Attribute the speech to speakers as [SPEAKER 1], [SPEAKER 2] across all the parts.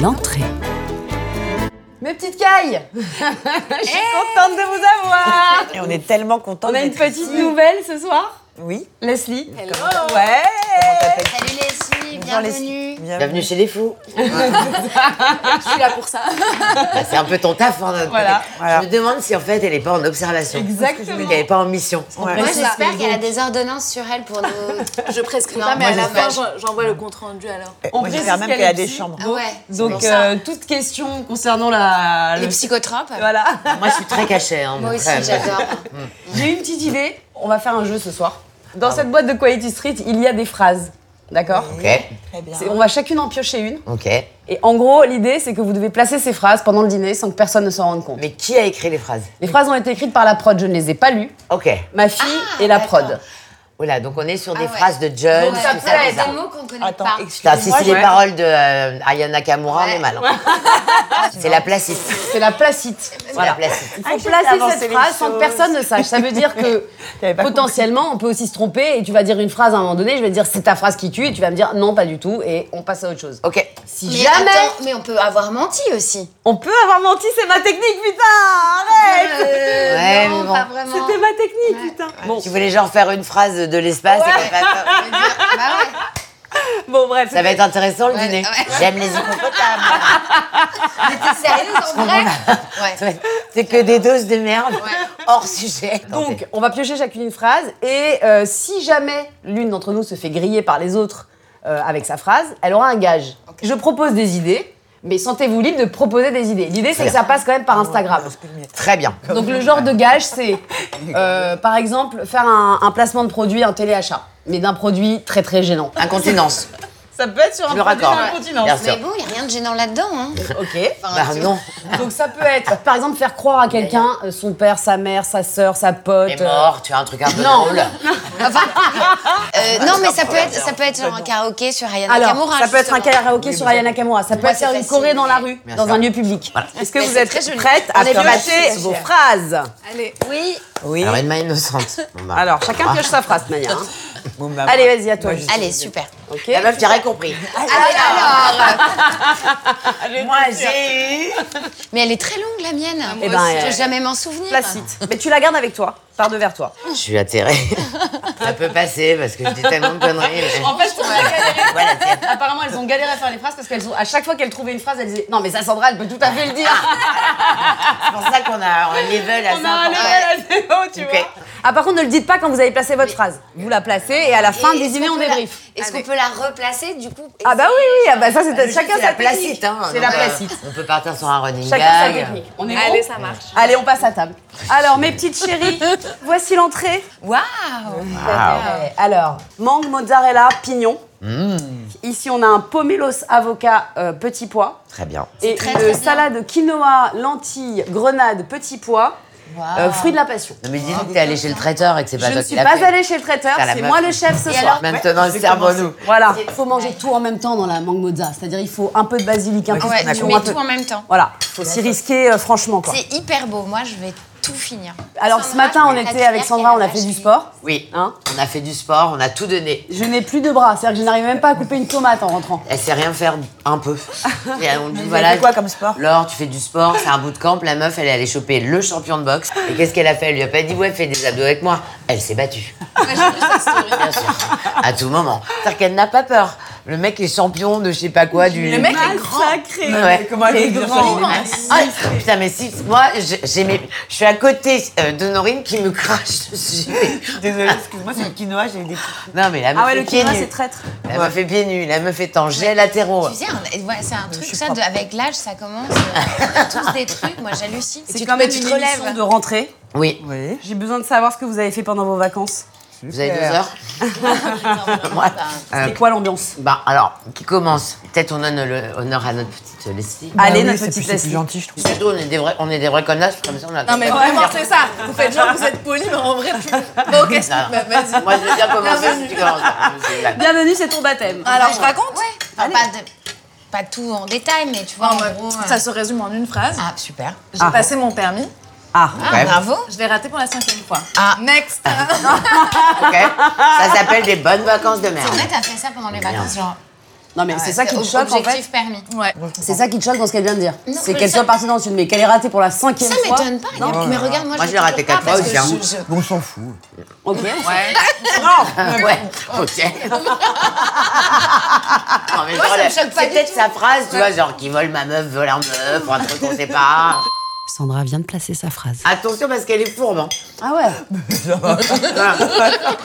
[SPEAKER 1] l'entrée.
[SPEAKER 2] Mes petites cailles Je suis contente de vous avoir
[SPEAKER 3] Et on est tellement contents
[SPEAKER 2] On a une
[SPEAKER 3] d'être
[SPEAKER 2] petite
[SPEAKER 3] ici.
[SPEAKER 2] nouvelle ce soir.
[SPEAKER 3] Oui.
[SPEAKER 2] Leslie.
[SPEAKER 4] Hello.
[SPEAKER 2] Ouais
[SPEAKER 3] Comment t'appelles
[SPEAKER 4] Salut les filles,
[SPEAKER 3] Bonjour, les-
[SPEAKER 4] bienvenue.
[SPEAKER 3] Bienvenue.
[SPEAKER 5] Bienvenue chez les fous.
[SPEAKER 4] Je suis là pour ça.
[SPEAKER 5] Bah, c'est un peu ton taf. hein, d'un côté.
[SPEAKER 2] Voilà.
[SPEAKER 3] Voilà.
[SPEAKER 5] Je me demande si en fait elle n'est pas en observation.
[SPEAKER 2] Exactement.
[SPEAKER 5] Elle n'est pas en mission.
[SPEAKER 3] Ouais.
[SPEAKER 4] Moi,
[SPEAKER 2] Ouais, c'est
[SPEAKER 4] j'espère
[SPEAKER 2] ça.
[SPEAKER 4] qu'elle a des ordonnances sur elle pour nous.
[SPEAKER 6] Je prescris
[SPEAKER 4] Non,
[SPEAKER 6] pas, mais
[SPEAKER 4] moi,
[SPEAKER 6] à la
[SPEAKER 4] j'espère.
[SPEAKER 6] fin, j'en- j'envoie le compte rendu alors.
[SPEAKER 2] On
[SPEAKER 3] Moi,
[SPEAKER 2] précise
[SPEAKER 3] j'espère même qu'elle a
[SPEAKER 2] est
[SPEAKER 3] des
[SPEAKER 2] psy.
[SPEAKER 3] chambres.
[SPEAKER 4] Ah ouais, c'est
[SPEAKER 2] Donc,
[SPEAKER 4] pour ça.
[SPEAKER 2] euh, toute question concernant la...
[SPEAKER 4] Les
[SPEAKER 2] le-
[SPEAKER 4] psychotropes.
[SPEAKER 2] Voilà.
[SPEAKER 5] Moi je suis très cachée. hein,
[SPEAKER 4] Moi
[SPEAKER 5] donc,
[SPEAKER 4] aussi,
[SPEAKER 5] euh,
[SPEAKER 4] j'adore.
[SPEAKER 2] J'ai une petite idée. On va faire un jeu ce soir. Dans cette boîte de Quality Street, il y a des phrases. D'accord
[SPEAKER 5] Ok,
[SPEAKER 3] Très bien.
[SPEAKER 2] C'est- On va chacune en piocher une.
[SPEAKER 5] ok.
[SPEAKER 2] Et en gros, l'idée, c'est que vous devez placer ces phrases pendant le dîner sans que personne ne s'en rende compte.
[SPEAKER 5] Mais qui a écrit les phrases
[SPEAKER 2] Les phrases ont été écrites par la prod, je ne les ai pas lues.
[SPEAKER 5] Ok.
[SPEAKER 2] Ma fille et la prod.
[SPEAKER 4] Ah, d'accord.
[SPEAKER 5] Voilà, donc on est sur
[SPEAKER 4] Ah
[SPEAKER 5] des
[SPEAKER 4] ouais.
[SPEAKER 5] phrases de John.
[SPEAKER 4] Ouais,
[SPEAKER 2] ça
[SPEAKER 4] ouais,
[SPEAKER 2] peut
[SPEAKER 4] ouais,
[SPEAKER 2] être.
[SPEAKER 4] des mots qu'on connaît
[SPEAKER 3] Attends,
[SPEAKER 4] pas.
[SPEAKER 3] excuse-moi.
[SPEAKER 5] Putain, si c'est les paroles de euh, Ayana Kamura, on est mal. hein. C'est la placiste.
[SPEAKER 2] C'est la placite.
[SPEAKER 5] Voilà.
[SPEAKER 2] Voilà.
[SPEAKER 5] La placiste.
[SPEAKER 2] Il
[SPEAKER 3] Ah,
[SPEAKER 2] faut
[SPEAKER 3] j'ai fait
[SPEAKER 2] placer
[SPEAKER 3] avancer
[SPEAKER 2] cette
[SPEAKER 3] les
[SPEAKER 2] phrase sans que
[SPEAKER 3] choses.
[SPEAKER 2] personne ne sache. Ça veut dire que
[SPEAKER 3] T'avais pas
[SPEAKER 2] potentiellement, on peut aussi se tromper et tu vas dire une phrase à un moment donné, je vais te dire c'est ta phrase qui tue et tu vas me dire non, pas du tout et on passe à autre chose.
[SPEAKER 5] Ok.
[SPEAKER 2] Si
[SPEAKER 4] Mais
[SPEAKER 2] jamais
[SPEAKER 4] attends, mais on peut avoir menti aussi.
[SPEAKER 2] on peut avoir menti, c'est ma technique, putain, arrête
[SPEAKER 5] Ouais,
[SPEAKER 4] Euh, non,
[SPEAKER 5] mais bon.
[SPEAKER 4] pas vraiment.
[SPEAKER 2] C'était ma technique, putain. Bon,
[SPEAKER 5] Tu voulais genre faire une phrase de l'espace et comme ça, ça-
[SPEAKER 4] Bah ouais.
[SPEAKER 2] bon, bref.
[SPEAKER 5] ça va être intéressant le
[SPEAKER 4] Ouais,
[SPEAKER 5] dîner.
[SPEAKER 4] ouais.
[SPEAKER 5] J'aime les hippopotames.
[SPEAKER 4] T'es sérieuse en vrai
[SPEAKER 5] Ça
[SPEAKER 4] Ouais.
[SPEAKER 5] va être- C'est que des doses de merde
[SPEAKER 4] Ouais.
[SPEAKER 5] hors sujet.
[SPEAKER 2] Donc, on va piocher chacune une phrase et euh, si jamais l'une d'entre nous se fait griller par les autres euh, avec sa phrase, elle aura un gage. Je propose des idées, mais sentez-vous libre de proposer des idées. L'idée, c'est que ça passe quand même par Instagram.
[SPEAKER 5] Très bien.
[SPEAKER 2] Donc, le genre de gage, c'est euh, par exemple faire un, un placement de produit, un téléachat, mais d'un produit très très gênant.
[SPEAKER 5] Incontinence.
[SPEAKER 2] Ça peut être sur
[SPEAKER 5] Je le raccorde. Bien
[SPEAKER 4] Mais
[SPEAKER 5] sûr.
[SPEAKER 4] bon, il a rien de gênant là-dedans. Hein.
[SPEAKER 2] Ok.
[SPEAKER 4] Enfin,
[SPEAKER 5] Bah
[SPEAKER 4] tu-
[SPEAKER 5] non.
[SPEAKER 2] Donc, ça peut être par exemple faire croire à quelqu'un, euh, son père, sa mère, sa sœur, sa pote.
[SPEAKER 5] T'es mort, tu as un truc un peu
[SPEAKER 2] Non.
[SPEAKER 5] drôle.
[SPEAKER 4] Euh, non, mais ça peut être, ça peut être genre un karaoké sur Ayana
[SPEAKER 2] euh, Alors,
[SPEAKER 4] Kamura.
[SPEAKER 2] ça peut être un
[SPEAKER 4] justement.
[SPEAKER 2] karaoké sur Ayana Kamura, ça peut
[SPEAKER 4] Moi,
[SPEAKER 2] être faire
[SPEAKER 4] c'est
[SPEAKER 2] une
[SPEAKER 4] facile,
[SPEAKER 2] corée dans la
[SPEAKER 4] mais-
[SPEAKER 2] rue,
[SPEAKER 5] Bien
[SPEAKER 2] dans
[SPEAKER 5] sûr.
[SPEAKER 2] un lieu public. Est-ce que
[SPEAKER 4] Mais
[SPEAKER 2] vous
[SPEAKER 4] c'est
[SPEAKER 2] êtes
[SPEAKER 4] très joli.
[SPEAKER 2] prête
[SPEAKER 4] On
[SPEAKER 2] à
[SPEAKER 4] est bien
[SPEAKER 2] piocher
[SPEAKER 4] là-dessus.
[SPEAKER 2] vos phrases
[SPEAKER 6] Allez,
[SPEAKER 4] Oui.
[SPEAKER 3] Oui.
[SPEAKER 5] Alors, une main innocente. Bon, bah.
[SPEAKER 2] Alors, chacun pioche sa phrase, Maya. hein.
[SPEAKER 3] Bon, bah,
[SPEAKER 2] Allez, vas-y, à toi.
[SPEAKER 3] Moi, je-
[SPEAKER 4] Allez, super.
[SPEAKER 2] Ok.
[SPEAKER 5] La meuf, tu rien compris.
[SPEAKER 3] Moi, j'ai eu.
[SPEAKER 4] Mais elle est très longue, la mienne.
[SPEAKER 2] Eh ben,
[SPEAKER 4] je
[SPEAKER 2] euh,
[SPEAKER 4] peux jamais m'en souvenir.
[SPEAKER 2] Placite. Mais tu la gardes avec toi, par devers toi.
[SPEAKER 5] Je suis atterrée. Ça peut passer parce que je dis tellement de conneries. mais-
[SPEAKER 2] fait,
[SPEAKER 5] Voilà, tiens.
[SPEAKER 2] apparemment, elles ont galéré à faire les phrases parce qu'elles ont, à chaque fois qu'elles trouvaient une phrase, elles disaient Non, mais ça, Sandra, elle peut tout à fait le
[SPEAKER 5] Ah,
[SPEAKER 2] dire.
[SPEAKER 5] c'est pour ça qu'on a un level assez important.
[SPEAKER 2] tu
[SPEAKER 5] Ok.
[SPEAKER 2] Ah, par contre, ne le dites pas quand vous avez placé votre phrase. Vous la placez et à la fin
[SPEAKER 4] Et
[SPEAKER 2] des
[SPEAKER 4] est-ce
[SPEAKER 2] dîners,
[SPEAKER 4] qu'on
[SPEAKER 2] on
[SPEAKER 4] peut la-
[SPEAKER 2] débrief.
[SPEAKER 4] Est-ce qu'on peut la replacer du coup
[SPEAKER 2] Ah, bah oui, oui, ah bah ça, c'était
[SPEAKER 5] Le
[SPEAKER 2] chacun
[SPEAKER 5] jeu, c'est
[SPEAKER 2] sa
[SPEAKER 5] la
[SPEAKER 2] placite.
[SPEAKER 5] placite. Hein,
[SPEAKER 2] C'est
[SPEAKER 5] donc,
[SPEAKER 2] la
[SPEAKER 5] euh,
[SPEAKER 2] placite.
[SPEAKER 5] On peut partir sur un running
[SPEAKER 2] Chacun sa
[SPEAKER 5] gag.
[SPEAKER 2] technique. On est
[SPEAKER 6] allez,
[SPEAKER 2] bon
[SPEAKER 6] ça marche.
[SPEAKER 2] Allez, on passe à table. Alors, mes petites chéries, voici l'entrée.
[SPEAKER 4] Waouh
[SPEAKER 5] Waouh.
[SPEAKER 2] Euh, alors, mangue, mozzarella, pignon. Ici, on a un pomelos avocat euh, petit pois.
[SPEAKER 5] Très bien.
[SPEAKER 2] Et
[SPEAKER 4] très,
[SPEAKER 2] une
[SPEAKER 4] très bien.
[SPEAKER 2] salade quinoa, lentilles, grenade, petit pois. euh, fruit de la passion.
[SPEAKER 5] Non, mais dis-nous que t'es allée chez le traiteur et que
[SPEAKER 3] Bah,
[SPEAKER 5] c'est pas
[SPEAKER 2] Oh, Je ne
[SPEAKER 5] toi
[SPEAKER 2] suis
[SPEAKER 5] qui l'as
[SPEAKER 2] pas
[SPEAKER 5] fait.
[SPEAKER 2] allée chez le traiteur,
[SPEAKER 5] T'as la
[SPEAKER 2] c'est
[SPEAKER 5] meuf.
[SPEAKER 2] moi le chef ce
[SPEAKER 4] Et
[SPEAKER 2] soir.
[SPEAKER 4] alors
[SPEAKER 5] Maintenant, le cerveau nous.
[SPEAKER 2] Voilà. Il faut manger tout en même temps dans la mangue mozza. C'est-à-dire, il faut un peu de basilic, un peu
[SPEAKER 4] Ouais,
[SPEAKER 2] de
[SPEAKER 4] tu
[SPEAKER 2] pignon, un
[SPEAKER 4] mets
[SPEAKER 2] peu-
[SPEAKER 4] tout en même temps.
[SPEAKER 2] Voilà, faut s'y risquer euh, franchement. Quoi.
[SPEAKER 4] C'est hyper beau. Moi, je vais tout finir.
[SPEAKER 2] Alors, ce
[SPEAKER 4] Sandra,
[SPEAKER 2] matin, on
[SPEAKER 4] la
[SPEAKER 2] était
[SPEAKER 4] cuillère
[SPEAKER 2] avec
[SPEAKER 4] qui
[SPEAKER 2] Sandra,
[SPEAKER 4] est
[SPEAKER 2] on a
[SPEAKER 4] la
[SPEAKER 2] fait du
[SPEAKER 4] vache.
[SPEAKER 2] sport.
[SPEAKER 5] Oui.
[SPEAKER 2] Hein
[SPEAKER 5] on a fait du sport, on a tout donné.
[SPEAKER 2] Je n'ai plus de bras, c'est-à-dire que je n'arrivais même pas à couper une tomate en rentrant.
[SPEAKER 5] Elle sait rien faire un peu. Et on dit
[SPEAKER 3] avez
[SPEAKER 5] voilà.
[SPEAKER 3] fait quoi comme sport
[SPEAKER 5] Laure, tu fais du sport, c'est un bootcamp. La meuf, elle est allée choper le champion de boxe. Et qu'est-ce qu'elle a fait Elle lui a pas dit ouais, fais des abdos avec moi. Elle s'est battue. Bien sûr. À tout moment. C'est-à-dire qu'elle n'a pas peur. Le mec est champion de je sais pas quoi du.
[SPEAKER 6] Le mec est grand.
[SPEAKER 2] Sacré
[SPEAKER 5] Ouais.
[SPEAKER 3] Comment elle est grande
[SPEAKER 5] Ah, putain, mais si, moi, j'ai- j'ai mes- je suis à côté euh, d'Honorine qui me crache dessus.
[SPEAKER 3] Désolée, excuse-moi, c'est le quinoa, j'ai eu des petits-
[SPEAKER 5] Non, mais la meuf
[SPEAKER 2] Ah ouais, le
[SPEAKER 5] est pieds
[SPEAKER 2] quinoa,
[SPEAKER 5] nus.
[SPEAKER 2] c'est traître.
[SPEAKER 5] La meuf est pieds nus, la meuf est en jet latéraux.
[SPEAKER 4] Tu sais, on- ouais, c'est un truc,
[SPEAKER 3] suis
[SPEAKER 4] ça, de-
[SPEAKER 3] propre.
[SPEAKER 4] avec l'âge, ça commence. euh, tous des trucs, moi, j'hallucine.
[SPEAKER 2] C'est
[SPEAKER 4] quand
[SPEAKER 2] quand même une émission de rentrée.
[SPEAKER 5] Oui.
[SPEAKER 3] Oui.
[SPEAKER 2] J'ai besoin de savoir ce que vous avez fait pendant vos vacances.
[SPEAKER 5] Vous avez deux heures
[SPEAKER 3] Euh,
[SPEAKER 2] C'est quoi l'ambiance
[SPEAKER 5] Bah alors, qui commence Peut-être on donne le- honneur à notre petite Leslie.
[SPEAKER 6] Ah.
[SPEAKER 3] Bah
[SPEAKER 2] Allez,
[SPEAKER 3] oui,
[SPEAKER 2] notre
[SPEAKER 3] c'est
[SPEAKER 2] petite
[SPEAKER 3] plus- C'est plus
[SPEAKER 2] Leslie.
[SPEAKER 3] gentil, je trouve.
[SPEAKER 5] C'est tout, on est des vrais, on est des vrais connasses, comme ça on a.
[SPEAKER 6] Non, mais vraiment, c'est ça. Vous faites genre, vous êtes poli, mais en vrai, plus. Bon, ok,
[SPEAKER 5] Non, non.
[SPEAKER 6] bah, vas-y.
[SPEAKER 5] Moi je veux bien commencer si tu commences. C'est blague.
[SPEAKER 2] Bienvenue, c'est ton baptême.
[SPEAKER 6] Alors, je raconte
[SPEAKER 4] Ouais. Bah, Enfin, pas, de- pas tout en détail, mais tu
[SPEAKER 2] Ah,
[SPEAKER 4] vois,
[SPEAKER 6] Non,
[SPEAKER 2] bah,
[SPEAKER 4] en
[SPEAKER 6] mais
[SPEAKER 4] gros.
[SPEAKER 6] Ça
[SPEAKER 4] euh,
[SPEAKER 6] se résume en une phrase.
[SPEAKER 4] Ah, super.
[SPEAKER 6] J'ai passé mon permis.
[SPEAKER 2] Ah,
[SPEAKER 4] Ah,
[SPEAKER 5] Ouais.
[SPEAKER 4] bravo.
[SPEAKER 6] Je l'ai raté pour la cinquième fois.
[SPEAKER 4] Ah.
[SPEAKER 6] Next.
[SPEAKER 5] Ok. Ça s'appelle des bonnes vacances de
[SPEAKER 4] En
[SPEAKER 5] merde.
[SPEAKER 4] fait, t'as fait ça pendant les vacances, genre.
[SPEAKER 2] Non, mais c'est ça qui te choque en fait.
[SPEAKER 4] Objectif permis.
[SPEAKER 6] Ouais.
[SPEAKER 2] C'est ça qui te choque dans ce qu'elle vient de dire.
[SPEAKER 4] Non,
[SPEAKER 2] C'est
[SPEAKER 4] mais
[SPEAKER 2] qu'elle
[SPEAKER 4] ça-
[SPEAKER 2] soit partie dans une, mais qu'elle ait raté pour la cinquième
[SPEAKER 4] Ça
[SPEAKER 2] fois.
[SPEAKER 4] m'étonne pas. Gab. mais regarde, moi,
[SPEAKER 5] Moi,
[SPEAKER 4] je
[SPEAKER 5] je l'ai raté
[SPEAKER 4] toujours
[SPEAKER 5] quatre
[SPEAKER 4] pas
[SPEAKER 5] fois
[SPEAKER 4] parce
[SPEAKER 5] aussi, hein.
[SPEAKER 4] que je-
[SPEAKER 1] On s'en fout.
[SPEAKER 2] Ok.
[SPEAKER 5] Ouais, ok. Non, mais genre,
[SPEAKER 4] ça me
[SPEAKER 5] le-
[SPEAKER 4] choque
[SPEAKER 5] c'est
[SPEAKER 4] pas du
[SPEAKER 5] peut-être
[SPEAKER 4] tout.
[SPEAKER 5] sa phrase, tu vois, genre qui vole ma meuf, vole un meuf, ou un truc qu'on sait pas.
[SPEAKER 2] Sandra vient de placer sa phrase.
[SPEAKER 5] Attention parce qu'elle est fourbe. hein.
[SPEAKER 2] Ah ouais
[SPEAKER 5] Voilà.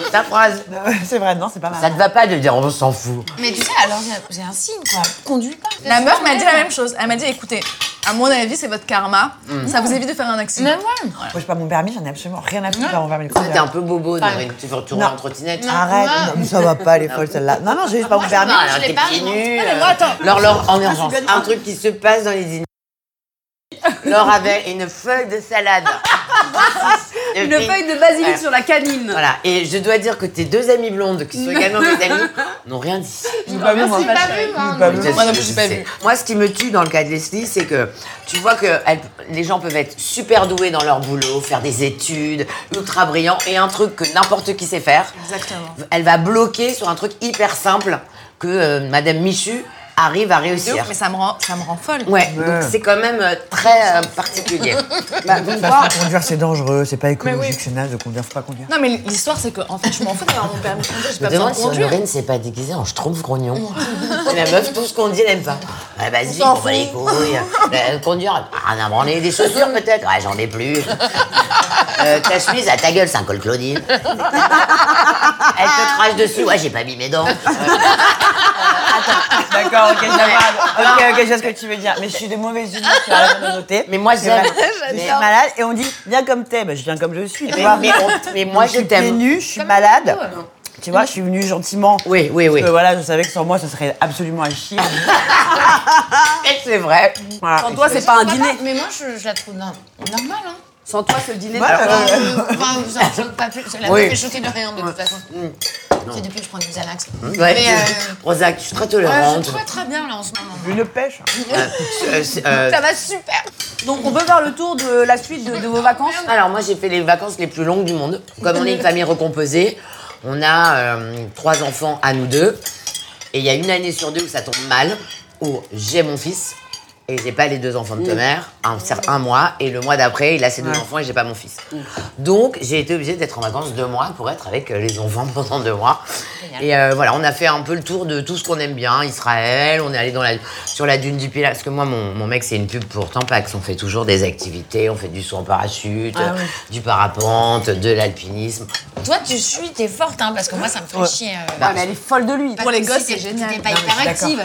[SPEAKER 5] Sa phrase.
[SPEAKER 3] Euh, C'est vrai, non, c'est pas mal.
[SPEAKER 5] Ça te va pas de dire on s'en fout.
[SPEAKER 4] Mais tu sais, alors j'ai- j'ai un signe, quoi. Conduis pas.
[SPEAKER 6] La meuf m'a dit la même chose. Elle m'a dit écoutez, à mon avis, c'est votre karma.
[SPEAKER 5] Mm.
[SPEAKER 6] Ça vous évite de faire un accident.
[SPEAKER 4] Mais ouais.
[SPEAKER 3] Moi, j'ai pas mon permis, j'en ai absolument rien à foutre d'avoir mon permis de
[SPEAKER 5] Ah, T'es
[SPEAKER 3] conduire.
[SPEAKER 5] un peu bobo dans une tu retournes en
[SPEAKER 3] Non.
[SPEAKER 5] trottinette.
[SPEAKER 3] Arrête, non, mais ça va pas, les folles, celle-là. Non, non, j'ai juste pas mon permis.
[SPEAKER 5] Ah, alors,
[SPEAKER 4] je l'ai
[SPEAKER 5] t'es
[SPEAKER 4] pas,
[SPEAKER 5] pieds
[SPEAKER 4] non.
[SPEAKER 5] nus,
[SPEAKER 6] mais moi,
[SPEAKER 5] euh,
[SPEAKER 6] attends.
[SPEAKER 5] Laure, Laure, en urgence. Un truc qui se passe dans les dîners. Laure avait une feuille de salade.
[SPEAKER 2] Une feuille de basilic
[SPEAKER 5] Ouais.
[SPEAKER 2] sur la canine.
[SPEAKER 5] Voilà, et je dois dire que tes deux amies blondes, qui sont également mes amies, n'ont rien dit.
[SPEAKER 3] J'ai pas vu, moi.
[SPEAKER 4] J'ai pas vu,
[SPEAKER 3] J'ai
[SPEAKER 4] moi.
[SPEAKER 3] pas vu.
[SPEAKER 6] Moi non plus, j'ai pas vu.
[SPEAKER 5] Moi, ce qui me tue dans le cas de Leslie, c'est que tu vois que elle- les gens peuvent être super doués dans leur boulot, faire des études, ultra brillants, et un truc que n'importe qui sait faire.
[SPEAKER 6] Exactement.
[SPEAKER 5] Elle va bloquer sur un truc hyper simple que euh, Madame Michu arrive à
[SPEAKER 6] De ouf,
[SPEAKER 5] réussir.
[SPEAKER 6] mais ça me rend, ça me rend folle.
[SPEAKER 5] Ouais, donc c'est quand même euh, très euh, particulier. Bah, donc,
[SPEAKER 3] Parce
[SPEAKER 5] moi,
[SPEAKER 3] que conduire, c'est dangereux, c'est pas écologique,
[SPEAKER 6] oui.
[SPEAKER 3] c'est naze de conduire, faut pas conduire.
[SPEAKER 6] Non, mais l'histoire, c'est que, en fait, je m'en fous d'avoir mon permis de conduire, j'ai
[SPEAKER 5] Je
[SPEAKER 6] pas
[SPEAKER 5] me
[SPEAKER 6] besoin
[SPEAKER 5] demande
[SPEAKER 6] de
[SPEAKER 5] si
[SPEAKER 6] conduire.
[SPEAKER 5] Honorine s'est pas déguisée en schtroumpf grognon. Et la meuf, tout ce qu'on dit, elle aime pas. Ah, vas-y, on va les couilles. Euh, conduire, ah, rien à branler. Des chaussures, peut-être Ah, j'en ai plus. Euh, ta chemise, à ta gueule, c'est un col Claudine. Elle te crache dessus. Ouais, j'ai pas mis mes dents.
[SPEAKER 3] D'accord, ok, j'avale. Ok, ok, je vois ce que tu veux dire. Mais je suis de mauvaise humeur, tu as raison de noter.
[SPEAKER 5] Mais moi,
[SPEAKER 3] C'est
[SPEAKER 5] j'aime.
[SPEAKER 3] vrai. Je suis malade et on dit, viens comme t'es. Ben, je viens comme je suis. tu
[SPEAKER 5] Mais,
[SPEAKER 3] vois.
[SPEAKER 5] mais on- mais moi,
[SPEAKER 3] Moi,
[SPEAKER 5] je
[SPEAKER 3] je t'ai
[SPEAKER 5] t'aime.
[SPEAKER 3] venue, je suis malade. Tu vois, je suis venue gentiment.
[SPEAKER 5] Oui, oui, oui.
[SPEAKER 3] Parce que voilà, je savais que sans moi, ça serait absolument à chier.
[SPEAKER 5] Et C'est vrai.
[SPEAKER 3] Voilà.
[SPEAKER 2] Sans toi, c'est pas un
[SPEAKER 4] Voilà,
[SPEAKER 2] dîner.
[SPEAKER 4] Mais moi, je, je la trouve norm- normale. Hein.
[SPEAKER 2] Sans toi, c'est le dîner.
[SPEAKER 3] Voilà.
[SPEAKER 4] Enfin,
[SPEAKER 6] Euh,
[SPEAKER 4] je- enfin, vous en choque pas plus. La
[SPEAKER 5] Euh. Oui.
[SPEAKER 4] me fait choquer de rien, de toute façon. C'est depuis que je prends du Xanax.
[SPEAKER 5] Ouais.
[SPEAKER 4] Mais euh,
[SPEAKER 5] Prozac, je suis très
[SPEAKER 4] ouais, je
[SPEAKER 5] tolérante.
[SPEAKER 4] trouve très bien, là, en ce moment.
[SPEAKER 3] Une pêche.
[SPEAKER 5] Euh, c'est- euh,
[SPEAKER 4] Ça va super.
[SPEAKER 2] Donc, on peut faire le tour de la suite de, de vos vacances.
[SPEAKER 5] Alors moi j'ai fait les vacances les plus longues du monde. Comme on est une famille recomposée, on a euh, trois enfants à nous deux. Et il y a une année sur deux où ça tombe mal, où j'ai mon fils et j'ai pas les deux enfants de ta mère, un, cer- un mois, et le mois d'après il a ses deux enfants et j'ai pas mon fils. Donc j'ai été obligée d'être en vacances deux mois pour être avec euh, les enfants pendant deux mois. Et euh, voilà, on a fait un peu le tour de tout ce qu'on aime bien, Israël, on est allé dans la, sur la dune du Pilat, parce que moi mon, mon mec c'est une pub pour Tampax, on fait toujours des activités, on fait du saut en parachute, euh, du parapente, de l'alpinisme.
[SPEAKER 4] Toi, tu suis, t'es forte, hein, parce que moi, ça me fait chier. euh,
[SPEAKER 5] Bah,
[SPEAKER 2] Ah, mais elle est folle de lui.
[SPEAKER 4] pas
[SPEAKER 6] pour les
[SPEAKER 4] comme
[SPEAKER 6] gosses,
[SPEAKER 4] si
[SPEAKER 6] c'est
[SPEAKER 4] t'es-
[SPEAKER 6] génial.
[SPEAKER 4] T'es pas
[SPEAKER 6] Non, mais
[SPEAKER 4] hyper active.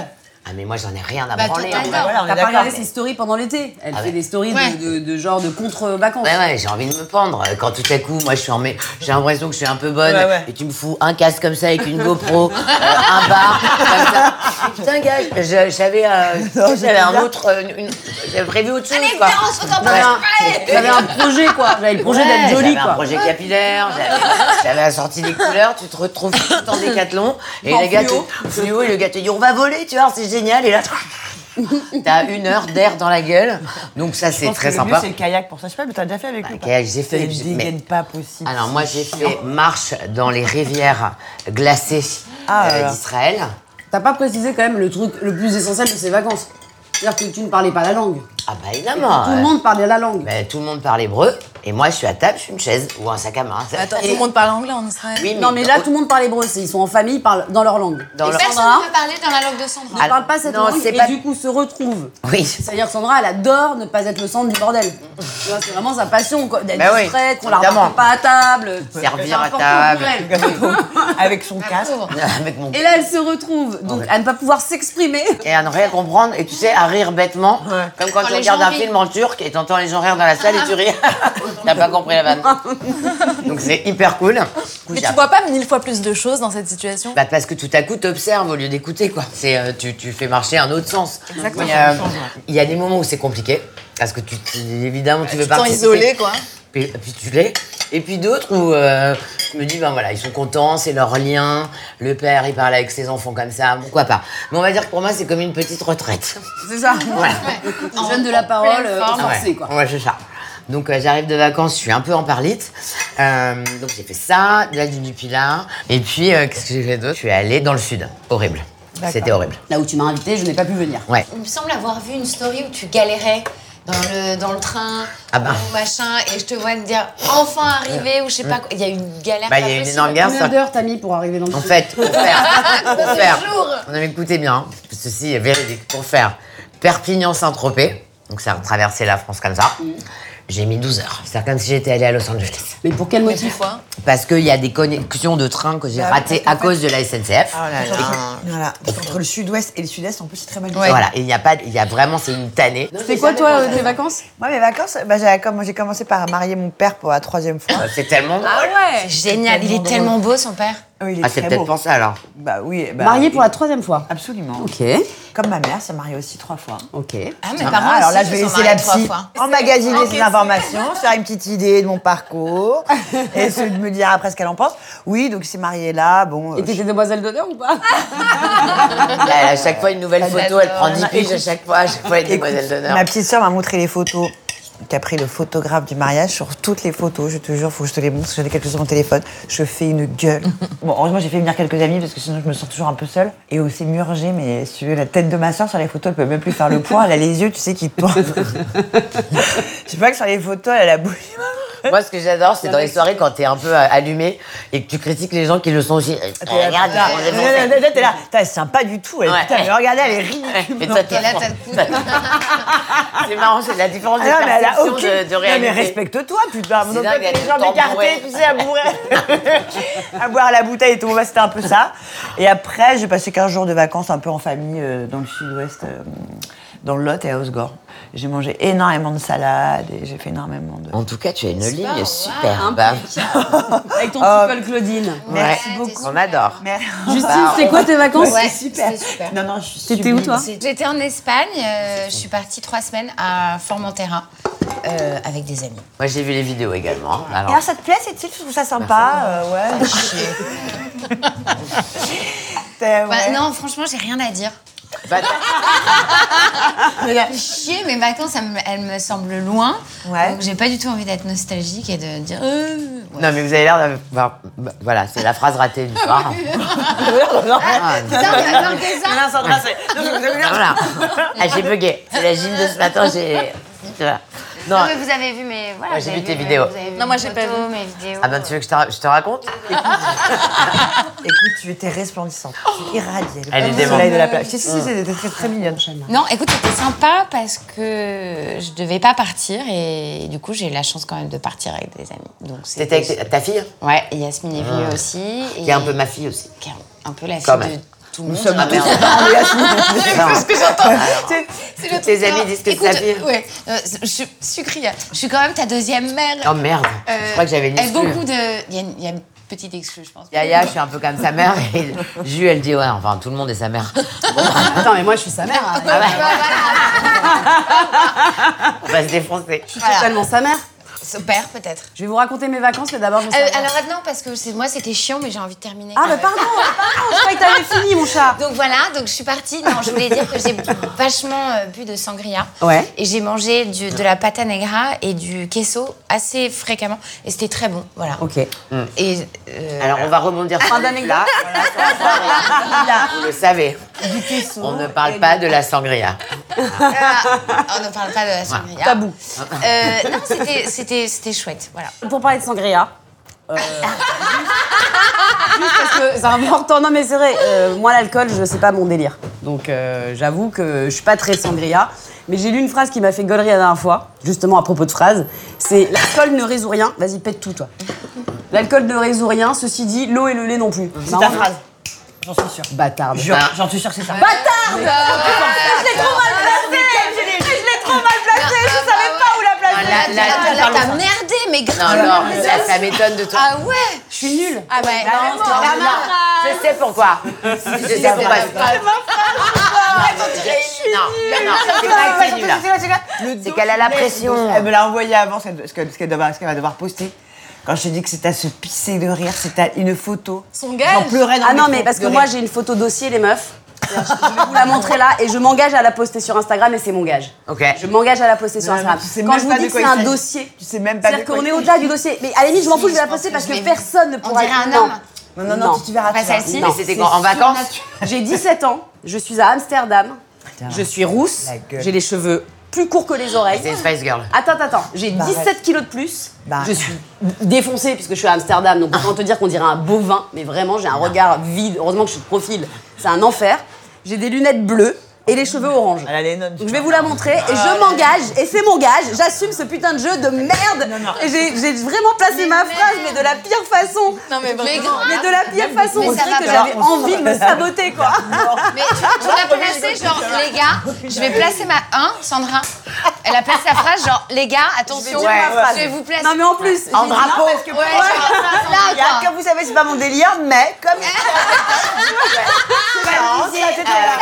[SPEAKER 5] Ah mais moi j'en ai rien à
[SPEAKER 4] Bah,
[SPEAKER 5] branler. hein.
[SPEAKER 4] totalement.
[SPEAKER 5] on va-
[SPEAKER 3] Voilà, on est
[SPEAKER 2] T'as pas
[SPEAKER 3] d'accord.
[SPEAKER 2] regardé ses stories pendant l'été. Elle
[SPEAKER 5] Ah
[SPEAKER 2] fait
[SPEAKER 5] ouais.
[SPEAKER 2] des stories de-
[SPEAKER 4] Ouais.
[SPEAKER 2] de, de genre de contre-vacances.
[SPEAKER 5] Ouais, ouais, j'ai envie de me pendre. Euh, Quand tout à coup, moi, je suis en mai- j'ai l'impression que je suis un peu bonne.
[SPEAKER 3] Ouais, ouais.
[SPEAKER 5] Et tu me fous un casque comme ça avec une GoPro, euh, un bar, comme ça. Putain, gars, je- j'avais euh, j'avais un autre. euh, une- une- J'avais prévu autre chose.
[SPEAKER 4] Allez,
[SPEAKER 5] quoi.
[SPEAKER 4] Clara, on se retrouve
[SPEAKER 5] Ouais.
[SPEAKER 4] pas.
[SPEAKER 2] J'avais un projet, quoi. J'avais le projet
[SPEAKER 5] Ouais,
[SPEAKER 2] d'être jolie,
[SPEAKER 5] J'avais un
[SPEAKER 2] quoi.
[SPEAKER 5] projet capillaire, j'avais- j'avais assorti des couleurs, tu te retrouves tout en décathlon. Et
[SPEAKER 2] En
[SPEAKER 5] le gars,
[SPEAKER 2] fluo.
[SPEAKER 5] te- fluo, et le gars te dit on va voler, tu vois, c'est génial. Et là, t'as une heure d'air dans la gueule. Donc, ça, c'est très sympa.
[SPEAKER 3] C'est le kayak pour ça, je sais pas, mais t'as déjà fait avec lui.
[SPEAKER 5] le kayak, j'ai fait,
[SPEAKER 3] C'est
[SPEAKER 5] mais-
[SPEAKER 3] dégaine pas possible.
[SPEAKER 5] Alors moi j'ai fait marche dans les rivières glacées
[SPEAKER 3] Ah,
[SPEAKER 5] euh,
[SPEAKER 3] là, là.
[SPEAKER 5] d'Israël.
[SPEAKER 2] T'as pas précisé quand même le truc le plus essentiel de ces vacances. C'est-à-dire que tu ne parlais pas la langue.
[SPEAKER 5] Ah bah évidemment.
[SPEAKER 2] Tout le
[SPEAKER 5] euh,
[SPEAKER 2] monde parlait la langue.
[SPEAKER 5] bah, tout le monde parle hébreu et moi je suis à table, je suis une chaise ou un sac à main.
[SPEAKER 6] Attends,
[SPEAKER 5] Et-
[SPEAKER 6] tout le monde parle anglais en Israël.
[SPEAKER 5] Oui, mais
[SPEAKER 2] non, mais là, tout le monde parle hébreu. c'est- Ils sont en famille, ils parlent dans leur langue.
[SPEAKER 5] Dans
[SPEAKER 2] Et
[SPEAKER 5] leur-
[SPEAKER 4] Personne
[SPEAKER 2] Sandra
[SPEAKER 4] ne peut parler dans la langue de Sandra.
[SPEAKER 2] ne
[SPEAKER 6] Ah.
[SPEAKER 2] parle pas cette
[SPEAKER 5] Non,
[SPEAKER 2] langue
[SPEAKER 5] c'est
[SPEAKER 2] et
[SPEAKER 5] pas-
[SPEAKER 2] du coup se retrouve.
[SPEAKER 5] Oui.
[SPEAKER 2] C'est-à-dire que Sandra, elle adore ne pas être le centre du bordel. Tu vois, c'est vraiment sa passion, quoi, d'être
[SPEAKER 5] Bah oui,
[SPEAKER 2] distraite, qu'on la
[SPEAKER 5] évidemment.
[SPEAKER 2] remarque pas à table. C'est
[SPEAKER 5] Servir à
[SPEAKER 2] important
[SPEAKER 5] table.
[SPEAKER 2] pour elle.
[SPEAKER 3] Avec son casque.
[SPEAKER 4] Pauvre.
[SPEAKER 5] Avec mon
[SPEAKER 2] Et là, elle se retrouve donc à ne pas pouvoir s'exprimer.
[SPEAKER 5] et à ne rien comprendre et tu sais à rire bêtement comme quand,
[SPEAKER 4] Quand
[SPEAKER 5] tu
[SPEAKER 4] les
[SPEAKER 5] regardes
[SPEAKER 4] gens
[SPEAKER 5] un
[SPEAKER 4] rient.
[SPEAKER 5] film en turc et t'entends les gens rire dans la salle et tu ris t'as pas compris la vanne donc c'est hyper cool Du coup,
[SPEAKER 6] Mais
[SPEAKER 5] j'ai
[SPEAKER 6] tu vois pas mille fois plus de choses dans cette situation
[SPEAKER 5] Bah parce que tout à coup, t'observes au lieu d'écouter, quoi. C'est, euh, tu, tu fais marcher un autre sens. Exactement. Il y a des moments où c'est compliqué, parce que tu, tu- évidemment, tu veux
[SPEAKER 6] Tu te sens
[SPEAKER 5] participer.
[SPEAKER 6] isolé, quoi.
[SPEAKER 5] Puis, puis tu l'es. Et puis d'autres où euh, je me dis, ben voilà, ils sont contents, c'est leur lien. Le père, il parle avec ses enfants comme ça, pourquoi pas. Mais on va dire que pour moi, c'est comme une petite retraite.
[SPEAKER 2] C'est ça.
[SPEAKER 5] Voilà.
[SPEAKER 4] En-
[SPEAKER 2] Jeune de la
[SPEAKER 4] en
[SPEAKER 2] parole,
[SPEAKER 4] pleine
[SPEAKER 2] euh,
[SPEAKER 4] forme.
[SPEAKER 5] Ouais,
[SPEAKER 2] forcé, quoi.
[SPEAKER 5] Ouais, c'est ça. Donc euh, j'arrive de vacances, je suis un peu en parlite. Euh, donc j'ai fait ça, de la du Pilat. Et puis, euh, qu'est-ce que j'ai fait d'autre Je suis allée dans le sud. Horrible. C'était horrible.
[SPEAKER 2] Là où tu m'as invité, je n'ai pas pu venir.
[SPEAKER 5] Ouais.
[SPEAKER 4] Il me semble avoir vu une story où tu galérais dans le, dans le train
[SPEAKER 5] Ah bah.
[SPEAKER 4] ou machin et je te vois te dire enfin arrivé ou je sais pas quoi. Il y a eu une galère. pas
[SPEAKER 5] Bah, il y a eu une
[SPEAKER 4] possible.
[SPEAKER 5] énorme galère.
[SPEAKER 2] Combien d'heures t'as mis pour arriver dans le
[SPEAKER 5] En
[SPEAKER 2] film
[SPEAKER 5] fait, pour faire, pour faire,
[SPEAKER 4] Bonjour.
[SPEAKER 5] on avait écouté bien, hein, ceci est véridique, pour faire Perpignan-Saint-Tropez, donc ça a traversé la France comme ça, j'ai mis 12 heures. C'est comme si j'étais allée à Los Angeles.
[SPEAKER 2] Mais pour quel motif
[SPEAKER 6] Pourquoi
[SPEAKER 5] Parce qu'il y a des connexions de train que j'ai ratées à cause de la SNCF.
[SPEAKER 3] Oh là là. Voilà. Parce qu'entre le sud-ouest et le sud-est, en plus, c'est très mal.
[SPEAKER 5] Et Voilà, et il n'y a pas, il y a vraiment, c'est une tannée.
[SPEAKER 2] C'était quoi, toi, euh, tes vacances
[SPEAKER 3] Moi, mes vacances, bah, j'ai comm- j'ai commencé par marier mon père pour la troisième fois.
[SPEAKER 5] Euh, C'est tellement drôle.
[SPEAKER 6] Ah ouais
[SPEAKER 4] Génial, il est tellement beau son père.
[SPEAKER 3] Oui, il est
[SPEAKER 5] Ah, c'est
[SPEAKER 3] très beau.
[SPEAKER 5] peut-être pour ça alors.
[SPEAKER 3] Bah oui. Bah,
[SPEAKER 2] Marié pour la
[SPEAKER 3] il-
[SPEAKER 2] troisième fois.
[SPEAKER 3] Absolument.
[SPEAKER 2] Ok,
[SPEAKER 3] Comme ma mère, s'est mariée aussi trois fois.
[SPEAKER 2] ok.
[SPEAKER 4] Ah, mes parents
[SPEAKER 3] alors là,
[SPEAKER 4] aussi
[SPEAKER 3] je
[SPEAKER 4] se
[SPEAKER 3] vais
[SPEAKER 4] sont
[SPEAKER 3] laisser
[SPEAKER 4] mariés
[SPEAKER 3] la
[SPEAKER 4] trois
[SPEAKER 3] psy
[SPEAKER 4] fois.
[SPEAKER 3] emmagasiner ces informations, se faire une petite idée de mon parcours et se- de me dire après ce qu'elle en pense. Oui, donc il s'est marié là, bon.
[SPEAKER 2] Et
[SPEAKER 3] euh,
[SPEAKER 2] t'étais demoiselle d'honneur ou pas
[SPEAKER 5] Elle, à chaque fois, une nouvelle photo, elle prend 10
[SPEAKER 4] J'adore.
[SPEAKER 5] piges à chaque fois, à chaque fois, elle est
[SPEAKER 3] Écoute,
[SPEAKER 5] demoiselle d'honneur.
[SPEAKER 3] Ma petite sœur m'a montré les photos qu'a pris le photographe du mariage sur toutes les photos. Je te jure, faut que je te les montre. parce que J'en ai quelques-unes sur mon téléphone. Je fais une gueule. bon, heureusement, j'ai fait venir quelques amis parce que sinon, je me sens toujours un peu seule. Et aussi murgée, mais si tu veux, la tête de ma sœur sur les photos, elle peut même plus faire le point. Elle a les yeux, tu sais, qui tournent. je sais pas que sur les photos, elle a la bouche.
[SPEAKER 5] Moi, ce que j'adore, c'est dans les soirées quand t'es un peu euh, allumé et que tu critiques les gens qui le sont aussi. Euh,
[SPEAKER 3] T'es là,
[SPEAKER 5] Regarde,
[SPEAKER 3] t'es là,
[SPEAKER 5] on est bon.
[SPEAKER 3] t'es là, t'es là. Putain, elle se tient pas du tout. Elle,
[SPEAKER 5] Ouais.
[SPEAKER 3] Putain, mais regardez, elle est ridicule.
[SPEAKER 5] Mais toi, t'es
[SPEAKER 4] Et là, t'as le coup de-
[SPEAKER 5] C'est marrant, c'est la différence de
[SPEAKER 3] Ah non, mais elle a
[SPEAKER 5] perception
[SPEAKER 3] aucune.
[SPEAKER 5] de, de
[SPEAKER 3] non, mais
[SPEAKER 5] réalité.
[SPEAKER 3] respecte-toi, putain.
[SPEAKER 5] C'est
[SPEAKER 3] Donc,
[SPEAKER 5] dingue, elle
[SPEAKER 3] les
[SPEAKER 5] est
[SPEAKER 3] jambes
[SPEAKER 5] temps
[SPEAKER 3] écartées,
[SPEAKER 5] bourrée.
[SPEAKER 3] tu sais, à bourrer. à boire la bouteille et tout. Bah, c'était un peu ça. Et après, j'ai passé 15 jours de vacances un peu en famille euh, dans le sud-ouest, euh, dans le Lot et à Osgore. J'ai mangé énormément de salades et j'ai fait énormément de.
[SPEAKER 5] En tout cas, tu as une ligne
[SPEAKER 4] wow,
[SPEAKER 5] superbe.
[SPEAKER 2] Avec ton people Claudine.
[SPEAKER 3] Merci
[SPEAKER 5] Ouais.
[SPEAKER 4] beaucoup.
[SPEAKER 5] On adore.
[SPEAKER 3] Merde.
[SPEAKER 2] Justine, c'était quoi tes vacances
[SPEAKER 4] Ouais,
[SPEAKER 2] C'est
[SPEAKER 4] c'était super.
[SPEAKER 3] Non, non, je suis
[SPEAKER 2] T'étais où,
[SPEAKER 3] sublime.
[SPEAKER 2] toi
[SPEAKER 4] J'étais en Espagne, euh, je suis partie trois semaines à Formentera euh, avec des amis.
[SPEAKER 5] Moi, j'ai vu les vidéos également.
[SPEAKER 3] Et
[SPEAKER 5] Alors,
[SPEAKER 3] alors, Ah, ça te plaît, cette île Tu trouves ça sympa euh, Ouais. T'es-
[SPEAKER 4] Bah,
[SPEAKER 3] ouais.
[SPEAKER 4] non, franchement, j'ai rien à dire.
[SPEAKER 5] bah,
[SPEAKER 4] Chier, mes vacances, elles me, elles me semblent loin.
[SPEAKER 3] Ouais.
[SPEAKER 4] Donc, j'ai pas du tout envie d'être nostalgique et de dire. euh, ouais.
[SPEAKER 5] non, mais vous avez l'air d'avoir. bah, Voilà, c'est la phrase ratée du soir. Ah, non.
[SPEAKER 4] Putain, on adore des arts.
[SPEAKER 3] Alain Sandra, c'est. Non, je vous avais l'air-
[SPEAKER 5] Voilà. Ah, j'ai bugué. C'est la gym de ce matin, j'ai. Voilà. Non.
[SPEAKER 4] Non, mais vous avez vu mes. Voilà,
[SPEAKER 5] Ouais,
[SPEAKER 4] vous
[SPEAKER 5] j'ai
[SPEAKER 4] avez
[SPEAKER 5] vu tes
[SPEAKER 4] mes-
[SPEAKER 5] vidéos.
[SPEAKER 4] vous avez vu
[SPEAKER 6] Non, moi,
[SPEAKER 4] mes
[SPEAKER 6] j'ai pas
[SPEAKER 4] photos, mes vidéos.
[SPEAKER 5] Ah ben, tu veux que je te, ra- je te raconte
[SPEAKER 3] Écoute, tu étais resplendissante. Tu irradiais.
[SPEAKER 5] Elle est
[SPEAKER 3] Le soleil
[SPEAKER 5] démente.
[SPEAKER 3] de Ah, la plage. Si, si, si, c'était très, très mignonne.
[SPEAKER 4] Non, écoute, c'était sympa parce que je devais pas partir et du coup, j'ai eu la chance quand même de partir avec des amis. Donc,
[SPEAKER 5] T'étais avec ta- ta fille,
[SPEAKER 4] Ouais, et Yasmine est venue aussi. Et...
[SPEAKER 5] qui est un peu ma fille aussi.
[SPEAKER 4] qui est un peu la fille
[SPEAKER 5] Quand
[SPEAKER 4] de
[SPEAKER 5] même.
[SPEAKER 4] tout le monde.
[SPEAKER 5] Ah, merde.
[SPEAKER 4] C'est ce que j'entends. C'est le
[SPEAKER 5] Tes
[SPEAKER 4] truc,
[SPEAKER 5] amis
[SPEAKER 4] hein.
[SPEAKER 5] disent que
[SPEAKER 4] Écoute,
[SPEAKER 5] c'est ta fille.
[SPEAKER 4] Ouais, euh, je suis sucria. Je suis quand même ta deuxième mère.
[SPEAKER 5] Oh merde, je
[SPEAKER 4] Euh,
[SPEAKER 5] crois que j'avais une
[SPEAKER 4] elle a
[SPEAKER 5] exclue.
[SPEAKER 4] beaucoup de. Il y, a une- il y a une petite exclue, je pense.
[SPEAKER 5] Yaya, je suis un peu comme sa mère. Et Ju, elle dit, ouais, enfin, tout le monde est sa mère.
[SPEAKER 2] Attends, mais moi, je suis sa mère. hein.
[SPEAKER 5] Ah ouais, on va se défoncer.
[SPEAKER 2] Totalement sa mère.
[SPEAKER 4] Son père, peut-être.
[SPEAKER 2] Je vais vous raconter mes vacances, mais d'abord, je vais
[SPEAKER 4] Euh,
[SPEAKER 2] savoir.
[SPEAKER 4] alors maintenant, parce que c'est- moi, c'était chiant, mais j'ai envie de terminer.
[SPEAKER 2] Ah, bah, pardon, pardon, je croyais que t'avais fini, mon chat.
[SPEAKER 4] Donc voilà, donc je suis partie. Non, je voulais dire que j'ai vachement euh, bu de sangria.
[SPEAKER 2] Ouais.
[SPEAKER 4] Et j'ai mangé du- de la pata negra et du queso assez fréquemment. Et c'était très bon, voilà.
[SPEAKER 2] Ok.
[SPEAKER 4] Et euh,
[SPEAKER 5] Alors, on va rebondir sur
[SPEAKER 2] d'anecdote.
[SPEAKER 5] là. Vous le savez, on ne parle pas de la sangria.
[SPEAKER 4] on ne parle oh, pas de la sangria.
[SPEAKER 2] Tabou.
[SPEAKER 4] Euh, non, c'était- c'était c'était chouette, voilà.
[SPEAKER 2] Pour parler de sangria. euh, juste parce que c'est important. Non, mais c'est vrai, euh, moi, l'alcool, je sais pas mon délire. Donc, euh, j'avoue que je suis pas très sangria. Mais j'ai lu une phrase qui m'a fait gollerie la dernière fois, justement à propos de phrase. C'est l'alcool ne résout rien. Vas-y, pète tout, toi. L'alcool ne résout rien. Ceci dit, l'eau et le lait non plus.
[SPEAKER 3] C'est ta phrase. J'en suis sûre.
[SPEAKER 2] Bâtarde.
[SPEAKER 3] Jure,
[SPEAKER 5] Ah.
[SPEAKER 3] J'en suis sûre que c'est ça.
[SPEAKER 5] Ah, là, là,
[SPEAKER 4] Ah, là, t'as merdé, mais grave.
[SPEAKER 5] non, non, mais ça, ça m'étonne de toi.
[SPEAKER 4] Ah ouais
[SPEAKER 2] Je suis nulle.
[SPEAKER 4] Ah ouais, non,
[SPEAKER 5] Non, non, non, Je sais pourquoi. Je sais pourquoi. C'est pas Non, non, non, c'est pas que c'est nul, là. C'est qu'elle a la pression.
[SPEAKER 2] Ah.
[SPEAKER 3] Elle me l'a envoyé avant ce qu'elle- ce qu'elle ce qu'elle doit- ce qu'elle va devoir poster. Quand je te dis que c'est à se pisser de rire, c'est à une photo.
[SPEAKER 6] Son
[SPEAKER 3] J'en
[SPEAKER 6] gage
[SPEAKER 3] pleurais dans
[SPEAKER 2] Ah
[SPEAKER 3] le
[SPEAKER 2] non,
[SPEAKER 3] métro,
[SPEAKER 2] mais parce que
[SPEAKER 3] de
[SPEAKER 2] moi,
[SPEAKER 3] rire.
[SPEAKER 2] j'ai une photo dossier, les meufs. Je vais vous la montrer là et je m'engage à la poster sur Instagram et c'est mon gage.
[SPEAKER 5] Ok.
[SPEAKER 2] Je m'engage à la poster sur
[SPEAKER 3] Non, mais
[SPEAKER 2] Instagram.
[SPEAKER 3] tu sais
[SPEAKER 2] Quand
[SPEAKER 3] même
[SPEAKER 2] je vous
[SPEAKER 3] pas
[SPEAKER 2] dis
[SPEAKER 3] de
[SPEAKER 2] que
[SPEAKER 3] quoi
[SPEAKER 2] c'est
[SPEAKER 3] il
[SPEAKER 2] un
[SPEAKER 3] s'agit.
[SPEAKER 2] dossier,
[SPEAKER 3] Tu sais même pas de
[SPEAKER 2] c'est-à-dire
[SPEAKER 3] quoi
[SPEAKER 2] qu'on
[SPEAKER 3] il
[SPEAKER 2] est
[SPEAKER 3] s'agit.
[SPEAKER 2] au-delà du dossier. Mais à la limite, je m'en fous, je vais la poster parce que personne ne
[SPEAKER 4] On
[SPEAKER 2] pourra.
[SPEAKER 4] dirait un
[SPEAKER 2] Non.
[SPEAKER 4] homme.
[SPEAKER 3] Non, non, non,
[SPEAKER 2] Non.
[SPEAKER 3] tu, tu verras.
[SPEAKER 4] Pas
[SPEAKER 3] tu verras.
[SPEAKER 4] celle-ci.
[SPEAKER 5] Non,
[SPEAKER 4] mais
[SPEAKER 5] c'était quand En vacances
[SPEAKER 2] J'ai 17 ans, je suis à Amsterdam, je suis rousse,
[SPEAKER 3] La gueule.
[SPEAKER 2] j'ai les cheveux plus courts que les
[SPEAKER 5] C'est
[SPEAKER 2] oreilles.
[SPEAKER 5] une Spice Girl.
[SPEAKER 2] Attends, attends, attends, j'ai
[SPEAKER 3] Bah,
[SPEAKER 2] 17 kilos de plus,
[SPEAKER 3] Bah.
[SPEAKER 2] je suis défoncée puisque je suis à Amsterdam, donc autant te dire qu'on dirait un bovin, mais vraiment j'ai un
[SPEAKER 3] Bah.
[SPEAKER 2] regard vide, heureusement que je suis de profil, c'est un enfer. J'ai des lunettes bleues et les cheveux orange.
[SPEAKER 3] Elle a les nonnes, tu
[SPEAKER 2] Donc je vais vous la montrer et je m'engage, et c'est mon gage, j'assume ce putain de jeu de merde. Et j'ai j'ai vraiment placé ma phrase, mais de la pire façon.
[SPEAKER 6] Non, mais
[SPEAKER 4] Mais grave.
[SPEAKER 2] Mais de la pire façon,
[SPEAKER 4] Mais
[SPEAKER 2] on
[SPEAKER 4] ça
[SPEAKER 2] dirait
[SPEAKER 4] va
[SPEAKER 2] que
[SPEAKER 4] pas.
[SPEAKER 2] j'avais envie de me saboter quoi.
[SPEAKER 4] Mais tu, tu l'as placé genre, les gars, je vais placer ma 1, Sandra. Elle a placé sa phrase genre, les gars, attention,
[SPEAKER 2] dire ma phrase.
[SPEAKER 4] je vais vous placer.
[SPEAKER 2] Non mais en plus, j'ai
[SPEAKER 3] En
[SPEAKER 2] dit-
[SPEAKER 3] drapeau.
[SPEAKER 4] Ouais, genre, là,
[SPEAKER 3] Regarde,
[SPEAKER 4] quoi.
[SPEAKER 3] comme vous savez, c'est pas mon délire, mais comme. Non, ça, c'était là.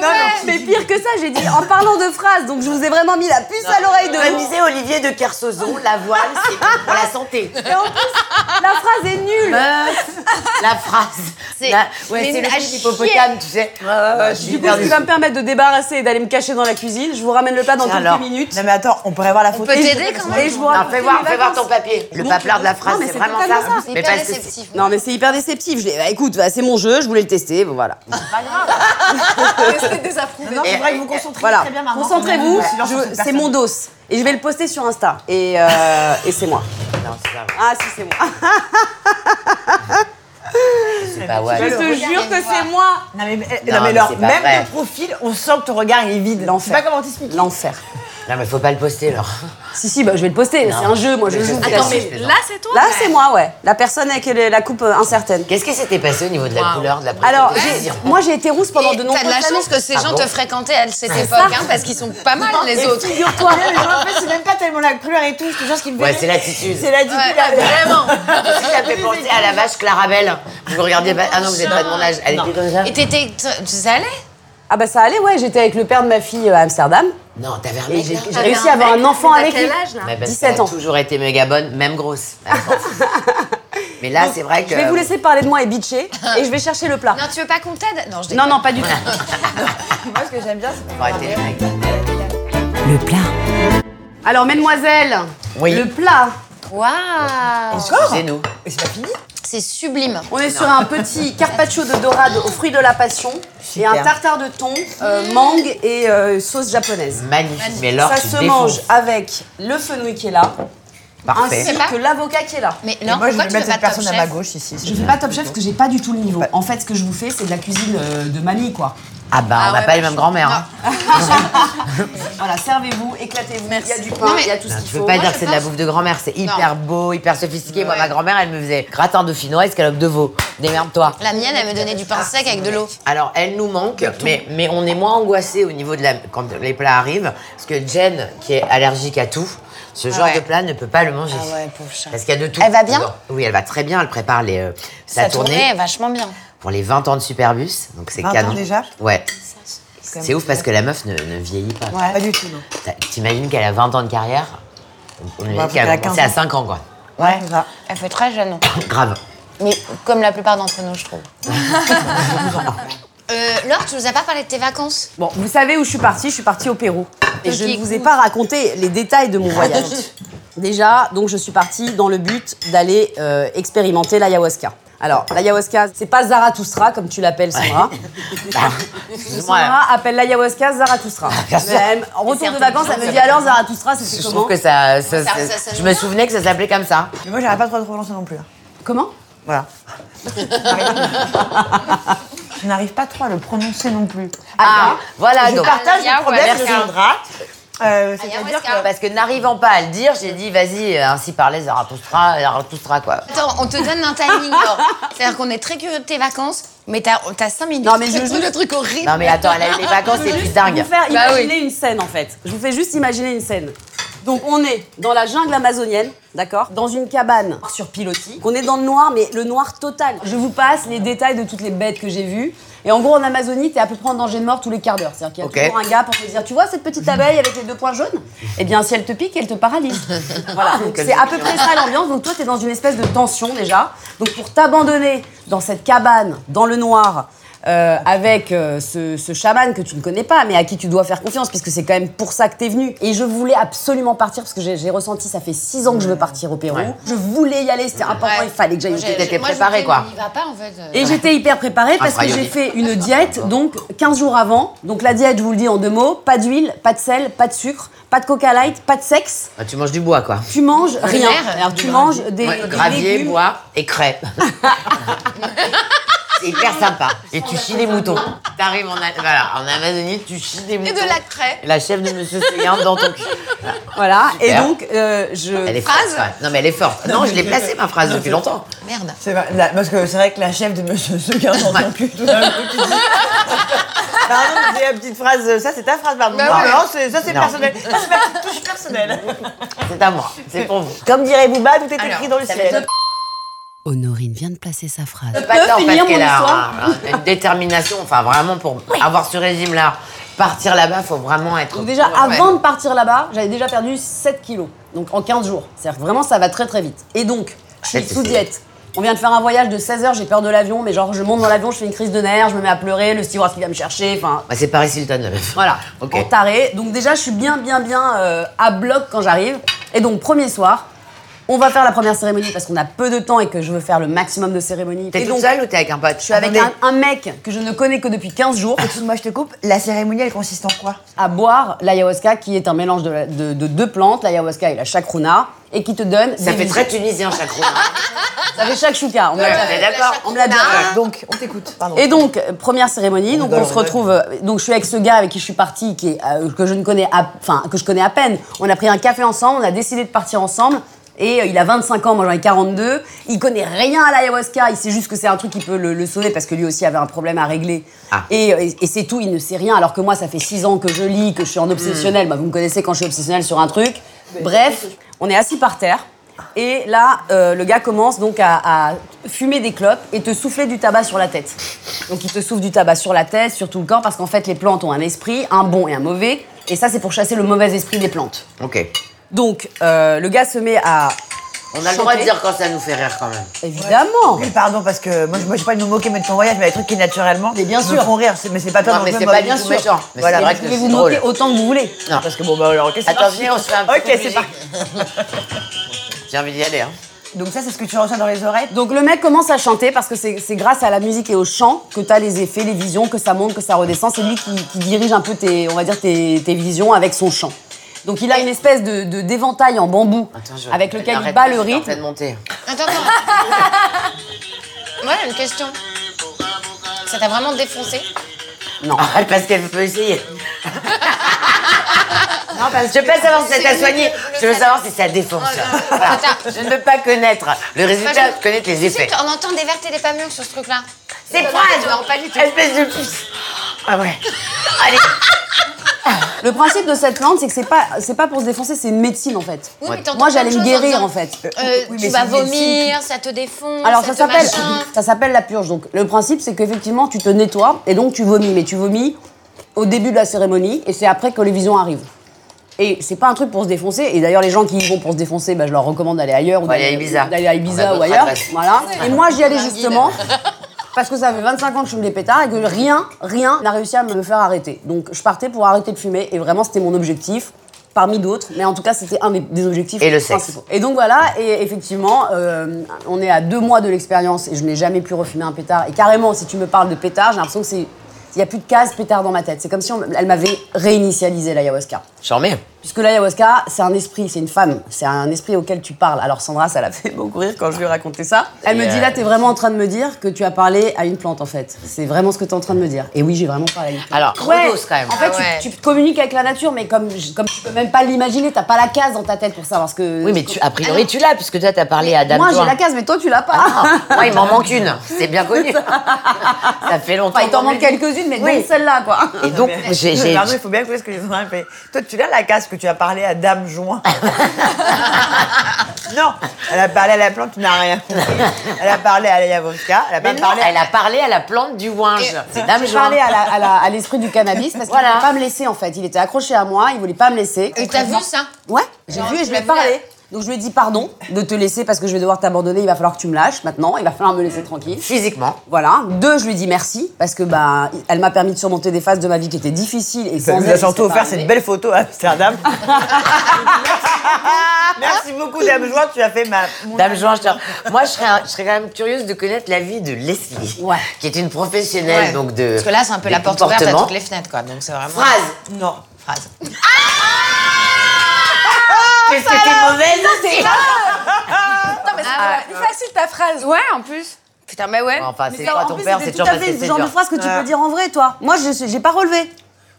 [SPEAKER 4] Non, non.
[SPEAKER 2] mais pire que ça, j'ai dit en parlant de phrases, donc je vous ai vraiment mis la puce à l'oreille de
[SPEAKER 5] Comme disait Olivier de Kersauzon, l'avoine, c'est bon pour la santé.
[SPEAKER 2] Et en plus, la phrase est
[SPEAKER 3] Bah,
[SPEAKER 2] nulle.
[SPEAKER 5] La phrase.
[SPEAKER 4] C'est-
[SPEAKER 5] La- Ouais,
[SPEAKER 4] mais
[SPEAKER 5] c'est le
[SPEAKER 4] à
[SPEAKER 5] truc d'hippopotame, tu sais. Ouais, ouais, ouais.
[SPEAKER 2] Du coup, ce qui va me permettre de débarrasser et d'aller me cacher dans la cuisine, je vous ramène le plat dans
[SPEAKER 5] Alors.
[SPEAKER 2] quelques minutes.
[SPEAKER 3] Non, mais attends, on pourrait voir la photo.
[SPEAKER 4] peut t'aider quand même.
[SPEAKER 2] Et je vous raconte
[SPEAKER 5] fais voir,
[SPEAKER 2] mes
[SPEAKER 5] fais voir ton
[SPEAKER 2] vacances.
[SPEAKER 5] papier. Le papelard de la phrase,
[SPEAKER 2] Non, mais
[SPEAKER 5] c'est
[SPEAKER 2] c'est
[SPEAKER 5] vraiment ça.
[SPEAKER 2] totalement ça.
[SPEAKER 4] C'est
[SPEAKER 5] Mais
[SPEAKER 4] hyper
[SPEAKER 5] parce que c'est-
[SPEAKER 4] déceptif.
[SPEAKER 2] Non mais c'est hyper déceptif. Je l'ai- bah, écoute, bah, c'est mon jeu, je voulais le tester, bon, voilà.
[SPEAKER 6] C'était désapprouvé.
[SPEAKER 3] Non,
[SPEAKER 5] Et-
[SPEAKER 3] c'est vrai que
[SPEAKER 4] Eh,
[SPEAKER 3] vous concentrez
[SPEAKER 2] Voilà.
[SPEAKER 3] très bien, maman.
[SPEAKER 2] Concentrez-vous,
[SPEAKER 3] Ouais.
[SPEAKER 2] je-
[SPEAKER 3] Silence sur cette
[SPEAKER 2] c'est
[SPEAKER 3] personne.
[SPEAKER 2] mon dos. Et je vais le poster sur Insta. Et, euh, et c'est moi.
[SPEAKER 5] Non, c'est pas vrai.
[SPEAKER 2] Ah si c'est moi.
[SPEAKER 5] C'est pas vrai.
[SPEAKER 2] Je te jure que c'est moi.
[SPEAKER 3] Non, mais, eh,
[SPEAKER 5] Non,
[SPEAKER 3] non, mais
[SPEAKER 5] mais
[SPEAKER 3] leur-
[SPEAKER 5] c'est pas
[SPEAKER 3] même
[SPEAKER 5] vrai.
[SPEAKER 3] le profil, on sent que ton regard il est vide.
[SPEAKER 2] L'enfer.
[SPEAKER 3] Je sais pas comment t'expliquer.
[SPEAKER 2] L'enfer.
[SPEAKER 5] Non, mais faut pas le poster, alors.
[SPEAKER 2] Si, si, bah, je vais le poster, mais
[SPEAKER 5] Non.
[SPEAKER 2] c'est un jeu, moi je
[SPEAKER 5] Mais
[SPEAKER 2] joue.
[SPEAKER 5] c'est-
[SPEAKER 2] c'est la
[SPEAKER 5] Attends,
[SPEAKER 2] suite.
[SPEAKER 5] mais
[SPEAKER 4] Ah,
[SPEAKER 6] Là, c'est toi
[SPEAKER 2] Là, c'est moi, ouais. La personne avec les- la coupe euh, incertaine.
[SPEAKER 5] Qu'est-ce qui s'était passé au niveau de la couleur, de la prise
[SPEAKER 2] Alors,
[SPEAKER 5] de
[SPEAKER 2] j'ai-
[SPEAKER 5] décision
[SPEAKER 2] moi j'ai été rousse pendant
[SPEAKER 4] Et
[SPEAKER 2] de
[SPEAKER 4] T'as
[SPEAKER 2] nombreuses
[SPEAKER 4] de la chance
[SPEAKER 2] années.
[SPEAKER 4] que ces
[SPEAKER 5] Ah
[SPEAKER 4] gens
[SPEAKER 5] bon
[SPEAKER 4] te fréquentaient à cette époque, hein, parce qu'ils sont pas mal les
[SPEAKER 2] Et
[SPEAKER 4] autres.
[SPEAKER 2] Figure-toi.
[SPEAKER 3] Mais moi, en fait, c'est même pas tellement la couleur et tout, je te jure ce qui me fait
[SPEAKER 5] Ouais,
[SPEAKER 3] rire.
[SPEAKER 5] c'est l'attitude.
[SPEAKER 3] C'est l'attitude.
[SPEAKER 4] Ouais,
[SPEAKER 3] la-
[SPEAKER 6] Vraiment
[SPEAKER 5] Ça fait penser à la vache Clarabelle. Vous regardez pas. Ah non, vous êtes pas de mon âge. Elle était comme ça
[SPEAKER 4] Et t'étais. Tu ça allait
[SPEAKER 2] Ah bah ça allait, ouais. J'étais avec le père de ma fille euh, à Amsterdam
[SPEAKER 5] Non, t'avais un
[SPEAKER 2] et
[SPEAKER 5] mec.
[SPEAKER 2] j'ai
[SPEAKER 5] là.
[SPEAKER 2] j'ai réussi à avoir un enfant avec lui.
[SPEAKER 5] Mais parce
[SPEAKER 2] 17
[SPEAKER 5] qu'elle a
[SPEAKER 2] ans.
[SPEAKER 5] toujours été méga bonne, même grosse. Elle s'en fout. Mais là, c'est vrai que.
[SPEAKER 2] Je vais vous laisser parler de moi et bitcher et je vais chercher le plat.
[SPEAKER 4] Non, tu veux pas qu'on t'aide Non, je
[SPEAKER 2] Non,
[SPEAKER 4] déconne.
[SPEAKER 2] non, pas du tout.
[SPEAKER 3] Moi, ce que j'aime bien, c'est
[SPEAKER 5] Faut arrêter les mecs.
[SPEAKER 2] Le plat. Alors, mesdemoiselles,
[SPEAKER 5] Oui.
[SPEAKER 2] le plat.
[SPEAKER 4] Waouh
[SPEAKER 5] Excusez-nous.
[SPEAKER 3] Mais c'est pas fini.
[SPEAKER 4] C'est sublime.
[SPEAKER 2] On est sur un petit carpaccio de dorade aux fruits de la passion et un
[SPEAKER 3] Super.
[SPEAKER 2] tartare de thon, euh, mangue et euh, sauce japonaise.
[SPEAKER 5] Magnifique. Mais Laure,
[SPEAKER 2] ça
[SPEAKER 5] tu
[SPEAKER 2] se
[SPEAKER 5] défonces.
[SPEAKER 2] mange avec le fenouil qui est là,
[SPEAKER 5] Parfait.
[SPEAKER 2] ainsi
[SPEAKER 4] pas-
[SPEAKER 2] que l'avocat qui est là.
[SPEAKER 4] Mais
[SPEAKER 3] Et
[SPEAKER 4] non,
[SPEAKER 3] moi, je
[SPEAKER 4] pourquoi
[SPEAKER 3] vais
[SPEAKER 4] tu fais pas
[SPEAKER 3] mettre cette
[SPEAKER 4] de top
[SPEAKER 3] personne à ma
[SPEAKER 4] chef
[SPEAKER 3] gauche ici.
[SPEAKER 2] Je fais pas top chef parce que j'ai pas du tout le niveau. En fait, ce que je vous fais, c'est de la cuisine euh, de mamie, quoi.
[SPEAKER 5] Ah bah, on n'a pas les mêmes grand-mères. hein.
[SPEAKER 2] Voilà, servez-vous, éclatez-vous. Il y a du
[SPEAKER 4] Non,
[SPEAKER 2] pain,
[SPEAKER 4] mais-
[SPEAKER 2] il y a tout ce
[SPEAKER 5] Tu
[SPEAKER 2] qu'il
[SPEAKER 5] peux
[SPEAKER 2] faut.
[SPEAKER 5] pas
[SPEAKER 4] Moi,
[SPEAKER 5] dire
[SPEAKER 4] je
[SPEAKER 5] que c'est de la
[SPEAKER 4] pense-
[SPEAKER 5] bouffe de grand-mère, c'est hyper beau, hyper sophistiqué. Moi,
[SPEAKER 4] Ouais.
[SPEAKER 5] ma grand-mère, elle me faisait gratin de et escalope de veau. Démerde-toi.
[SPEAKER 4] La mienne, elle me donnait du pain sec avec de l'eau.
[SPEAKER 5] Alors, elle nous manque, mais, mais on est moins angoissé au niveau de la. quand les plats arrivent, parce que Jen, qui est allergique à tout, ce genre
[SPEAKER 4] ouais.
[SPEAKER 5] de plat ne peut pas le
[SPEAKER 4] Ah
[SPEAKER 5] manger.
[SPEAKER 3] Ah ouais, pauvre chat.
[SPEAKER 5] Parce qu'il y a de tout.
[SPEAKER 4] Elle va bien
[SPEAKER 5] dedans. Oui, elle va très bien. Elle prépare les, euh, sa,
[SPEAKER 4] Ça
[SPEAKER 5] tournée,
[SPEAKER 4] tournait vachement bien.
[SPEAKER 5] pour les 20 ans de Superbus. Donc c'est
[SPEAKER 3] 20 ans
[SPEAKER 5] canon.
[SPEAKER 3] déjà
[SPEAKER 5] Ouais. C'est ouf parce que la meuf ne, ne vieillit pas.
[SPEAKER 3] Ouais. Pas du tout, non.
[SPEAKER 5] T'as- T'imagines qu'elle a 20 ans de carrière On imagine
[SPEAKER 3] Ouais,
[SPEAKER 5] qu'elle
[SPEAKER 3] qu'elle
[SPEAKER 5] a
[SPEAKER 3] a
[SPEAKER 5] commencé à
[SPEAKER 3] 15
[SPEAKER 5] 5 ans, quoi.
[SPEAKER 3] Ouais, c'est ça.
[SPEAKER 4] Elle fait très jeune.
[SPEAKER 5] Grave.
[SPEAKER 4] Mais comme la plupart d'entre nous, je trouve. euh, Laure, tu nous as pas parlé de tes vacances
[SPEAKER 2] Bon, vous savez où je suis partie Je suis partie au Pérou. Et
[SPEAKER 4] Ok,
[SPEAKER 2] je ne vous ai
[SPEAKER 4] cool.
[SPEAKER 2] pas raconté les détails de mon
[SPEAKER 5] Ah,
[SPEAKER 2] voyage. Déjà, donc je suis partie dans le but d'aller euh, expérimenter l'ayahuasca. Alors, l'ayahuasca, c'est pas Zarathustra, comme tu l'appelles, Sandra.
[SPEAKER 5] Bah, Excuse-moi.
[SPEAKER 2] Sandra appelle l'ayahuasca Zarathustra.
[SPEAKER 5] Ah, bien sûr.
[SPEAKER 2] Mais elle- en retour de vacances, elle me dit alors Zarathustra, c'est
[SPEAKER 5] Je
[SPEAKER 2] comment
[SPEAKER 5] trouve que ça.
[SPEAKER 4] Ça-
[SPEAKER 5] ça- ça-
[SPEAKER 4] ça sonne
[SPEAKER 5] je me
[SPEAKER 4] bien.
[SPEAKER 5] souvenais que ça s'appelait comme ça.
[SPEAKER 3] Mais moi, j'arrête pas trop de prononcer non plus. hein.
[SPEAKER 2] Comment
[SPEAKER 3] Voilà. Je n'arrive pas trop à le prononcer non plus.
[SPEAKER 5] Ah, voilà
[SPEAKER 3] je
[SPEAKER 5] donc.
[SPEAKER 3] partage
[SPEAKER 4] Ayahuasca.
[SPEAKER 3] le problème de Sandra. Euh, C'est-à-dire
[SPEAKER 4] Ayahuasca.
[SPEAKER 3] que...
[SPEAKER 5] Parce que n'arrivant pas à le dire, j'ai dit vas-y, euh, ainsi parlait Zarathustra, Zarathustra quoi.
[SPEAKER 4] Attends, on te donne un timing, Laure. C'est-à-dire qu'on est très curieux de tes vacances, mais t'as as 5 minutes.
[SPEAKER 2] Non, mais je-
[SPEAKER 4] le truc horrible.
[SPEAKER 5] Non mais attends, elle a eu les vacances,
[SPEAKER 2] Je
[SPEAKER 5] c'est
[SPEAKER 2] vais
[SPEAKER 5] plus
[SPEAKER 2] juste
[SPEAKER 5] dingue.
[SPEAKER 2] vous faire
[SPEAKER 4] Bah
[SPEAKER 2] imaginer une scène en fait. Je vous fais juste imaginer une scène. Donc on est dans la jungle amazonienne, d'accord Dans une cabane sur pilotis. On est dans le noir, mais le noir total. Je vous passe les détails de toutes les bêtes que j'ai vues. Et en gros, en Amazonie, t'es à peu près en danger de mort tous les quarts d'heure. C'est-à-dire qu'il y a
[SPEAKER 5] Ok.
[SPEAKER 2] toujours un gars pour te dire, tu vois cette petite abeille avec les deux points jaunes Eh bien, si elle te pique, elle te paralyse. voilà. Donc c'est à peu près ça l'ambiance. Donc toi, t'es dans une espèce de tension déjà. Donc pour t'abandonner dans cette cabane, dans le noir, euh, avec euh, ce, ce chaman que tu ne connais pas, mais à qui tu dois faire confiance, puisque c'est quand même pour ça que t'es venu. Et je voulais absolument partir, parce que j'ai j'ai ressenti, ça fait six ans que je veux partir au Pérou.
[SPEAKER 5] Ouais.
[SPEAKER 2] Je voulais y aller, c'était important,
[SPEAKER 4] Ouais.
[SPEAKER 2] il fallait que j'aille
[SPEAKER 4] Moi,
[SPEAKER 2] au
[SPEAKER 4] j'ai-
[SPEAKER 2] Pérou.
[SPEAKER 5] t'étais
[SPEAKER 4] moi, je me
[SPEAKER 5] préparée,
[SPEAKER 4] dis,
[SPEAKER 5] quoi.
[SPEAKER 4] mais Il va pas en fait. euh, Ah,
[SPEAKER 2] Et j'étais hyper préparée parce que j'ai
[SPEAKER 5] Incroyable.
[SPEAKER 2] fait une diète, donc 15 jours avant. Donc la diète, je vous le dis en deux mots, pas d'huile, pas de sel, pas de sucre, pas de coca light, pas de sexe.
[SPEAKER 5] Bah, tu manges du bois, quoi.
[SPEAKER 2] Tu manges rien.
[SPEAKER 4] mer,
[SPEAKER 2] Alors tu manges des,
[SPEAKER 5] Ouais,
[SPEAKER 2] des
[SPEAKER 5] gravier,
[SPEAKER 2] légumes.
[SPEAKER 5] bois et crêpes. c'est hyper sympa. Et tu chies des moutons. T'arrives en, Al- voilà, en Amazonie, tu chies des moutons.
[SPEAKER 4] Et de la craie.
[SPEAKER 5] La chef de Monsieur Seguin dans ton cul.
[SPEAKER 2] Voilà.
[SPEAKER 5] Voilà. Super.
[SPEAKER 2] Et donc euh, je.
[SPEAKER 5] Elle est
[SPEAKER 4] Phrase
[SPEAKER 5] forte. ouais. Non, mais elle est forte. Non, je l'ai placée, ma phrase, depuis longtemps.
[SPEAKER 4] Merde.
[SPEAKER 3] C'est vrai, la- parce que c'est vrai que la chef de Monsieur Seguin dans son cul, tout d'un coup, tu dis... Pardon, c'est la petite phrase, euh, ça c'est ta phrase, pardon.
[SPEAKER 4] Bah
[SPEAKER 3] non,
[SPEAKER 4] ouais.
[SPEAKER 3] non, c'est- ça c'est
[SPEAKER 5] Non.
[SPEAKER 3] personnel. Ça c'est ma petite touche personnelle.
[SPEAKER 5] C'est à moi. C'est pour vous.
[SPEAKER 3] Comme dirait Booba, tout est écrit
[SPEAKER 4] Alors,
[SPEAKER 3] dans le ciel.
[SPEAKER 2] Honorine vient de placer sa phrase.
[SPEAKER 5] Pas tort,
[SPEAKER 2] finir
[SPEAKER 5] parce
[SPEAKER 2] mon
[SPEAKER 5] qu'elle a
[SPEAKER 2] histoire
[SPEAKER 5] un- un- une détermination. Enfin, vraiment, pour avoir ce régime-là, partir là-bas, faut vraiment être.
[SPEAKER 2] Donc déjà,
[SPEAKER 5] Ouais.
[SPEAKER 2] avant de partir là-bas, j'avais déjà perdu 7 kilos. Donc en 15 jours. C'est-à-dire que vraiment, ça va très très vite. Et donc, je suis
[SPEAKER 5] C'est-
[SPEAKER 2] sous
[SPEAKER 5] c'est-
[SPEAKER 2] diète. On vient de faire un voyage de 16 heures, j'ai peur de l'avion, mais genre je monte dans l'avion, je fais une crise de nerfs, je me mets à pleurer, le steward qui vient me chercher, enfin
[SPEAKER 5] Bah, c'est Paris Hilton, la meuf.
[SPEAKER 2] voilà,
[SPEAKER 5] Ok.
[SPEAKER 2] en taré. Donc déjà je suis bien bien bien euh, à bloc quand j'arrive. Et donc premier soir, on va faire la première cérémonie parce qu'on a peu de temps et que je veux faire le maximum de cérémonies.
[SPEAKER 5] T'es
[SPEAKER 2] Et
[SPEAKER 5] toute
[SPEAKER 2] donc
[SPEAKER 5] seule ou t'es avec un pote
[SPEAKER 2] je suis avec
[SPEAKER 3] Attendez.
[SPEAKER 2] un, un mec que je ne connais que depuis 15 jours
[SPEAKER 3] Excuse-moi, je te coupe. La cérémonie, elle consiste en quoi
[SPEAKER 2] à boire l'ayahuasca qui est un mélange de, la- de- de deux plantes, l'ayahuasca et la chacruna, et qui te donne.
[SPEAKER 5] Ça
[SPEAKER 2] des
[SPEAKER 5] fait
[SPEAKER 2] visions.
[SPEAKER 5] très tunisien, chaque roue.
[SPEAKER 2] Ça fait shakshuka, on me l'a déjà
[SPEAKER 5] on est
[SPEAKER 2] fait.
[SPEAKER 5] d'accord.
[SPEAKER 2] On me l'a
[SPEAKER 3] Ah.
[SPEAKER 2] déjà fait.
[SPEAKER 3] Donc, on t'écoute, pardon.
[SPEAKER 2] Et donc, euh, première cérémonie, donc on
[SPEAKER 3] rigole,
[SPEAKER 2] se
[SPEAKER 3] on rigole.
[SPEAKER 2] retrouve. euh, Donc je suis avec ce gars avec qui je suis partie, qui est, euh, que je ne connais, à- enfin que je connais à peine. On a pris un café ensemble, on a décidé de partir ensemble. Et euh, il a 25 ans, moi j'en ai 42. Il connaît rien à l'ayahuasca, il sait juste que c'est un truc qui peut le, le sauver parce que lui aussi avait un problème à régler.
[SPEAKER 5] Ah.
[SPEAKER 2] Et, euh, et- et c'est tout, il ne sait rien. Alors que moi, ça fait 6 ans que je lis, que je suis en obsessionnel. Bah, vous me connaissez quand je suis obsessionnel sur un truc. Bref, on est assis par terre. Et là, euh, le gars commence donc à, à fumer des clopes et te souffler du tabac sur la tête. Donc il te souffle du tabac sur la tête, sur tout le corps, parce qu'en fait, les plantes ont un esprit, un bon et un mauvais. Et ça, c'est pour chasser le mauvais esprit des plantes.
[SPEAKER 5] Ok.
[SPEAKER 2] Donc, euh, le gars se met à.
[SPEAKER 5] On a le droit de
[SPEAKER 2] chanter.
[SPEAKER 5] dire quand ça nous fait rire, quand même.
[SPEAKER 2] Évidemment
[SPEAKER 3] Oui, pardon, parce que moi, je moi, j'ai pas de me moquer mais de ton voyage, mais les trucs qui naturellement
[SPEAKER 2] Mais bien
[SPEAKER 3] me
[SPEAKER 2] sûr.
[SPEAKER 3] font rire. c'est- Mais c'est pas toi
[SPEAKER 5] Non,
[SPEAKER 3] non
[SPEAKER 5] mais
[SPEAKER 3] plus,
[SPEAKER 5] c'est
[SPEAKER 3] moi,
[SPEAKER 5] pas
[SPEAKER 3] du
[SPEAKER 5] bien
[SPEAKER 3] tout
[SPEAKER 5] sûr.
[SPEAKER 3] méchant.
[SPEAKER 5] Mais
[SPEAKER 3] Voilà.
[SPEAKER 5] c'est vrai que
[SPEAKER 2] Vous pouvez
[SPEAKER 5] c'est
[SPEAKER 2] vous
[SPEAKER 5] drôle.
[SPEAKER 2] moquer autant que vous voulez.
[SPEAKER 5] Non.
[SPEAKER 3] Parce que bon, bah alors, ok, c'est
[SPEAKER 5] Attends,
[SPEAKER 3] parti.
[SPEAKER 5] viens, on se fait un petit
[SPEAKER 3] Ok,
[SPEAKER 5] peu de
[SPEAKER 3] c'est
[SPEAKER 5] musique.
[SPEAKER 3] parti.
[SPEAKER 5] J'ai envie d'y aller, hein.
[SPEAKER 3] Donc, ça, c'est ce que tu ressens dans les oreilles
[SPEAKER 2] Donc le mec commence à chanter parce que c'est c'est grâce à la musique et au chant que t'as les effets, les visions, que ça monte, que ça redescend. C'est lui qui, qui dirige un peu tes, on va dire tes, tes visions avec son chant. Donc il a une espèce de de- d'éventail en bambou
[SPEAKER 5] Attends, je-
[SPEAKER 2] avec lequel il
[SPEAKER 5] Arrête
[SPEAKER 2] bat
[SPEAKER 5] pas,
[SPEAKER 2] le
[SPEAKER 5] je suis en train
[SPEAKER 2] rythme.
[SPEAKER 5] de monter.
[SPEAKER 4] Attends, attends. Moi, j'ai une question. Ça t'a vraiment défoncé
[SPEAKER 5] Non, arrête parce qu'elle peut essayer. non, parce que je veux pas savoir si ça t'a soigné. Je veux savoir si ça défonce.
[SPEAKER 2] Oh,
[SPEAKER 5] Voilà.
[SPEAKER 4] Attends.
[SPEAKER 5] Ah, Je ne peux pas connaître le résultat,
[SPEAKER 4] Moi, je-
[SPEAKER 5] connaître les
[SPEAKER 4] Tu sais,
[SPEAKER 5] effets.
[SPEAKER 4] on entend des vertes et des pas mûres sur ce truc-là.
[SPEAKER 5] C'est phrase Non, pas du tout. Espèce de puce. Ah ouais. Allez.
[SPEAKER 2] Le principe de cette plante c'est que c'est pas c'est pas pour se défoncer, c'est une médecine en fait.
[SPEAKER 4] Oui, mais t'entends
[SPEAKER 2] Moi
[SPEAKER 4] plein
[SPEAKER 2] j'allais
[SPEAKER 4] de
[SPEAKER 2] me
[SPEAKER 4] choses en
[SPEAKER 2] guérir
[SPEAKER 4] disant,
[SPEAKER 2] en fait.
[SPEAKER 4] euh,
[SPEAKER 3] Oui, mais
[SPEAKER 4] tu
[SPEAKER 3] c'est
[SPEAKER 4] vas
[SPEAKER 3] une médecine
[SPEAKER 4] vomir, ça te défonce.
[SPEAKER 2] Alors ça
[SPEAKER 4] te
[SPEAKER 2] s'appelle
[SPEAKER 4] machin.
[SPEAKER 2] ça s'appelle la purge. Donc le principe c'est qu'effectivement tu te nettoies et donc tu vomis, mais tu vomis au début de la cérémonie et c'est après que les visions arrivent. Et c'est pas un truc pour se défoncer. Et d'ailleurs les gens qui y vont pour se défoncer, bah, je leur recommande d'aller ailleurs ou
[SPEAKER 5] Ouais, aller à
[SPEAKER 2] d'aller
[SPEAKER 5] Ibiza.
[SPEAKER 2] d'aller à
[SPEAKER 5] On a
[SPEAKER 2] Ibiza ou
[SPEAKER 5] d'autres
[SPEAKER 2] ailleurs.
[SPEAKER 5] adresses.
[SPEAKER 2] Voilà. Et moi j'y allais
[SPEAKER 4] On a un guide.
[SPEAKER 2] justement parce que ça fait 25 ans que je fume des pétards et que rien, rien n'a réussi à me faire arrêter. Donc je partais pour arrêter de fumer et vraiment c'était mon objectif. Parmi d'autres, mais en tout cas, c'était un des- des objectifs.
[SPEAKER 5] Et le sexe.
[SPEAKER 2] principaux. Et donc voilà, et effectivement, euh, on est à deux mois de l'expérience et je n'ai jamais pu refumer un pétard. Et carrément, si tu me parles de pétard, j'ai l'impression que c'est. Il n'y a plus de case pétard dans ma tête. C'est comme si on- elle m'avait réinitialisé l'ayahuasca.
[SPEAKER 5] J'en mets.
[SPEAKER 2] Puisque l'ayahuasca, c'est un esprit, c'est une femme, c'est un esprit auquel tu parles. Alors Sandra, ça l'a fait beaucoup rire quand je lui ai raconté ça. Elle me
[SPEAKER 5] Et,
[SPEAKER 2] dit
[SPEAKER 5] euh,
[SPEAKER 2] là, t'es vraiment en train de me dire que tu as parlé à une plante en fait. C'est vraiment ce que t'es en train de me dire. Et oui, j'ai vraiment parlé à une plante.
[SPEAKER 5] Alors, gros dose, quand même.
[SPEAKER 2] En fait,
[SPEAKER 4] Ah ouais.
[SPEAKER 2] tu, tu communiques avec la nature, mais comme, je- comme tu peux même pas l'imaginer, t'as pas la case dans ta tête pour savoir ce que.
[SPEAKER 5] Oui, mais tu, a priori, tu l'as, puisque toi, t'as parlé à Dame
[SPEAKER 2] Moi, j'ai
[SPEAKER 5] Toin.
[SPEAKER 2] la case, mais toi, tu l'as pas.
[SPEAKER 5] Ah, moi, il m'en manque une. C'est bien connu. ça fait longtemps.
[SPEAKER 2] Enfin, il t'en
[SPEAKER 5] qu'on
[SPEAKER 2] manque
[SPEAKER 5] me le dit.
[SPEAKER 2] quelques-unes, mais
[SPEAKER 5] Oui.
[SPEAKER 2] non celle-là, quoi.
[SPEAKER 5] Et
[SPEAKER 3] Oh,
[SPEAKER 5] donc, j'ai. j'ai-
[SPEAKER 3] Pardon, il faut bien que ce que les oreilles mais Toi, tu l'as la casse que tu as parlé à Dame Join. non, elle a parlé à la plante, tu n'as rien compris. Elle a parlé à l'ayahuasca, elle
[SPEAKER 5] Mais
[SPEAKER 3] a pas
[SPEAKER 5] non,
[SPEAKER 3] parlé à
[SPEAKER 5] elle a parlé à la plante du ouinge. C'est Dame
[SPEAKER 2] J'ai parlé
[SPEAKER 5] Join.
[SPEAKER 2] à la- à la- à l'esprit du cannabis parce qu'il
[SPEAKER 5] Voilà.
[SPEAKER 2] voulait pas me laisser en fait. Il était accroché à moi, il voulait pas me laisser.
[SPEAKER 4] Et t'as vu ça
[SPEAKER 2] Ouais, j'ai vu et je lui ai
[SPEAKER 4] tu l'as vu,
[SPEAKER 2] parlé. Donc je lui ai dit pardon de te laisser parce que je vais devoir t'abandonner, il va falloir que tu me lâches maintenant, il va falloir me laisser tranquille.
[SPEAKER 5] Physiquement.
[SPEAKER 2] Voilà. Deux, je lui dis merci parce que bah, elle m'a permis de surmonter des phases de ma vie qui étaient difficiles et
[SPEAKER 3] Ça
[SPEAKER 2] sans
[SPEAKER 3] nous
[SPEAKER 2] elle,
[SPEAKER 3] a
[SPEAKER 2] je serais
[SPEAKER 3] surtout
[SPEAKER 2] pas
[SPEAKER 3] offert
[SPEAKER 2] arrivée.
[SPEAKER 3] cette belle photo à Amsterdam. Merci beaucoup, Dame Joie, tu as fait ma. mon-
[SPEAKER 5] Dame Joan, je te re- Moi, je serais, un- je serais quand même curieuse de connaître la vie de Leslie,
[SPEAKER 2] Ouais.
[SPEAKER 5] qui est une professionnelle
[SPEAKER 4] Ouais.
[SPEAKER 5] donc de.
[SPEAKER 4] Parce que là, c'est un peu
[SPEAKER 5] des
[SPEAKER 4] la porte ouverte à
[SPEAKER 5] comportements.
[SPEAKER 4] toutes les fenêtres, quoi. Donc c'est vraiment.
[SPEAKER 5] Phrase.
[SPEAKER 3] Non.
[SPEAKER 4] Phrase.
[SPEAKER 5] Qu'est-ce que t'es mauvaise aussi
[SPEAKER 6] Non, mais c'est facile ta phrase.
[SPEAKER 4] Ah Ouais, en plus. Putain, mais ouais.
[SPEAKER 5] Enfin, c'est
[SPEAKER 2] Non,
[SPEAKER 5] pas
[SPEAKER 2] en
[SPEAKER 5] ton
[SPEAKER 2] plus,
[SPEAKER 5] père,
[SPEAKER 2] c'était
[SPEAKER 5] c'est
[SPEAKER 2] tout
[SPEAKER 5] toujours
[SPEAKER 2] à
[SPEAKER 5] passé
[SPEAKER 2] fait ce genre de
[SPEAKER 5] senior.
[SPEAKER 2] phrase que tu
[SPEAKER 3] Ouais.
[SPEAKER 2] peux dire en vrai, toi. Moi, je suis- j'ai pas relevé.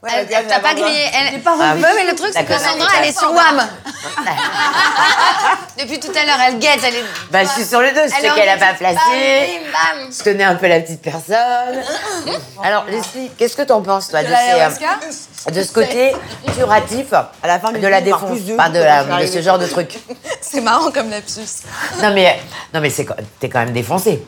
[SPEAKER 3] Ouais,
[SPEAKER 4] Elle-
[SPEAKER 3] la
[SPEAKER 4] elle
[SPEAKER 3] dame,
[SPEAKER 4] T'as
[SPEAKER 3] elle
[SPEAKER 4] pas
[SPEAKER 3] a vendu.
[SPEAKER 4] grillé. Elle...
[SPEAKER 2] pas
[SPEAKER 5] Ah oui.
[SPEAKER 4] Ouais, mais le truc, c'est que
[SPEAKER 5] D'accord.
[SPEAKER 4] Sandra, elle est sur WAM. Depuis tout à l'heure, elle guette, elle est.
[SPEAKER 5] Bah, je suis sur le dos, je
[SPEAKER 4] Elle
[SPEAKER 5] sais
[SPEAKER 4] est
[SPEAKER 5] qu'elle a
[SPEAKER 4] en-
[SPEAKER 5] pas
[SPEAKER 4] Bam,
[SPEAKER 5] placé.
[SPEAKER 4] bim, bam.
[SPEAKER 5] Je connais un peu la petite personne. Alors, Leslie, qu'est-ce que t'en penses, toi, de,
[SPEAKER 6] De la
[SPEAKER 5] ces, euh,
[SPEAKER 6] ayahuasca
[SPEAKER 5] de ce côté curatif à
[SPEAKER 3] la fin du
[SPEAKER 5] de la
[SPEAKER 3] film, par
[SPEAKER 5] défense,
[SPEAKER 3] plus de
[SPEAKER 5] pas
[SPEAKER 3] jours
[SPEAKER 5] de,
[SPEAKER 3] que
[SPEAKER 5] la-
[SPEAKER 3] je suis
[SPEAKER 5] de ce
[SPEAKER 3] arrivée.
[SPEAKER 5] genre de truc.
[SPEAKER 6] C'est marrant comme lapsus.
[SPEAKER 5] Non, mais, non, mais c'est, quand- t'es quand même défoncé.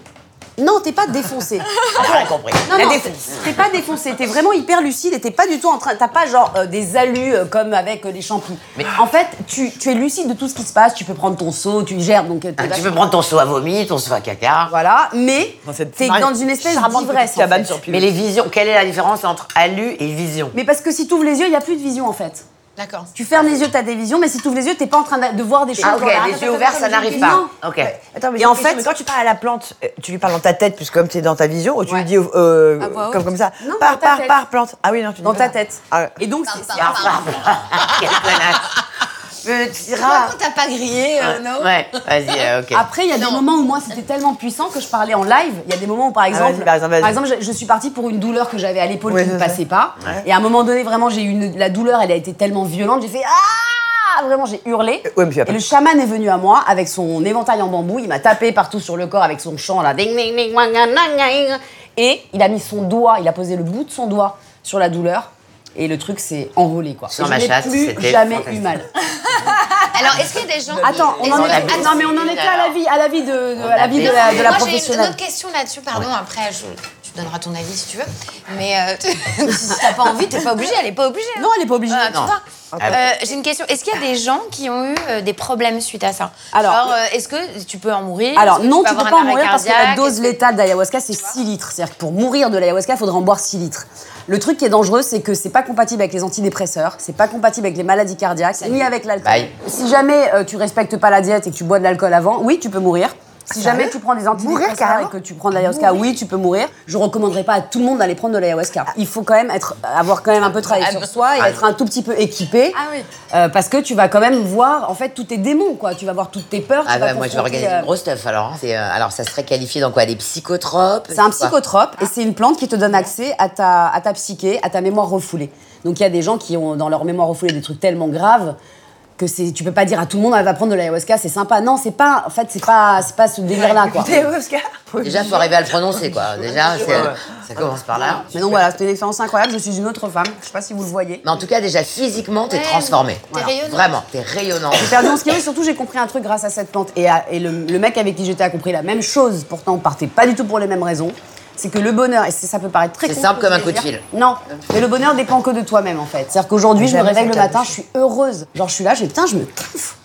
[SPEAKER 2] Non, t'es pas défoncé.
[SPEAKER 5] On a compris.
[SPEAKER 2] Non,
[SPEAKER 5] La
[SPEAKER 2] non,
[SPEAKER 5] déf-
[SPEAKER 2] t'es pas défoncé, t'es vraiment hyper lucide et t'es pas du tout en train. T'as pas genre euh, des alus euh, comme avec euh, les champignons.
[SPEAKER 5] Mais-
[SPEAKER 2] En fait, tu, tu es lucide de tout ce qui se passe, tu peux prendre ton seau, tu gères donc. euh, t'es
[SPEAKER 5] Ah, tu
[SPEAKER 2] vachement-
[SPEAKER 5] peux prendre ton seau à vomi, ton seau à caca.
[SPEAKER 2] Voilà, mais
[SPEAKER 3] Dans cette
[SPEAKER 2] t'es
[SPEAKER 3] mar-
[SPEAKER 2] dans une espèce
[SPEAKER 3] charmante petite
[SPEAKER 2] d'ivresse. en
[SPEAKER 3] cabane
[SPEAKER 2] fait.
[SPEAKER 3] sur pilule.
[SPEAKER 5] Mais les visions, quelle est la différence entre alu et vision
[SPEAKER 2] Mais parce que si t'ouvres les yeux, il n'y a plus de vision en fait.
[SPEAKER 4] D'accord.
[SPEAKER 2] Tu fermes les yeux, t'as des visions, mais si t'ouvres les yeux, t'es pas en train de, de voir des choses.
[SPEAKER 5] Ah, ok,
[SPEAKER 2] Voilà.
[SPEAKER 5] les yeux ouverts, ça n'arrive pas.
[SPEAKER 2] Non.
[SPEAKER 5] Ok.
[SPEAKER 3] Ouais. Attends, mais
[SPEAKER 2] Et
[SPEAKER 3] j'ai une
[SPEAKER 2] en
[SPEAKER 3] question,
[SPEAKER 2] fait-
[SPEAKER 3] mais quand tu parles à la plante, euh, tu lui parles dans ta tête, puisque comme tu es dans ta vision, ou tu
[SPEAKER 2] Ouais.
[SPEAKER 3] lui dis euh,
[SPEAKER 2] À voix
[SPEAKER 3] comme,
[SPEAKER 2] haute.
[SPEAKER 3] comme ça,
[SPEAKER 2] Non, dans
[SPEAKER 3] par,
[SPEAKER 2] ta
[SPEAKER 3] par,
[SPEAKER 2] tête.
[SPEAKER 3] par plante. Ah oui, non, tu dis
[SPEAKER 2] Dans
[SPEAKER 3] pas
[SPEAKER 2] ta
[SPEAKER 3] ça.
[SPEAKER 2] tête.
[SPEAKER 3] Ah,
[SPEAKER 2] Et donc, c'est- c'est-
[SPEAKER 5] Ah, Quelle connasse. Petit
[SPEAKER 2] Ah.
[SPEAKER 5] rat.
[SPEAKER 4] Quand t'as pas grillé,
[SPEAKER 5] Ah.
[SPEAKER 4] euh, non
[SPEAKER 5] Ouais, vas-y, euh, ok.
[SPEAKER 2] Après, il y a des moments où moi c'était tellement puissant que je parlais en live. Il y a des moments où, par exemple,
[SPEAKER 3] Ah, vas-y, par exemple, vas-y.
[SPEAKER 2] je, je suis partie pour une douleur que j'avais à l'épaule
[SPEAKER 3] Ouais,
[SPEAKER 2] qui ne
[SPEAKER 3] ouais,
[SPEAKER 2] passait pas. Et à un moment donné, vraiment, j'ai eu une- la douleur, elle a été tellement violente, j'ai fait Ah Vraiment, j'ai hurlé.
[SPEAKER 3] Euh, ouais, mais puis
[SPEAKER 2] et
[SPEAKER 3] après-
[SPEAKER 2] le chaman est venu à moi avec son éventail en bambou, il m'a tapé partout sur le corps avec son chant là. Ding, ding, ding, wang, gang, gang, gang. Et il a mis son doigt, il a posé le bout de son doigt sur la douleur. Et le truc s'est enrôlé quoi.
[SPEAKER 5] Sur
[SPEAKER 2] Et
[SPEAKER 5] ma
[SPEAKER 2] je n'ai
[SPEAKER 5] chatte,
[SPEAKER 2] plus
[SPEAKER 5] c'était
[SPEAKER 2] jamais eu
[SPEAKER 5] fantastique.
[SPEAKER 2] mal.
[SPEAKER 4] Alors, est-ce qu'il y a des gens.
[SPEAKER 2] Attends, on
[SPEAKER 4] Est-ce
[SPEAKER 2] en
[SPEAKER 4] que-
[SPEAKER 2] est-
[SPEAKER 5] a-
[SPEAKER 2] non, mais on en était à la vie, à la vie de, de- à la vie de la, de la
[SPEAKER 4] Moi, j'ai une- une
[SPEAKER 2] professionnelle.
[SPEAKER 4] autre question là-dessus, pardon. Après, je, tu donneras ton avis si tu veux. Mais euh, si t'as pas envie, t'es pas obligée. Elle est pas obligée. hein.
[SPEAKER 2] Non, elle n'est pas obligée.
[SPEAKER 4] Ah, tu
[SPEAKER 5] Non.
[SPEAKER 4] vois.
[SPEAKER 5] Ah bon.
[SPEAKER 4] Euh, J'ai une question. Est-ce qu'il y a des gens qui ont eu euh, des problèmes suite à ça
[SPEAKER 2] Alors-
[SPEAKER 4] Genre, euh, est-ce que tu peux en mourir
[SPEAKER 2] Alors
[SPEAKER 4] Est-ce que
[SPEAKER 2] non, tu
[SPEAKER 4] peux
[SPEAKER 2] peux
[SPEAKER 4] avoir
[SPEAKER 2] pas
[SPEAKER 4] un
[SPEAKER 2] en
[SPEAKER 4] arrêt
[SPEAKER 2] mourir parce que la
[SPEAKER 4] cardiaque
[SPEAKER 2] dose létale d'ayahuasca c'est 6 litres. C'est-à-dire que pour mourir de l'ayahuasca, il faudrait en boire 6 litres. Le truc qui est dangereux, c'est que c'est pas compatible avec les antidépresseurs, c'est pas compatible avec les maladies cardiaques, ni avec l'alcool.
[SPEAKER 5] Bye.
[SPEAKER 2] Si jamais euh, tu respectes pas la diète et que tu bois de l'alcool avant, oui, tu peux mourir. Si jamais tu prends des antidépresseurs et
[SPEAKER 3] carrément
[SPEAKER 2] que tu prends de l'ayahuasca, oui, tu peux mourir. Je recommanderais pas à tout le monde d'aller prendre de l'ayahuasca. Il faut quand même être, avoir quand même un peu
[SPEAKER 4] Ah,
[SPEAKER 2] travaillé sur soi et être un tout petit peu équipé.
[SPEAKER 6] Ah oui.
[SPEAKER 2] Euh, parce que tu vas quand même voir en fait tous tes démons quoi. Tu vas voir toutes tes peurs.
[SPEAKER 5] Ah
[SPEAKER 2] tu vas
[SPEAKER 5] bah, moi, je vais
[SPEAKER 2] confronter,
[SPEAKER 5] organiser
[SPEAKER 2] euh,
[SPEAKER 5] une grosse stuff alors. hein. C'est, euh, alors, ça serait qualifié dans quoi Des psychotropes
[SPEAKER 2] C'est un
[SPEAKER 5] quoi
[SPEAKER 2] psychotrope et c'est une plante qui te donne accès à ta, à ta psyché, à ta mémoire refoulée. Donc il y a des gens qui ont dans leur mémoire refoulée des trucs tellement graves que c'est tu peux pas dire à tout le monde elle va prendre de l'ayahuasca, c'est sympa. Non, c'est pas en fait c'est pas c'est pas ce délire là quoi.
[SPEAKER 3] T'es Oscar
[SPEAKER 5] Déjà, faut arriver à le prononcer, quoi. Déjà, c'est- euh, ça commence par là.
[SPEAKER 2] Mais donc voilà, c'était une expérience incroyable, je suis une autre femme, je sais pas si vous le voyez.
[SPEAKER 5] Mais en tout cas, déjà, physiquement, t'es
[SPEAKER 4] Ouais,
[SPEAKER 5] transformée.
[SPEAKER 4] t'es rayonnante.
[SPEAKER 5] Vraiment, t'es rayonnante.
[SPEAKER 2] J'ai perdu 11 kilos et surtout j'ai compris un truc grâce à cette plante. Et, à- et le, le mec avec qui j'étais a compris la même chose, pourtant on partait pas du tout pour les mêmes raisons. C'est que le bonheur, et c'est- ça peut paraître très
[SPEAKER 5] C'est
[SPEAKER 2] con
[SPEAKER 5] simple
[SPEAKER 2] ce que
[SPEAKER 5] comme un
[SPEAKER 2] je vais
[SPEAKER 5] coup de
[SPEAKER 2] dire. Non, mais le bonheur dépend que de toi-même en fait. C'est-à-dire qu'aujourd'hui je me
[SPEAKER 3] Jamais
[SPEAKER 2] réveille le
[SPEAKER 3] Ah, ça t'abouche.
[SPEAKER 2] matin, je suis heureuse. Genre je suis là, je putain, je me kiffe.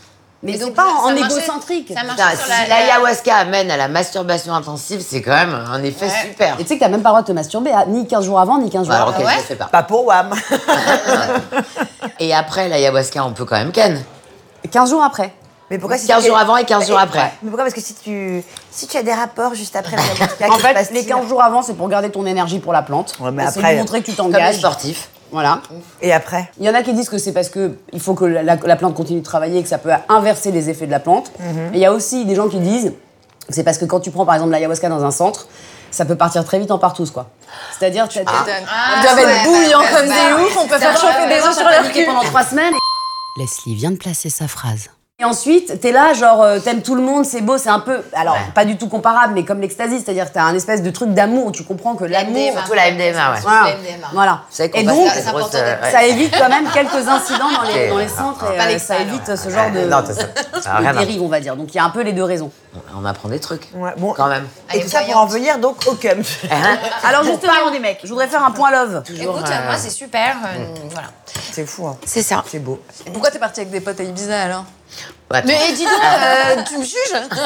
[SPEAKER 2] Mais
[SPEAKER 4] Et
[SPEAKER 2] c'est
[SPEAKER 4] donc,
[SPEAKER 2] pas
[SPEAKER 4] ça
[SPEAKER 2] en, en
[SPEAKER 4] marchait-
[SPEAKER 2] égocentrique. Bah,
[SPEAKER 4] ça marchait
[SPEAKER 5] Putain,
[SPEAKER 4] sur
[SPEAKER 5] si
[SPEAKER 4] la-
[SPEAKER 5] l'ayahuasca amène à la masturbation intensive, c'est quand même un effet super.
[SPEAKER 2] Et tu sais que t'as même pas le droit de te masturber, hein, ni 15 jours avant, ni 15 jours
[SPEAKER 5] Bah, Alors,
[SPEAKER 2] après.
[SPEAKER 5] ok,
[SPEAKER 4] ouais
[SPEAKER 5] je le fais pas.
[SPEAKER 3] Pas pour Wam.
[SPEAKER 5] Et après l'ayahuasca, on peut quand même ken.
[SPEAKER 2] 15 jours après.
[SPEAKER 3] Mais pourquoi si
[SPEAKER 5] 15
[SPEAKER 3] tu-
[SPEAKER 5] jours avant et 15 jours après.
[SPEAKER 3] Mais pourquoi Parce que si tu si tu as des rapports juste après la
[SPEAKER 2] En fait, les 15 jours avant, c'est pour garder ton énergie pour la plante.
[SPEAKER 3] Ouais, mais
[SPEAKER 2] Et c'est
[SPEAKER 3] après-
[SPEAKER 2] lui montrer que tu
[SPEAKER 5] Comme les
[SPEAKER 2] t'engages.
[SPEAKER 5] sportifs.
[SPEAKER 2] Voilà.
[SPEAKER 3] Et après
[SPEAKER 2] Il y en a qui disent que c'est parce que il faut que la, la- la plante continue de travailler et que ça peut inverser les effets de la plante. Mais il y a aussi des gens qui disent que c'est parce que quand tu prends par exemple l'ayahuasca dans un centre, ça peut partir très vite en partouze quoi. C'est-à-dire tu
[SPEAKER 6] Ils doivent
[SPEAKER 4] Ah. ouais,
[SPEAKER 6] être bouillants
[SPEAKER 4] bah,
[SPEAKER 6] comme
[SPEAKER 4] bah,
[SPEAKER 6] des
[SPEAKER 4] bah,
[SPEAKER 6] oufs, on peut faire chauffer des œufs sur leur cul.
[SPEAKER 2] pendant trois semaines.
[SPEAKER 5] Leslie vient de placer sa phrase.
[SPEAKER 2] Et ensuite, t'es là, genre, euh, t'aimes tout le monde, c'est beau, c'est un peu. Alors, pas du tout comparable, mais comme l'ecstasy, c'est-à-dire que t'as un espèce de truc d'amour où tu comprends que l'amour.
[SPEAKER 4] MDMA.
[SPEAKER 5] Surtout la MDMA, ouais.
[SPEAKER 2] Voilà.
[SPEAKER 4] La MDMA.
[SPEAKER 2] Voilà.
[SPEAKER 5] C'est vrai qu'on
[SPEAKER 2] Et
[SPEAKER 5] passe
[SPEAKER 2] donc,
[SPEAKER 5] par des
[SPEAKER 4] ça
[SPEAKER 5] grosses,
[SPEAKER 4] porte
[SPEAKER 5] euh, ouais.
[SPEAKER 2] ça évite quand même quelques incidents dans les,
[SPEAKER 5] Ok.
[SPEAKER 2] dans les centres et
[SPEAKER 4] Pas
[SPEAKER 2] euh,
[SPEAKER 4] les
[SPEAKER 2] ça
[SPEAKER 4] salles,
[SPEAKER 2] évite euh, ce genre de.
[SPEAKER 5] Non, t'as ça. Ça a rien à-
[SPEAKER 2] de dérive, on va dire. Donc il y a un peu les deux raisons.
[SPEAKER 5] On apprend des trucs.
[SPEAKER 3] Ouais, bon.
[SPEAKER 5] Quand même.
[SPEAKER 3] Et
[SPEAKER 4] Allez,
[SPEAKER 3] tout ça pour
[SPEAKER 4] voyons.
[SPEAKER 3] en venir donc au cum.
[SPEAKER 5] Hein
[SPEAKER 2] Alors justement, des mecs. je voudrais faire un point love.
[SPEAKER 4] Écoute, euh,
[SPEAKER 2] Mm.
[SPEAKER 4] moi, c'est super. euh, Voilà.
[SPEAKER 3] C'est fou, hein.
[SPEAKER 4] C'est ça.
[SPEAKER 3] C'est beau.
[SPEAKER 6] Pourquoi t'es partie avec des potes à Ibiza alors
[SPEAKER 5] Attends.
[SPEAKER 4] Mais dis donc, euh, tu me
[SPEAKER 2] Bah,
[SPEAKER 4] juges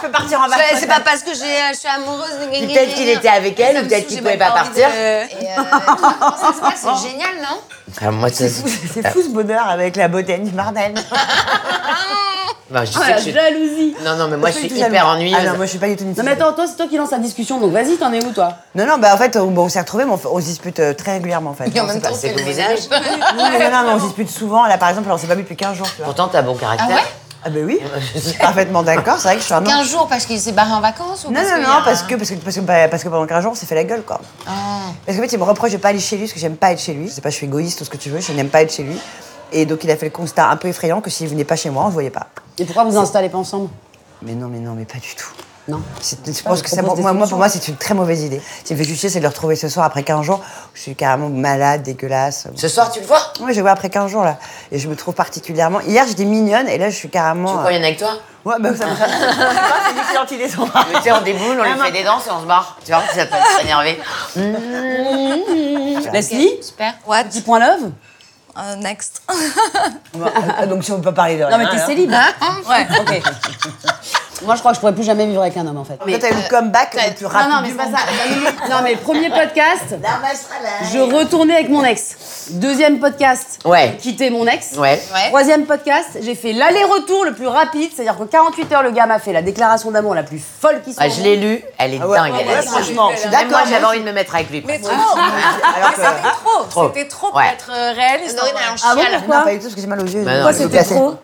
[SPEAKER 3] je peux partir en
[SPEAKER 4] Ouais,
[SPEAKER 3] vacances.
[SPEAKER 2] hein.
[SPEAKER 4] C'est pas parce que j'ai- euh, je suis amoureuse de
[SPEAKER 5] Puis Peut-être qu'il était avec elle, ou peut-être qu'il pouvait pas partir.
[SPEAKER 4] Et, euh, comment ça se passe C'est génial, non
[SPEAKER 5] Enfin, moi, ça-
[SPEAKER 3] C'est fou ce bonheur avec la beauté du Mardel.
[SPEAKER 5] Bah, je sais
[SPEAKER 2] Ah,
[SPEAKER 5] que
[SPEAKER 2] la
[SPEAKER 5] je suis-
[SPEAKER 2] jalousie.
[SPEAKER 5] Non, non, mais moi, je suis
[SPEAKER 3] Totalement.
[SPEAKER 5] hyper ennuyeuse.
[SPEAKER 3] Ah non, moi je suis pas du tout une
[SPEAKER 2] Non, mais attends, toi, c'est toi qui lance la discussion, donc vas-y, t'en es où, toi
[SPEAKER 3] Non, non, bah en fait, on, bon, on s'est retrouvés, mais on, on se dispute euh, très régulièrement en fait.
[SPEAKER 4] Et en
[SPEAKER 3] On
[SPEAKER 4] même
[SPEAKER 3] s'est
[SPEAKER 4] temps,
[SPEAKER 5] c'est
[SPEAKER 4] c'est
[SPEAKER 5] ton
[SPEAKER 4] le
[SPEAKER 5] visage.
[SPEAKER 3] pas- Non, non, non, mais on se dispute souvent. Là, par exemple, on s'est pas vu depuis 15 jours, tu vois.
[SPEAKER 5] Pourtant, t'as bon
[SPEAKER 4] Ah
[SPEAKER 5] caractère.
[SPEAKER 4] ouais
[SPEAKER 3] Ah, bah oui, je suis parfaitement d'accord, c'est vrai que je suis un homme.
[SPEAKER 4] 15 jours parce qu'il s'est barré en vacances ou
[SPEAKER 3] Non,
[SPEAKER 4] parce
[SPEAKER 3] non,
[SPEAKER 4] qu'il y
[SPEAKER 3] non,
[SPEAKER 4] a un-
[SPEAKER 3] parce que, parce, que, parce, que, bah, parce que pendant 15 jours, on s'est fait la gueule, quoi.
[SPEAKER 2] Ah.
[SPEAKER 3] Parce qu'en fait, il me reproche de pas aller chez lui, parce que j'aime pas être chez lui. Je sais pas, je suis égoïste, tout ce que tu veux, je n'aime pas être chez lui. Et donc, il a fait le constat un peu effrayant que s'il venait pas chez moi, on se voyait pas.
[SPEAKER 2] Et pourquoi vous installez pas ensemble
[SPEAKER 3] Mais non, mais non, mais pas du tout.
[SPEAKER 2] Non.
[SPEAKER 3] C'est- Je
[SPEAKER 2] Ah,
[SPEAKER 3] pense
[SPEAKER 2] je
[SPEAKER 3] que ça,
[SPEAKER 2] propose des
[SPEAKER 3] moi, moi,
[SPEAKER 2] solutions.
[SPEAKER 3] pour moi, c'est une très mauvaise idée. Ce qui me fait juste chier, c'est de le retrouver ce soir après 15 jours. Je suis carrément malade, dégueulasse.
[SPEAKER 5] Ce soir, tu le vois
[SPEAKER 3] Oui, je vois après 15 jours, là. Et je me trouve particulièrement. Hier, j'étais mignonne, et là, je suis
[SPEAKER 5] Tu
[SPEAKER 3] carrément.
[SPEAKER 5] crois qu'il y en a avec toi
[SPEAKER 3] euh, Ouais, bah, ça me fait. c'est lui qui est gentil, désolé.
[SPEAKER 5] Mais tu sais, on déboule, on lui fait des danses et on se barre. Tu vois, ça peut être énervé.
[SPEAKER 2] Leslie
[SPEAKER 4] Super.
[SPEAKER 6] What
[SPEAKER 2] Bah, Petit point love
[SPEAKER 6] Euh, Next.
[SPEAKER 3] Bon, euh, Donc, si on peut parler de.
[SPEAKER 2] Non, mais t'es
[SPEAKER 3] rien,
[SPEAKER 2] célib.
[SPEAKER 6] Ouais.
[SPEAKER 2] Ok. Moi, je crois que je pourrais plus jamais vivre avec un homme, en fait.
[SPEAKER 3] Toi, t'as eu le comeback le plus
[SPEAKER 2] euh, Non,
[SPEAKER 3] rapide.
[SPEAKER 2] non, mais c'est pas ça. Non, mais premier podcast, je
[SPEAKER 3] Je
[SPEAKER 2] retournais avec mon ex. Deuxième podcast,
[SPEAKER 5] Ouais.
[SPEAKER 2] quitter mon ex.
[SPEAKER 5] Ouais.
[SPEAKER 4] Ouais.
[SPEAKER 2] Troisième podcast, j'ai fait l'aller-retour le plus rapide, c'est-à-dire que 48 heures, le gars m'a fait la déclaration d'amour la plus folle qui soit.
[SPEAKER 5] Ah, je l'ai lu, elle est
[SPEAKER 3] Ah ouais,
[SPEAKER 5] dingue.
[SPEAKER 3] ouais,
[SPEAKER 5] elle est
[SPEAKER 3] ouais,
[SPEAKER 5] dingue.
[SPEAKER 3] franchement, je suis
[SPEAKER 5] Même
[SPEAKER 3] d'accord.
[SPEAKER 5] moi, j'avais envie de me mettre avec lui.
[SPEAKER 6] Mais trop
[SPEAKER 3] Alors que-
[SPEAKER 6] C'était trop
[SPEAKER 5] Trop.
[SPEAKER 6] C'était trop pour
[SPEAKER 5] Ouais.
[SPEAKER 6] être euh, réaliste. en
[SPEAKER 4] Honorine,
[SPEAKER 6] vrai.
[SPEAKER 4] elle en
[SPEAKER 2] Ah bon,
[SPEAKER 4] chiale.
[SPEAKER 3] Non,
[SPEAKER 2] pourquoi
[SPEAKER 3] pas du tout, parce que j'ai mal aux yeux.
[SPEAKER 5] Bah non,
[SPEAKER 2] Pourquoi
[SPEAKER 5] mais
[SPEAKER 2] c'était trop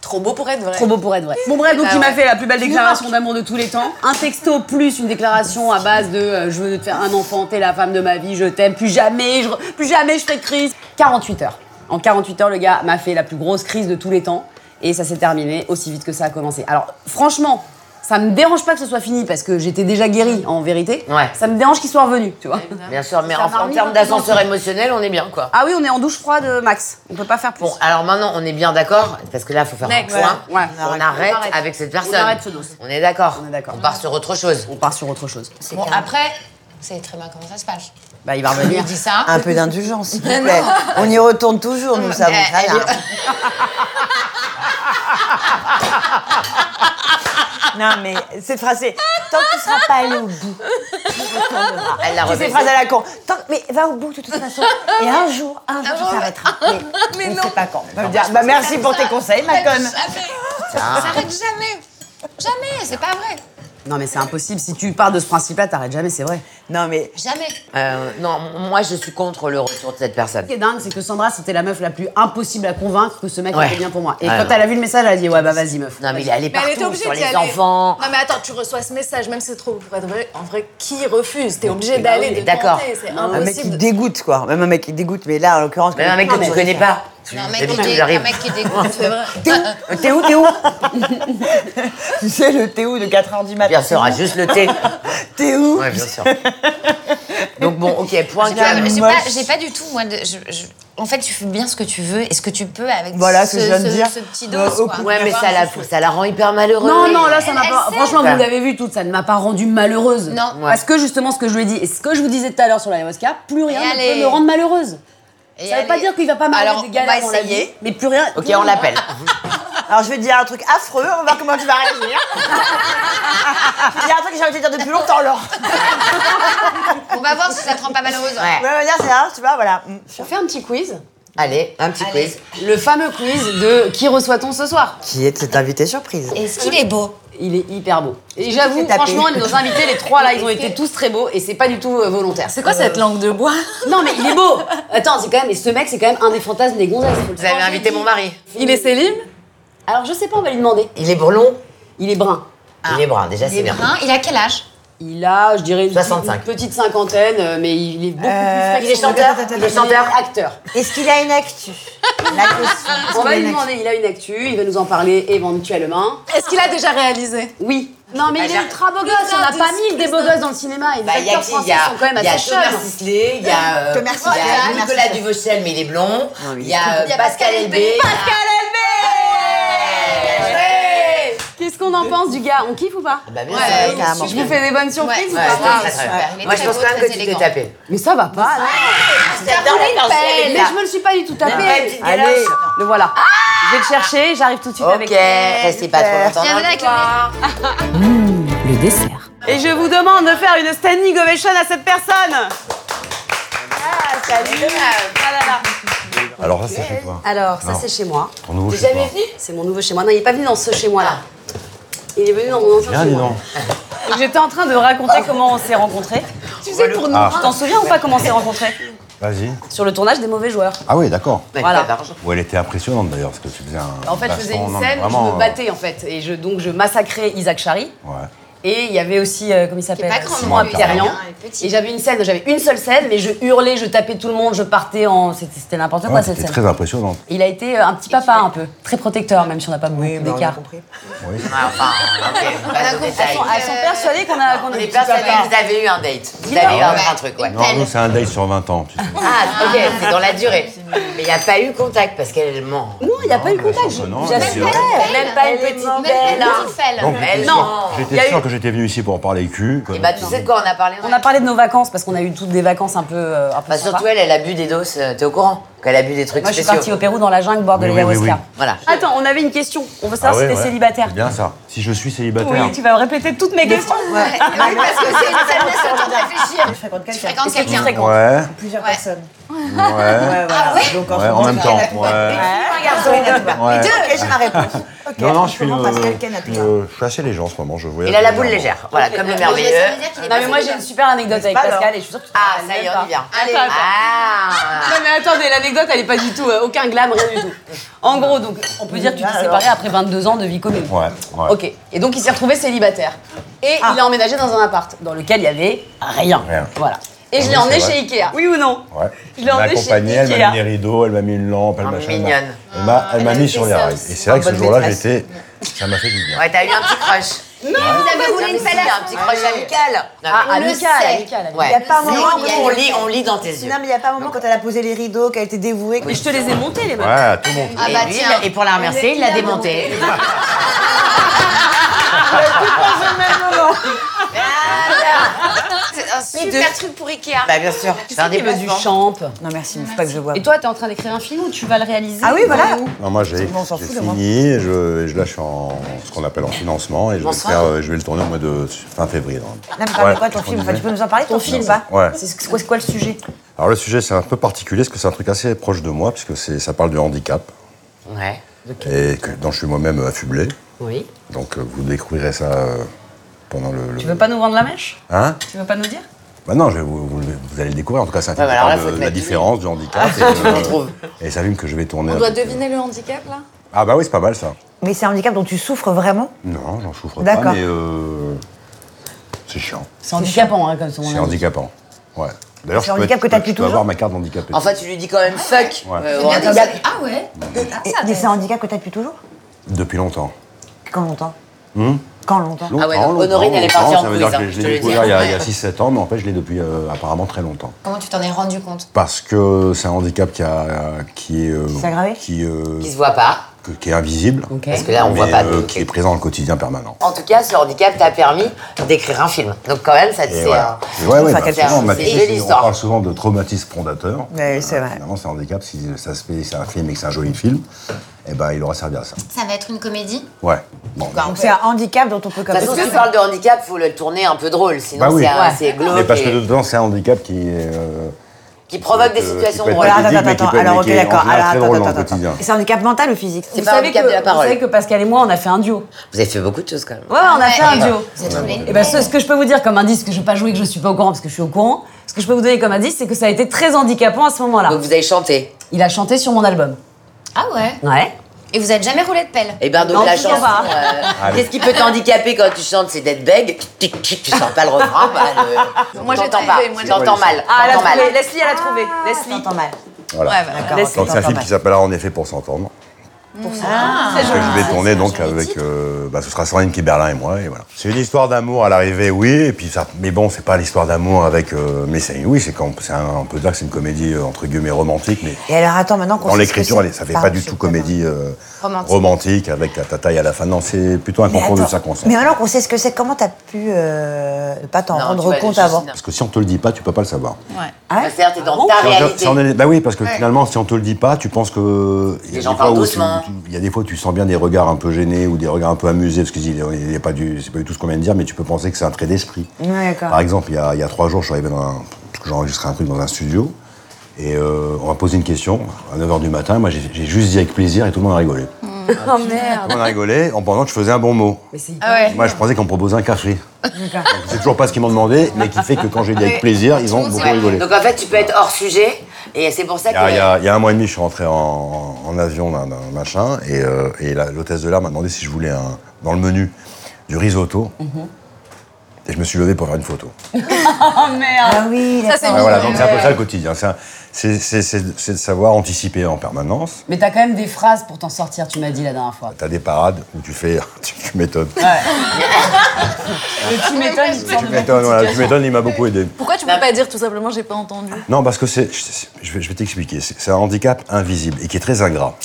[SPEAKER 6] Trop beau pour être vrai.
[SPEAKER 2] Trop beau pour être vrai. Bah Bon bref, donc
[SPEAKER 6] Ah
[SPEAKER 2] il m'a
[SPEAKER 6] ouais.
[SPEAKER 2] fait la plus belle déclaration d'amour de tous les temps. Un texto plus une déclaration à base de euh, je veux te faire un enfant, t'es la femme de ma vie, je t'aime, plus jamais, je, re- plus jamais je ferai de crise. 48 heures. En 48 heures, le gars m'a fait la plus grosse crise de tous les temps et ça s'est terminé aussi vite que ça a commencé. Alors franchement, ça me dérange pas que ce soit fini parce que j'étais déjà guérie en vérité.
[SPEAKER 5] Ouais.
[SPEAKER 2] Ça me dérange qu'il soit revenu, tu vois.
[SPEAKER 5] Bien sûr, mais
[SPEAKER 2] Ça
[SPEAKER 5] en,
[SPEAKER 2] m'a
[SPEAKER 5] en
[SPEAKER 2] remis dans
[SPEAKER 5] termes
[SPEAKER 2] le
[SPEAKER 5] d'ascenseur émotionnel, on est bien, quoi.
[SPEAKER 2] Ah oui, on est en douche froide, Max. On peut pas faire plus.
[SPEAKER 5] Bon, alors maintenant, on est bien d'accord, parce que là, il faut faire un
[SPEAKER 6] Next.
[SPEAKER 5] point.
[SPEAKER 2] Ouais.
[SPEAKER 5] On, arrête,
[SPEAKER 2] On arrête.
[SPEAKER 5] avec cette
[SPEAKER 2] On
[SPEAKER 5] personne.
[SPEAKER 2] arrête ce dos.
[SPEAKER 5] On est d'accord.
[SPEAKER 2] On est d'accord.
[SPEAKER 5] On part sur autre chose.
[SPEAKER 2] On part sur autre chose.
[SPEAKER 4] Bon, après, c'est très bien comment ça se passe.
[SPEAKER 2] Bah, il va
[SPEAKER 4] Je lui
[SPEAKER 2] revenir.
[SPEAKER 4] dis ça.
[SPEAKER 3] Un peu d'indulgence, s'il vous plaît. On y retourne toujours, nous savons
[SPEAKER 4] Eh,
[SPEAKER 3] très
[SPEAKER 4] eh
[SPEAKER 3] bien. Non, mais cette phrase, c'est tant que tu seras pas allé au bout.
[SPEAKER 5] Elle la
[SPEAKER 3] C'est
[SPEAKER 5] remet.
[SPEAKER 3] cette phrase à la con. Tant que- mais va au bout de toute façon. Et un jour, un jour, tu t'arrêteras. Mais, on ne sait pas quand. On va me dire, bah, merci pour tes conseils, ma conne. Ah.
[SPEAKER 4] Jamais. Ça s'arrête jamais. Jamais, c'est pas vrai.
[SPEAKER 2] Non, mais c'est impossible. Si tu pars de ce principe-là, t'arrêtes jamais, c'est vrai.
[SPEAKER 3] Non, mais
[SPEAKER 4] Jamais.
[SPEAKER 5] Euh, non, m- moi, je suis contre le retour de cette personne.
[SPEAKER 2] Ce qui est dingue, c'est que Sandra, c'était la meuf la plus impossible à convaincre que ce mec
[SPEAKER 5] Ouais.
[SPEAKER 2] était bien pour moi. Et
[SPEAKER 5] Ouais,
[SPEAKER 2] quand
[SPEAKER 5] non.
[SPEAKER 2] elle a vu le message, elle a dit Ouais, bah vas-y, meuf.
[SPEAKER 5] Non, mais il est allé
[SPEAKER 6] Mais elle était
[SPEAKER 5] partout,
[SPEAKER 6] obligée
[SPEAKER 5] sur
[SPEAKER 6] d'y
[SPEAKER 5] les
[SPEAKER 6] aller.
[SPEAKER 5] enfants.
[SPEAKER 6] Non mais attends, tu reçois ce message, même si c'est trop beau pour être vrai. En vrai, qui refuse T'es obligé
[SPEAKER 1] eh
[SPEAKER 5] oui,
[SPEAKER 1] ben
[SPEAKER 6] d'aller,
[SPEAKER 5] mais
[SPEAKER 6] de
[SPEAKER 5] d'accord.
[SPEAKER 6] tenter. C'est
[SPEAKER 1] Ah,
[SPEAKER 3] un mec qui
[SPEAKER 6] impossible.
[SPEAKER 3] dégoûte, quoi. Même un mec qui dégoûte, mais là, en l'occurrence.
[SPEAKER 5] Même un mec
[SPEAKER 3] comme-
[SPEAKER 5] que tu connais pas. Tu-
[SPEAKER 4] Non, un mec qui
[SPEAKER 5] D'habitude,
[SPEAKER 4] dé- un
[SPEAKER 5] j'arrive.
[SPEAKER 4] mec qui dégoûte, c'est vrai.
[SPEAKER 3] T'es où, t'es où Tu sais, le t'es où de 4h du matin.
[SPEAKER 5] Bien sûr, ah, juste le thé.
[SPEAKER 3] T'es où
[SPEAKER 5] Ouais, bien sûr. Donc bon, ok, point
[SPEAKER 3] Je l'avais-
[SPEAKER 5] calme.
[SPEAKER 4] J'ai
[SPEAKER 3] moche.
[SPEAKER 4] pas, j'ai pas du tout, moi. de- je- je- en fait, tu fais bien ce que tu veux et ce que tu peux avec
[SPEAKER 3] Voilà ce
[SPEAKER 4] ce,
[SPEAKER 3] que je viens de
[SPEAKER 4] ce-
[SPEAKER 3] dire.
[SPEAKER 4] ce petit
[SPEAKER 3] Euh,
[SPEAKER 4] dos.
[SPEAKER 3] au
[SPEAKER 4] quoi.
[SPEAKER 3] cou-
[SPEAKER 5] Ouais, mais ça la, ça la rend hyper malheureuse.
[SPEAKER 2] Non, non, là, ça
[SPEAKER 4] Elle-
[SPEAKER 2] m'a
[SPEAKER 4] elle
[SPEAKER 2] pas.
[SPEAKER 4] sait.
[SPEAKER 2] Franchement, vous
[SPEAKER 5] Ouais.
[SPEAKER 2] l'avez vu toute, ça ne m'a pas rendue malheureuse.
[SPEAKER 4] Non.
[SPEAKER 2] Parce que justement, ce que je lui ai dit et ce que je vous disais tout à l'heure sur l'ayahuasca, plus rien ne
[SPEAKER 4] allez.
[SPEAKER 2] peut me rendre malheureuse.
[SPEAKER 4] Et
[SPEAKER 2] ça veut
[SPEAKER 4] elle
[SPEAKER 2] pas
[SPEAKER 4] est-
[SPEAKER 2] dire qu'il va pas m'arriver
[SPEAKER 4] Alors,
[SPEAKER 2] des
[SPEAKER 4] on
[SPEAKER 2] galères
[SPEAKER 4] va
[SPEAKER 2] dans la vie,
[SPEAKER 4] essayer.
[SPEAKER 2] mais plus rien.
[SPEAKER 5] Ok, on l'appelle.
[SPEAKER 3] Alors je vais te dire un truc affreux, on va voir comment tu vas réagir. Je vais te dire un truc que j'ai envie de te dire depuis longtemps, Laure.
[SPEAKER 4] On va voir si ça te rend pas malheureuse.
[SPEAKER 5] Ouais.
[SPEAKER 3] Ouais, on va dire, c'est là, tu vois, voilà. Mm.
[SPEAKER 2] On fait un petit quiz.
[SPEAKER 5] Allez, un petit
[SPEAKER 4] Allez.
[SPEAKER 5] quiz.
[SPEAKER 2] Le fameux quiz de qui reçoit-on ce soir
[SPEAKER 3] Qui est cet invité surprise
[SPEAKER 4] Est-ce qu'il est beau
[SPEAKER 2] Il est hyper beau. Et j'avoue,
[SPEAKER 3] fait taper.
[SPEAKER 2] franchement, nos invités, les trois là, ils ont été tous très beaux et c'est pas du tout euh, volontaire.
[SPEAKER 6] C'est quoi cette langue de bois
[SPEAKER 2] Non mais il est beau. Attends, c'est quand même et ce mec, c'est quand même un des fantasmes des gonzesses. faut le
[SPEAKER 5] Vous avez
[SPEAKER 2] savoir.
[SPEAKER 5] invité mon mari.
[SPEAKER 2] Il est célib Alors je sais pas, on va lui demander.
[SPEAKER 5] Il est bourlon.
[SPEAKER 2] Il est brun.
[SPEAKER 5] Ah. Il est brun, déjà
[SPEAKER 4] Il
[SPEAKER 5] c'est
[SPEAKER 4] est
[SPEAKER 5] bien.
[SPEAKER 4] brun. Hein, Il a quel âge
[SPEAKER 2] Il a, je dirais, une,
[SPEAKER 5] 65.
[SPEAKER 2] petite- une petite cinquantaine, euh, mais il est beaucoup
[SPEAKER 3] Euh,
[SPEAKER 2] plus
[SPEAKER 3] il est chanteur
[SPEAKER 2] Il est chanteur, acteur.
[SPEAKER 3] Est-ce qu'il a une actu La question. Est-ce
[SPEAKER 2] On va
[SPEAKER 3] qu'il a
[SPEAKER 2] lui
[SPEAKER 3] une actu
[SPEAKER 2] demander, il a une actu, il va nous en parler éventuellement.
[SPEAKER 6] Est-ce qu'il a déjà réalisé
[SPEAKER 2] Oui. Non mais il est
[SPEAKER 5] j'ai-
[SPEAKER 2] ultra beau gosse, on n'a pas mis des beaux gosses dans le cinéma et les
[SPEAKER 5] Bah, il y a
[SPEAKER 2] acteurs
[SPEAKER 5] qui Il
[SPEAKER 2] français
[SPEAKER 5] y a,
[SPEAKER 2] sont quand même
[SPEAKER 5] il y a
[SPEAKER 2] assez hein.
[SPEAKER 5] Thomas
[SPEAKER 2] chums.
[SPEAKER 5] Sisley, il y a, euh,
[SPEAKER 3] Thomas
[SPEAKER 5] il y a
[SPEAKER 3] Sisley.
[SPEAKER 5] Nicolas Duvauchel, mais il est blond.
[SPEAKER 3] mais
[SPEAKER 5] Il
[SPEAKER 3] il
[SPEAKER 5] y a euh, Pascal Elbé.
[SPEAKER 2] Qu'est-ce qu'on
[SPEAKER 5] Mmh.
[SPEAKER 2] en pense du gars On kiffe ou
[SPEAKER 1] Euh,
[SPEAKER 2] pas
[SPEAKER 5] Bah, bien
[SPEAKER 4] Ouais,
[SPEAKER 5] sûr.
[SPEAKER 4] il est
[SPEAKER 3] carrément.
[SPEAKER 2] Je vous fais des bonnes
[SPEAKER 4] Ouais,
[SPEAKER 2] surprises ou
[SPEAKER 5] Ouais,
[SPEAKER 2] pas
[SPEAKER 5] c'est
[SPEAKER 4] Wow,
[SPEAKER 5] très, très
[SPEAKER 4] super.
[SPEAKER 5] bien.
[SPEAKER 4] Il est
[SPEAKER 5] Moi, je
[SPEAKER 4] très
[SPEAKER 5] pense
[SPEAKER 4] beau,
[SPEAKER 5] quand même
[SPEAKER 4] très
[SPEAKER 5] que tu t'es
[SPEAKER 4] élégant.
[SPEAKER 5] tapé.
[SPEAKER 2] Mais ça va pas. là.
[SPEAKER 5] t'as roulé une
[SPEAKER 1] Mais je me le suis pas du tout tapé.
[SPEAKER 5] Mais ouais, petite
[SPEAKER 1] Allez,
[SPEAKER 5] galoche.
[SPEAKER 1] le voilà. je vais le chercher, j'arrive tout de suite avec
[SPEAKER 5] Ok,
[SPEAKER 1] lui.
[SPEAKER 5] restez pas trop longtemps.
[SPEAKER 4] Bienvenue
[SPEAKER 5] dans le
[SPEAKER 4] avec le
[SPEAKER 7] Le dessert.
[SPEAKER 1] Et je vous demande de faire une standing ovation à cette personne.
[SPEAKER 8] Alors là, c'est chez toi.
[SPEAKER 1] Alors, ça
[SPEAKER 8] Non.
[SPEAKER 1] c'est chez moi.
[SPEAKER 8] Ton nouveau
[SPEAKER 1] T'es
[SPEAKER 8] chez toi.
[SPEAKER 1] jamais venu C'est mon nouveau chez moi. Non, il est pas venu dans ce chez moi là. Il est venu dans mon ancien
[SPEAKER 8] Bien,
[SPEAKER 1] chez
[SPEAKER 8] dis
[SPEAKER 1] moi.
[SPEAKER 8] donc.
[SPEAKER 1] Donc, J'étais en train de raconter comment on s'est rencontrés. Tu sais pour
[SPEAKER 8] Ah.
[SPEAKER 1] nous. Tu t'en souviens ou pas comment on s'est rencontrés
[SPEAKER 8] Vas-y.
[SPEAKER 1] Sur le tournage des mauvais joueurs.
[SPEAKER 8] Ah oui, d'accord.
[SPEAKER 1] Voilà.
[SPEAKER 5] Voilà.
[SPEAKER 8] Ouais, elle était impressionnante d'ailleurs, parce que tu faisais un.
[SPEAKER 1] En fait, je
[SPEAKER 8] vachement-
[SPEAKER 1] faisais une
[SPEAKER 8] non, mais
[SPEAKER 1] scène, où
[SPEAKER 8] vraiment,
[SPEAKER 1] je me battais en fait. Et je, donc je massacrais Isaac Chari.
[SPEAKER 8] euh, Ouais.
[SPEAKER 1] Et il y avait aussi, euh, comment il
[SPEAKER 4] est
[SPEAKER 1] s'appelle
[SPEAKER 4] pas grand
[SPEAKER 1] Simon
[SPEAKER 8] non plus,
[SPEAKER 1] Apitérian.
[SPEAKER 4] hein, il est petit.
[SPEAKER 1] Et j'avais une scène, j'avais une seule scène, mais je hurlais, je tapais tout le monde, je partais en. C'était c'était n'importe quoi
[SPEAKER 8] Ouais,
[SPEAKER 1] cette
[SPEAKER 8] C'était
[SPEAKER 1] scène.
[SPEAKER 8] très impressionnante.
[SPEAKER 1] Il a été euh, un petit papa un peu, très protecteur, même si on n'a pas beaucoup
[SPEAKER 3] Oui, mais on a
[SPEAKER 1] d'écart.
[SPEAKER 3] compris.
[SPEAKER 8] Oui.
[SPEAKER 5] Enfin, ok, pas de détails.
[SPEAKER 1] Elles sont persuadées qu'on a. qu'on
[SPEAKER 5] On
[SPEAKER 1] a-
[SPEAKER 5] est persuadés que vous avez eu un date. Vous avez eu un, un truc, ouais.
[SPEAKER 8] Non, nous, c'est un date sur 20 ans. tu sais.
[SPEAKER 5] Ah, ok, c'est dans la durée. Mais il n'y a pas eu contact parce qu'elle ment.
[SPEAKER 1] Non, il n'y a pas eu
[SPEAKER 8] mais
[SPEAKER 1] contact.
[SPEAKER 8] surprenant,
[SPEAKER 1] j'ai-
[SPEAKER 8] elle est
[SPEAKER 1] j'assume.
[SPEAKER 8] là.
[SPEAKER 5] Même pas une
[SPEAKER 1] Elle est
[SPEAKER 5] petite
[SPEAKER 1] morte.
[SPEAKER 5] belle.
[SPEAKER 4] Même une petite felle.
[SPEAKER 8] Donc, j'étais
[SPEAKER 5] Elle
[SPEAKER 8] sûr-
[SPEAKER 5] ment.
[SPEAKER 1] Il y a
[SPEAKER 8] J'étais
[SPEAKER 1] eu-
[SPEAKER 8] sûr que j'étais venu ici pour parler cul. quoi.
[SPEAKER 5] Et bah, tu sais de quoi on a parlé
[SPEAKER 1] On a parlé de nos vacances parce qu'on a eu toutes des vacances un peu. euh, un peu
[SPEAKER 5] Bah,
[SPEAKER 1] sympas.
[SPEAKER 5] surtout elle, elle a bu des doses, euh, t'es au courant Qu'elle a bu des trucs
[SPEAKER 1] Moi, je suis
[SPEAKER 5] spéciaux.
[SPEAKER 1] partie au Pérou dans la jungle boire de
[SPEAKER 8] Oui, oui,
[SPEAKER 1] l'ayahuasca.
[SPEAKER 8] oui,
[SPEAKER 5] Voilà.
[SPEAKER 1] Attends, on avait une question. On veut
[SPEAKER 8] Ah
[SPEAKER 1] savoir
[SPEAKER 8] ouais,
[SPEAKER 1] si t'es
[SPEAKER 8] ouais.
[SPEAKER 1] célibataire.
[SPEAKER 8] C'est bien ça. Si je suis célibataire.
[SPEAKER 1] Oui, tu vas répéter toutes mes questions.
[SPEAKER 4] Oui, parce que c'est une salle de le temps de réfléchir.
[SPEAKER 3] Je fréquente
[SPEAKER 4] Tu
[SPEAKER 3] Ah, quelqu'un.
[SPEAKER 4] fréquentes
[SPEAKER 1] Est-ce que tu
[SPEAKER 4] quelqu'un.
[SPEAKER 1] fréquentes
[SPEAKER 8] Ouais, Ah
[SPEAKER 3] Plusieurs
[SPEAKER 4] Ouais.
[SPEAKER 3] personnes.
[SPEAKER 8] ouais.
[SPEAKER 3] Ouais, voilà.
[SPEAKER 4] ouais
[SPEAKER 3] Donc,
[SPEAKER 8] Ouais, en même temps. Ouais.
[SPEAKER 3] Un garçon et une femme.
[SPEAKER 8] Ouais.
[SPEAKER 3] Ok, j'ai ma réponse. Ok,
[SPEAKER 8] Non, non, je suis,
[SPEAKER 3] comment
[SPEAKER 8] euh,
[SPEAKER 3] passe quelqu'un à
[SPEAKER 8] je,
[SPEAKER 3] tout
[SPEAKER 8] suis,
[SPEAKER 3] ça
[SPEAKER 8] euh, je suis assez léger en ce moment, je voyage.
[SPEAKER 5] Il a la boule
[SPEAKER 8] légèrement.
[SPEAKER 5] légère, voilà, comme le
[SPEAKER 4] Ah, Mais
[SPEAKER 5] merveilleux.
[SPEAKER 4] ça veut dire qu'il est
[SPEAKER 1] Non,
[SPEAKER 4] pas
[SPEAKER 1] mais moi, j'ai une super anecdote avec
[SPEAKER 3] Pas alors.
[SPEAKER 1] Pascal et je suis sûre que tu
[SPEAKER 5] Ah,
[SPEAKER 1] la
[SPEAKER 5] ça y est,
[SPEAKER 1] même
[SPEAKER 5] on
[SPEAKER 1] pas.
[SPEAKER 5] y vient.
[SPEAKER 1] Allez,
[SPEAKER 5] Ah
[SPEAKER 1] Non mais attendez, l'anecdote elle est pas du tout, euh, aucun glam, rien du tout. En gros, donc on peut dire que tu t'es
[SPEAKER 3] Alors.
[SPEAKER 1] séparé après 22 ans de vie commune.
[SPEAKER 8] Ouais, ouais.
[SPEAKER 1] Ok, et donc il s'est retrouvé célibataire. Et
[SPEAKER 6] Ah.
[SPEAKER 1] il a emménagé dans un appart dans lequel il y avait rien.
[SPEAKER 8] Rien.
[SPEAKER 1] Voilà. Et je
[SPEAKER 8] Oui,
[SPEAKER 1] l'ai emmené
[SPEAKER 8] c'est
[SPEAKER 1] chez
[SPEAKER 8] vrai.
[SPEAKER 1] Ikea. Oui ou non
[SPEAKER 8] Ouais.
[SPEAKER 1] Je
[SPEAKER 8] Je
[SPEAKER 1] l'ai
[SPEAKER 8] l'ai
[SPEAKER 1] emmenée chez
[SPEAKER 8] accompagnée, elle m'a
[SPEAKER 1] Ikea.
[SPEAKER 8] mis des rideaux, elle m'a mis une lampe, elle
[SPEAKER 5] Oh,
[SPEAKER 8] m'a elle m'a-
[SPEAKER 5] mignonne.
[SPEAKER 8] Elle m'a, elle m'a
[SPEAKER 4] Elle a
[SPEAKER 8] mis
[SPEAKER 4] fait
[SPEAKER 8] sur les
[SPEAKER 4] ça
[SPEAKER 8] rails.
[SPEAKER 4] aussi.
[SPEAKER 8] Et c'est vrai que ce
[SPEAKER 5] Bonne
[SPEAKER 8] jour-là,
[SPEAKER 5] maîtresse.
[SPEAKER 8] j'étais. Ça m'a fait du bien.
[SPEAKER 5] Ouais, t'as eu un petit crush. Non, vous avez roulé une pelle un petit crush amical.
[SPEAKER 1] Ah,
[SPEAKER 4] le
[SPEAKER 1] amical,
[SPEAKER 4] sait.
[SPEAKER 1] amical, amical.
[SPEAKER 5] Ouais.
[SPEAKER 3] Il n'y a pas un
[SPEAKER 5] Mais
[SPEAKER 3] moment
[SPEAKER 5] on,
[SPEAKER 3] où
[SPEAKER 5] on lit, on lit dans tes yeux.
[SPEAKER 3] Non, mais il n'y a pas un moment quand elle a posé les rideaux, qu'elle a été dévouée.
[SPEAKER 1] Mais je te les ai montés les mecs.
[SPEAKER 8] Ouais, tout le monde.
[SPEAKER 4] Ah
[SPEAKER 5] Et
[SPEAKER 4] bah
[SPEAKER 5] lui,
[SPEAKER 4] tiens.
[SPEAKER 5] et pour la remercier, il l'a démonté.
[SPEAKER 4] C'est un super truc pour Ikea.
[SPEAKER 5] Bah bien sûr, c'est un
[SPEAKER 1] Tu veux du
[SPEAKER 5] déplacement.
[SPEAKER 1] champ.
[SPEAKER 3] Non, merci, mais faut pas que je boive.
[SPEAKER 1] Et toi, t'es en train d'écrire un film ou tu vas le réaliser
[SPEAKER 3] Ah oui, voilà.
[SPEAKER 8] Non, moi, j'ai
[SPEAKER 3] Bon, on s'en
[SPEAKER 8] j'ai
[SPEAKER 3] fout de moi.
[SPEAKER 8] fini, je, je lâche en ce qu'on appelle en financement et je vais, le
[SPEAKER 5] Bonsoir.
[SPEAKER 8] faire, euh, je vais le tourner au mois de fin février. normalement.
[SPEAKER 3] Non, mais parle
[SPEAKER 8] Ouais,
[SPEAKER 3] de quoi ton
[SPEAKER 8] on
[SPEAKER 3] film Enfin,
[SPEAKER 8] disait.
[SPEAKER 3] tu peux nous en parler ton film, pas
[SPEAKER 8] Ouais.
[SPEAKER 3] C'est quoi, c'est quoi le sujet
[SPEAKER 8] Alors, le sujet, c'est un peu particulier parce que c'est un truc assez proche de moi, puisque c'est- ça parle de handicap
[SPEAKER 5] Ouais.
[SPEAKER 8] et que, dont je suis moi-même affublé.
[SPEAKER 5] Oui.
[SPEAKER 8] Donc, euh, vous découvrirez ça euh, pendant le. le-
[SPEAKER 1] Tu veux pas nous vendre la mèche
[SPEAKER 8] Hein
[SPEAKER 1] Tu veux pas nous dire
[SPEAKER 8] Bah non, je vais vous, vous, vous allez le découvrir. En tout cas, c'est un film
[SPEAKER 5] Ouais,
[SPEAKER 8] qui
[SPEAKER 5] bah alors là,
[SPEAKER 8] parle
[SPEAKER 5] faut
[SPEAKER 8] de,
[SPEAKER 5] te
[SPEAKER 8] de
[SPEAKER 5] la
[SPEAKER 8] la
[SPEAKER 5] deviner.
[SPEAKER 8] différence, du handicap. et, euh, et c'est un film que je vais tourner.
[SPEAKER 6] On doit
[SPEAKER 8] avec-
[SPEAKER 6] deviner le handicap là
[SPEAKER 8] Ah bah oui, c'est pas mal ça.
[SPEAKER 3] Mais c'est un handicap dont tu souffres vraiment
[SPEAKER 8] Non, j'en souffre
[SPEAKER 3] D'accord.
[SPEAKER 8] pas, mais euh, c'est chiant.
[SPEAKER 1] C'est handicapant, hein, comme son
[SPEAKER 8] C'est handicapant. Ouais. D'ailleurs,
[SPEAKER 3] C'est
[SPEAKER 8] je peux,
[SPEAKER 3] handicap
[SPEAKER 8] être-
[SPEAKER 3] que t'as
[SPEAKER 8] je
[SPEAKER 3] depuis
[SPEAKER 8] peux avoir
[SPEAKER 3] toujours
[SPEAKER 8] ma carte d'handicapé.
[SPEAKER 5] Enfin, tu lui dis quand même fuck.
[SPEAKER 8] Ouais.
[SPEAKER 5] Euh,
[SPEAKER 4] Bien
[SPEAKER 5] ouais.
[SPEAKER 4] dit. Ah ouais
[SPEAKER 3] Et- Mais c'est un handicap que t'as depuis toujours
[SPEAKER 8] Depuis longtemps.
[SPEAKER 3] Quand longtemps
[SPEAKER 8] Hmm
[SPEAKER 3] Quand longtemps
[SPEAKER 8] Longtemps,
[SPEAKER 5] ouais, donc Honorine, elle est partie
[SPEAKER 8] longtemps,
[SPEAKER 5] en
[SPEAKER 8] Ça veut
[SPEAKER 5] couille,
[SPEAKER 8] dire
[SPEAKER 5] hein,
[SPEAKER 8] que je
[SPEAKER 5] je te le
[SPEAKER 8] l'ai découvert il y a,
[SPEAKER 5] dis.
[SPEAKER 8] il y a 6-7 ans, mais en fait, je l'ai depuis euh, apparemment très longtemps.
[SPEAKER 4] Comment tu t'en es rendu compte
[SPEAKER 8] Parce que c'est un handicap qui, a, qui est. euh,
[SPEAKER 3] s'est aggravé
[SPEAKER 8] qui, euh,
[SPEAKER 5] Qui se voit pas.
[SPEAKER 8] que- qui est invisible.
[SPEAKER 5] Parce que là, on
[SPEAKER 8] mais,
[SPEAKER 5] voit pas. Oh,
[SPEAKER 8] euh,
[SPEAKER 5] donc.
[SPEAKER 8] qui est présent dans le quotidien permanent.
[SPEAKER 5] En tout cas, ce handicap t'a permis d'écrire un film. Donc quand même, ça te
[SPEAKER 8] Et
[SPEAKER 5] c'est euh,
[SPEAKER 8] voilà.
[SPEAKER 5] un-
[SPEAKER 8] Et ouais, ouais,
[SPEAKER 3] Enfin,
[SPEAKER 8] bah,
[SPEAKER 3] quelque
[SPEAKER 8] souvent,
[SPEAKER 5] chose,
[SPEAKER 8] on m'a
[SPEAKER 5] c'est
[SPEAKER 8] dit,
[SPEAKER 5] une belle
[SPEAKER 8] on
[SPEAKER 5] histoire.
[SPEAKER 8] parle souvent de traumatisme fondateur.
[SPEAKER 3] Mais oui, c'est vrai.
[SPEAKER 8] Finalement, c'est un handicap. Si ça se fait, c'est un film et que c'est un joli film, eh ben, il aura servi à ça.
[SPEAKER 4] Ça va être une comédie
[SPEAKER 8] Ouais. Bon,
[SPEAKER 3] Donc c'est un handicap dont on peut comme
[SPEAKER 5] De toute façon, si tu parles de handicap, faut le tourner un peu drôle, sinon
[SPEAKER 8] Bah oui.
[SPEAKER 5] c'est, un-
[SPEAKER 8] Ouais.
[SPEAKER 5] c'est glauque
[SPEAKER 8] mais parce que
[SPEAKER 5] et-
[SPEAKER 8] dedans, c'est un handicap qui est. euh,
[SPEAKER 5] qui provoque des
[SPEAKER 8] euh,
[SPEAKER 5] situations
[SPEAKER 8] qui peut être
[SPEAKER 5] drôles.
[SPEAKER 3] Voilà,
[SPEAKER 8] pathétique,
[SPEAKER 3] attends,
[SPEAKER 8] mais qui
[SPEAKER 3] attends,
[SPEAKER 8] peut-
[SPEAKER 3] alors,
[SPEAKER 8] mais
[SPEAKER 3] ok,
[SPEAKER 8] qui est en
[SPEAKER 3] d'accord.
[SPEAKER 8] général
[SPEAKER 3] Alors,
[SPEAKER 8] très
[SPEAKER 3] attends,
[SPEAKER 8] drôle
[SPEAKER 3] attends,
[SPEAKER 8] dans le
[SPEAKER 3] attends.
[SPEAKER 8] quotidien.
[SPEAKER 3] Et C'est un handicap mental ou physique
[SPEAKER 5] C'est
[SPEAKER 1] Vous
[SPEAKER 5] pas un
[SPEAKER 1] savez, que,
[SPEAKER 5] handicap de la
[SPEAKER 1] vous
[SPEAKER 5] parole.
[SPEAKER 1] savez que Pascal et moi, on a fait un duo.
[SPEAKER 5] Vous avez fait beaucoup de choses quand même.
[SPEAKER 1] Ouais, on a fait un
[SPEAKER 4] ouais.
[SPEAKER 1] duo.
[SPEAKER 4] C'est troublé.
[SPEAKER 1] Et ben, ce, ce que je peux vous dire comme indice, que je vais pas jouer, que je suis pas au courant parce que je suis au courant, ce que je peux vous donner comme indice, c'est que ça a été très handicapant à ce moment-là.
[SPEAKER 5] Donc vous avez chanté.
[SPEAKER 1] Il a chanté sur mon album.
[SPEAKER 4] Ah ouais
[SPEAKER 1] Ouais.
[SPEAKER 4] Et vous n'êtes jamais roulé de pelle
[SPEAKER 5] Et ben donc
[SPEAKER 1] Non,
[SPEAKER 5] la
[SPEAKER 1] tu vas
[SPEAKER 5] chanson.
[SPEAKER 1] pas.
[SPEAKER 5] euh, Qu'est-ce qui peut t'handicaper quand tu chantes C'est d'être bègue. Tu tu sens pas le refrain. bah, le-
[SPEAKER 6] Moi, j'ai
[SPEAKER 5] T'entends
[SPEAKER 6] trouvé, moi, j'ai
[SPEAKER 5] T'entends
[SPEAKER 8] trouvé.
[SPEAKER 5] mal.
[SPEAKER 1] Ah, elle a
[SPEAKER 5] T'entends mal.
[SPEAKER 1] trouvé. Leslie, elle a trouvé. Leslie.
[SPEAKER 3] T'entends mal.
[SPEAKER 8] Voilà.
[SPEAKER 6] Ouais, voilà.
[SPEAKER 3] D'accord,
[SPEAKER 1] Laisse-
[SPEAKER 3] ok,
[SPEAKER 8] Donc c'est un
[SPEAKER 3] t'entends
[SPEAKER 8] film
[SPEAKER 3] mal.
[SPEAKER 8] qui s'appellera En effet pour s'entendre.
[SPEAKER 2] pour ça. Ah. C'est
[SPEAKER 8] que
[SPEAKER 2] joli.
[SPEAKER 8] je vais tourner donc avec. euh, bah, ce sera Sandrine Kiberlin et moi, et voilà. C'est une histoire d'amour à l'arrivée, oui, et puis ça. Mais bon, c'est pas l'histoire d'amour avec. euh, mais c'est, oui, c'est quand, c'est un- on peut dire que c'est une comédie euh, entre guillemets romantique, mais
[SPEAKER 3] Et alors attends, maintenant qu'on
[SPEAKER 8] dans
[SPEAKER 3] sait ce que
[SPEAKER 8] l'écriture,
[SPEAKER 3] c'est-
[SPEAKER 8] elle- ça fait pas
[SPEAKER 3] Pardon,
[SPEAKER 8] du
[SPEAKER 3] je
[SPEAKER 8] tout
[SPEAKER 3] te coupe, hein.
[SPEAKER 8] comédie euh,
[SPEAKER 4] Romantique.
[SPEAKER 8] romantique avec la tataille à la fin. Non, c'est plutôt un
[SPEAKER 3] Mais
[SPEAKER 8] concours de
[SPEAKER 3] attends,
[SPEAKER 8] circonstances.
[SPEAKER 3] Mais maintenant qu'on sait ce que c'est, comment t'as pu euh, ne pas t'en
[SPEAKER 5] Non, tu
[SPEAKER 3] rendre
[SPEAKER 5] vas
[SPEAKER 3] compte
[SPEAKER 5] aller
[SPEAKER 3] avant
[SPEAKER 5] sur
[SPEAKER 8] Parce que si on te le dit pas, tu peux pas le savoir.
[SPEAKER 1] Ah.
[SPEAKER 5] Bah, C'est-à-dire,
[SPEAKER 2] Ah
[SPEAKER 5] t'es dans ta
[SPEAKER 8] Si on te-
[SPEAKER 5] réalité.
[SPEAKER 8] si on est- bah oui, parce que finalement, si on te le dit pas, tu penses que. il y a
[SPEAKER 5] Les
[SPEAKER 8] des
[SPEAKER 5] gens
[SPEAKER 8] fois
[SPEAKER 5] parlent
[SPEAKER 8] où tu-
[SPEAKER 5] doucement.
[SPEAKER 8] tu- Il y a des fois où tu sens bien des regards un peu gênés ou des regards un peu amusés, parce que il est- il est pas du, c'est pas du tout ce qu'on vient de dire, mais tu peux penser que c'est un trait d'esprit.
[SPEAKER 3] Ouais, d'accord.
[SPEAKER 8] Par exemple, il y a, il y a trois jours, je suis arrivé dans un. parce que J'enregistrais un truc dans un studio, et euh, on m'a posé une question à 9h du matin. Moi, j'ai j'ai juste dit avec plaisir et tout le monde a rigolé.
[SPEAKER 5] Ah,
[SPEAKER 2] Oh merde.
[SPEAKER 8] Tout le monde a rigolé en pendant que je faisais un bon mot.
[SPEAKER 2] Mais c'est
[SPEAKER 4] Ah ouais.
[SPEAKER 8] Moi, je pensais qu'on me proposait un café. Donc, C'est toujours pas ce qu'ils m'ont demandé, mais qui fait que quand j'ai dit avec plaisir, ils ont beaucoup rigolé.
[SPEAKER 5] Donc en fait, tu peux être hors sujet, et c'est pour ça
[SPEAKER 8] Ah, Il y, a, il y
[SPEAKER 5] que.
[SPEAKER 8] a- il y a un mois et demi, je suis rentré en, en avion d'un d'un machin, et, euh, et la- l'hôtesse de l'air m'a demandé si je voulais un, dans le menu du risotto. Et je me suis levé pour faire une photo.
[SPEAKER 3] Ah oui,
[SPEAKER 6] Ça, c'est
[SPEAKER 3] d'accord.
[SPEAKER 8] Ouais, voilà,
[SPEAKER 6] mignon.
[SPEAKER 8] donc c'est un peu ça le quotidien. C'est un- C'est c'est- c'est- c'est de savoir anticiper en permanence.
[SPEAKER 1] Mais t'as quand même des phrases pour t'en sortir, tu m'as dit la dernière fois.
[SPEAKER 8] T'as des parades où tu fais, tu, tu m'étonnes.
[SPEAKER 1] Le tu m'étonnes, il te sort
[SPEAKER 8] Tu
[SPEAKER 1] de
[SPEAKER 8] m'étonnes, voilà, tu m'étonnes, il m'a beaucoup aidé.
[SPEAKER 6] Pourquoi
[SPEAKER 1] Bah,
[SPEAKER 6] tu peux pas dire tout simplement j'ai pas entendu
[SPEAKER 1] Ah,
[SPEAKER 8] Non, parce que c'est. c'est- Je vais, je vais t'expliquer. C'est c'est un handicap invisible et qui est très ingrat.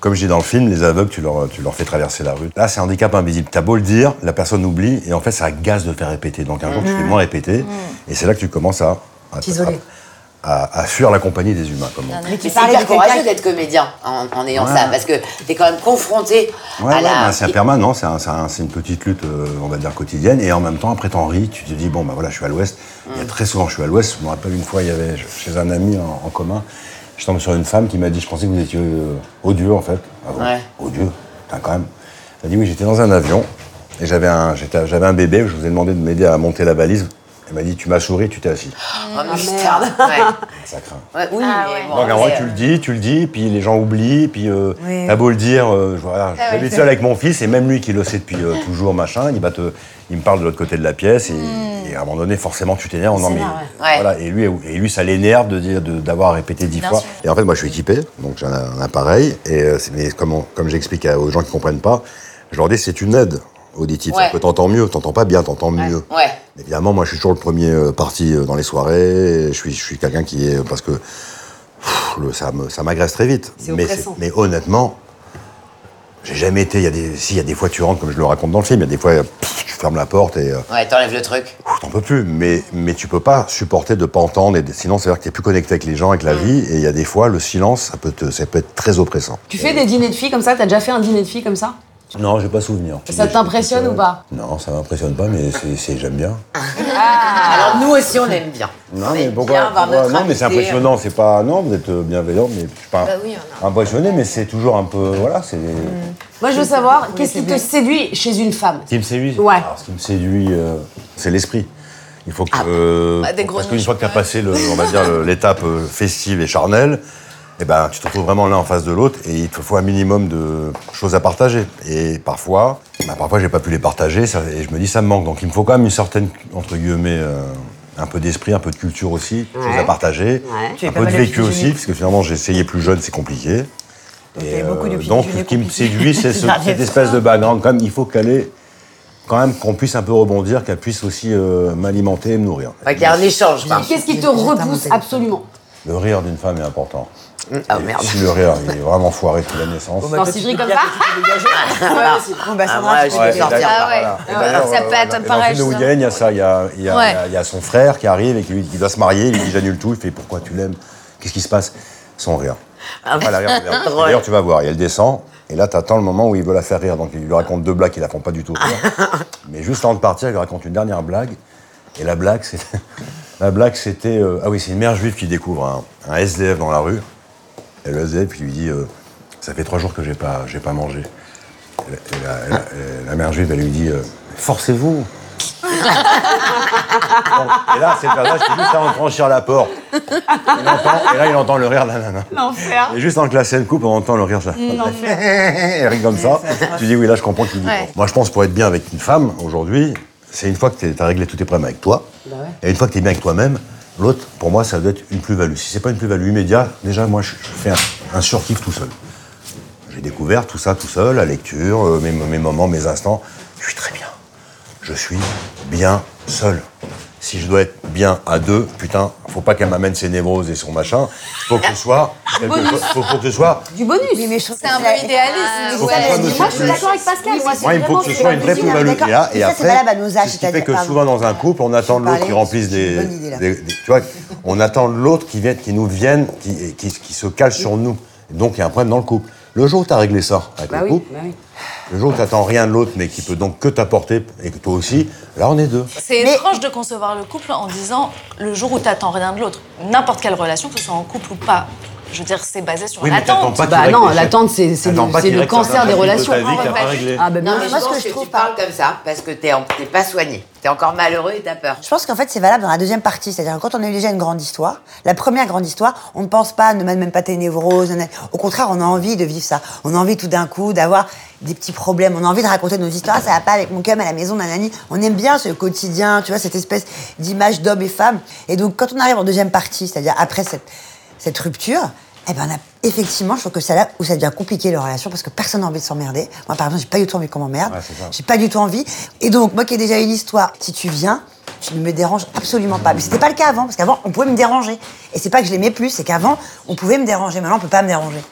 [SPEAKER 8] Comme je dis dans le film, les aveugles, tu leur, tu leur fais traverser la rue. Là, c'est un handicap invisible. T'as beau le dire, la personne oublie et en fait, ça agace de faire répéter. Donc un jour, tu fais moins répéter et c'est là que tu commences à. à
[SPEAKER 1] T'isoler.
[SPEAKER 8] À, à- à fuir la compagnie des humains, comme on dit.
[SPEAKER 5] Mais c'est hyper courageux d'être comédien en, en ayant
[SPEAKER 8] Ouais.
[SPEAKER 5] ça, parce que t'es quand même confronté
[SPEAKER 8] Ouais,
[SPEAKER 5] à
[SPEAKER 8] ouais,
[SPEAKER 5] la.
[SPEAKER 8] bah, c'est un permanent, c'est un- c'est un- c'est une petite lutte, euh, on va dire, quotidienne. Et en même temps, après, t'en ris, tu te dis, bon, bah voilà, je suis à l'ouest. Il y
[SPEAKER 5] Mm.
[SPEAKER 8] a très souvent, je suis à l'ouest. Je me rappelle une fois, il y avait, je- chez un ami en, en commun, je tombe sur une femme qui m'a dit, je pensais que vous étiez euh, odieux, en fait. Ah bon
[SPEAKER 5] Ouais.
[SPEAKER 8] Odieux Putain, quand même. Elle a dit, oui, j'étais dans un avion et j'avais un, j'étais- j'avais un bébé, je vous ai demandé de m'aider à monter la valise. Elle m'a dit, tu m'as souri, tu t'es assis. Ah,
[SPEAKER 5] Oh, mais putain, ouais.
[SPEAKER 8] Ça craint.
[SPEAKER 5] Ouais, oui, mais bon,
[SPEAKER 8] Donc, en vrai,
[SPEAKER 5] c'est-
[SPEAKER 8] tu le dis, tu le dis, puis les gens oublient, puis euh,
[SPEAKER 3] Oui.
[SPEAKER 8] t'as beau le dire, euh, je- voilà,
[SPEAKER 5] Ah
[SPEAKER 8] je j'habite seul avec mon fils, et même lui qui le sait depuis euh, toujours, machin, il, va te, il me parle de l'autre côté de la pièce, et, et à un moment donné, forcément, tu t'énerves. Non, mais,
[SPEAKER 5] Hmm. ouais.
[SPEAKER 8] voilà, et, lui, et lui, ça l'énerve de dire de- d'avoir répété dix fois. Et en fait, moi, je suis équipé, donc j'ai un, un appareil, et euh, c'est- mais comme, on- comme j'explique à- aux gens qui comprennent pas, je leur dis c'est une aide auditive,
[SPEAKER 5] Ouais.
[SPEAKER 8] c'est-à-dire que t'entends mieux, t'entends pas bien, t'entends mieux.
[SPEAKER 5] Ouais.
[SPEAKER 8] Évidemment, moi, je suis toujours le premier euh, parti euh, dans les soirées. Je suis, je suis quelqu'un qui est parce que pff, le- ça me- ça m'agresse très vite. Mais, c'est- mais honnêtement, j'ai jamais été. Il y a des, si il y a des fois tu rentres comme je le raconte dans le film. Il y a des fois pff, tu fermes la porte et euh,
[SPEAKER 5] Ouais, t'enlèves le truc.
[SPEAKER 8] pff, t'en peux plus. Mais mais tu peux pas supporter de pas entendre. Et, de- sinon, c'est à dire que t'es plus connecté avec les gens, avec la vie. Et il y a des fois, le silence, ça peut te, ça peut être très oppressant.
[SPEAKER 2] Tu fais des dîners de filles comme ça T'as déjà fait un dîner de filles comme ça
[SPEAKER 8] Non, j'ai pas souvenir.
[SPEAKER 2] Ça t'impressionne ou pas
[SPEAKER 8] Non, ça m'impressionne pas, mais c'est- c'est- j'aime bien.
[SPEAKER 5] Alors nous aussi, on aime bien.
[SPEAKER 8] Non,
[SPEAKER 5] On
[SPEAKER 8] mais
[SPEAKER 5] aime
[SPEAKER 8] pourquoi
[SPEAKER 5] bien avoir
[SPEAKER 8] pourquoi-
[SPEAKER 5] notre
[SPEAKER 8] Non, mais c'est
[SPEAKER 5] invité.
[SPEAKER 8] impressionnant, c'est pas. Non, vous êtes euh, bienveillant, mais je suis pas impressionné, mais c'est toujours un peu. Voilà, c'est.
[SPEAKER 2] Moi, je veux savoir, qu'est-ce qui te séduit chez une femme
[SPEAKER 8] Ce qui me séduit
[SPEAKER 2] Ouais.
[SPEAKER 8] Alors, ce qui me séduit, euh, c'est l'esprit. Il faut que. euh,
[SPEAKER 6] Bah, des gros
[SPEAKER 8] parce qu'une
[SPEAKER 6] niches,
[SPEAKER 8] fois que tu as passé, le, on va dire, le- l'étape euh, festive et charnelle, eh ben, tu te retrouves vraiment l'un en face de l'autre et il te faut un minimum de choses à partager. Et parfois, bah, parfois, j'ai pas pu les partager ça- et je me dis, ça me manque. Donc, il me faut quand même une certaine, entre guillemets, euh, un peu d'esprit, un peu de culture aussi, choses à partager,
[SPEAKER 3] Tu es
[SPEAKER 8] un
[SPEAKER 3] pas
[SPEAKER 8] peu de
[SPEAKER 3] mal à
[SPEAKER 8] vécu
[SPEAKER 3] pigeonner.
[SPEAKER 8] aussi, parce que finalement, j'ai essayé plus jeune, c'est compliqué. Et,
[SPEAKER 3] t'avais beaucoup de
[SPEAKER 8] euh,
[SPEAKER 3] pigeons
[SPEAKER 8] donc,
[SPEAKER 3] du
[SPEAKER 8] ce
[SPEAKER 3] nez
[SPEAKER 8] qui me
[SPEAKER 3] compliqué.
[SPEAKER 8] séduit, c'est ce-
[SPEAKER 3] Dans les
[SPEAKER 8] cette espèce de background. Quand même, il faut qu'elle ait- quand même qu'on puisse un peu rebondir, qu'elle puisse aussi euh, m'alimenter et me nourrir.
[SPEAKER 5] Ouais, qu'il y a un échange, quoi.
[SPEAKER 2] Qu'est-ce qui te repousse absolument
[SPEAKER 8] Le rire d'une femme est important.
[SPEAKER 5] Ah
[SPEAKER 8] Et
[SPEAKER 5] merde.
[SPEAKER 8] Si le rire il est vraiment foiré depuis la naissance.
[SPEAKER 4] bah,
[SPEAKER 2] Alors, si je ris comme ça
[SPEAKER 3] Bon, bah,
[SPEAKER 5] Ah,
[SPEAKER 3] Sandra,
[SPEAKER 5] moi,
[SPEAKER 3] tu
[SPEAKER 5] je
[SPEAKER 3] peux
[SPEAKER 5] vais
[SPEAKER 3] te
[SPEAKER 5] sortir.
[SPEAKER 3] sortir.
[SPEAKER 5] par-
[SPEAKER 4] Ah ouais.
[SPEAKER 8] Ah Et d'ailleurs,
[SPEAKER 4] ça
[SPEAKER 8] euh,
[SPEAKER 4] peut être
[SPEAKER 8] dans- et dans le
[SPEAKER 4] pareil,
[SPEAKER 8] film de
[SPEAKER 4] ça.
[SPEAKER 8] Woody Allen, il y a ça, il y a, il y a-
[SPEAKER 6] Ouais.
[SPEAKER 8] il y a- il y a son frère qui arrive et qui, lui- qui doit se marier, il lui dit j'annule tout, il fait pourquoi tu l'aimes Qu'est-ce qui se passe Son rire.
[SPEAKER 5] Ah,
[SPEAKER 8] Voilà, regarde, regarde.
[SPEAKER 5] drôle.
[SPEAKER 8] bah, D'ailleurs, tu vas voir, et elle descend, et là, t'attends le moment où il veut la faire rire. Donc, il lui raconte deux blagues qu'il la font pas du tout rire. Mais juste avant de partir, il lui raconte une dernière blague. Et la blague, c'est. La blague, c'était. euh, Ah oui, c'est une mère juive qui découvre un, un SDF dans la rue. Et le SDF, il lui dit euh, Ça fait trois jours que j'ai pas, j'ai pas mangé. Et la, et la- et la- et la mère juive, elle lui dit euh, Forcez-vous Bon, Et là, c'est personnage qui est juste avant de franchir la porte. Il entend- et là, il entend le rire de la nana.
[SPEAKER 2] L'enfer.
[SPEAKER 8] Et juste avant que la scène coupe, on entend le rire. Ça. Elle rit comme ça. Tu dis oui, là, je comprends qu'il dit.
[SPEAKER 4] Ouais.
[SPEAKER 8] Moi, je pense pour être bien avec une femme aujourd'hui, c'est une fois que tu as réglé tous tes problèmes avec toi, et une fois que tu es bien avec toi-même, l'autre, pour moi, ça doit être une plus-value. Si c'est pas une plus-value immédiate, déjà, moi, je, je fais un, un surkiff tout seul. J'ai découvert tout ça tout seul, la lecture, euh, mes, mes moments, mes instants. Je suis très bien. Je suis bien seul. Si je dois être bien à deux, putain, faut pas qu'elle m'amène ses névroses et son machin. Faut que ce soit. quelque chose- faut, faut que ce soit.
[SPEAKER 2] Du bonus. mais je
[SPEAKER 4] C'est un peu idéaliste.
[SPEAKER 8] Faut pas
[SPEAKER 4] Ah, Ouais.
[SPEAKER 8] que moi,
[SPEAKER 2] Moi, je suis d'accord avec Pascal. Moi, c'est
[SPEAKER 8] Moi, il me faut
[SPEAKER 2] vraiment
[SPEAKER 8] que ce
[SPEAKER 2] c'est
[SPEAKER 8] soit
[SPEAKER 2] la
[SPEAKER 8] une vraie
[SPEAKER 2] musique.
[SPEAKER 8] poubelle.
[SPEAKER 3] d'accord.
[SPEAKER 8] Et, a- et
[SPEAKER 3] Mais ça, c'est
[SPEAKER 8] après,
[SPEAKER 3] valable à nos âges,
[SPEAKER 8] c'est ce qui fait
[SPEAKER 3] c'est-à-dire,
[SPEAKER 8] que
[SPEAKER 3] pardon.
[SPEAKER 8] souvent dans un couple, on attend de l'autre qui
[SPEAKER 3] parlais,
[SPEAKER 8] remplisse
[SPEAKER 3] c'est une
[SPEAKER 8] des,
[SPEAKER 3] bonne idée, là.
[SPEAKER 8] des- des- Tu vois, on attend de l'autre qui vienne, qui nous vienne, qui, et qui, qui se cale sur nous. Donc, il y a un problème dans le couple. Le jour où tu as réglé ça avec
[SPEAKER 2] Bah
[SPEAKER 8] le
[SPEAKER 2] oui,
[SPEAKER 8] couple,
[SPEAKER 2] bah oui.
[SPEAKER 8] le jour où tu rien de l'autre, mais qui peut donc que t'apporter, et que toi aussi, là, on est deux.
[SPEAKER 6] C'est étrange de concevoir le couple en disant le jour où t'attends rien de l'autre. N'importe quelle relation, que ce soit en couple ou pas. Je veux dire, c'est basé sur l'attente.
[SPEAKER 8] pas
[SPEAKER 2] Bah non, l'attente, c'est c'est
[SPEAKER 8] T'attends
[SPEAKER 2] le,
[SPEAKER 8] pas
[SPEAKER 2] c'est
[SPEAKER 8] qu'il
[SPEAKER 2] le
[SPEAKER 8] règle certains
[SPEAKER 2] cancer des
[SPEAKER 8] trucs de ta
[SPEAKER 2] relations.
[SPEAKER 8] vie que t'as pas réglé.
[SPEAKER 2] Ah, bah
[SPEAKER 5] Non,
[SPEAKER 2] bien
[SPEAKER 5] mais
[SPEAKER 2] sûr.
[SPEAKER 5] moi, ce que je trouve. Tu parles comme ça parce que t'es en- t'es pas soigné. T'es encore malheureux et t'as peur.
[SPEAKER 3] Je pense qu'en fait, c'est valable dans la deuxième partie. C'est-à-dire, que quand on a eu déjà une grande histoire, la première grande histoire, on ne pense pas, ne mène même pas tes névroses. nan, nan. Au contraire, on a envie de vivre ça. On a envie tout d'un coup d'avoir des petits problèmes. On a envie de raconter nos histoires. Ah, Ça va pas avec mon cum à la maison, nanani. On aime bien ce quotidien, tu vois, cette espèce d'image d'homme et femme. Et donc, quand on arrive en deuxième partie, c'est-à-dire après cette, cette rupture, eh ben, on a- effectivement, je trouve que c'est là où ça devient compliqué, leur relation, parce que personne n'a envie de s'emmerder. Moi, par exemple, j'ai pas du tout envie qu'on m'emmerde.
[SPEAKER 8] Ouais, c'est ça.
[SPEAKER 3] J'ai pas du tout envie. Et donc, moi qui ai déjà une histoire, si tu viens, tu ne me déranges absolument pas. Mais c'était pas le cas avant, parce qu'avant, on pouvait me déranger. Et c'est pas que je l'aimais plus, c'est qu'avant, on pouvait me déranger. Maintenant, on peut pas me déranger.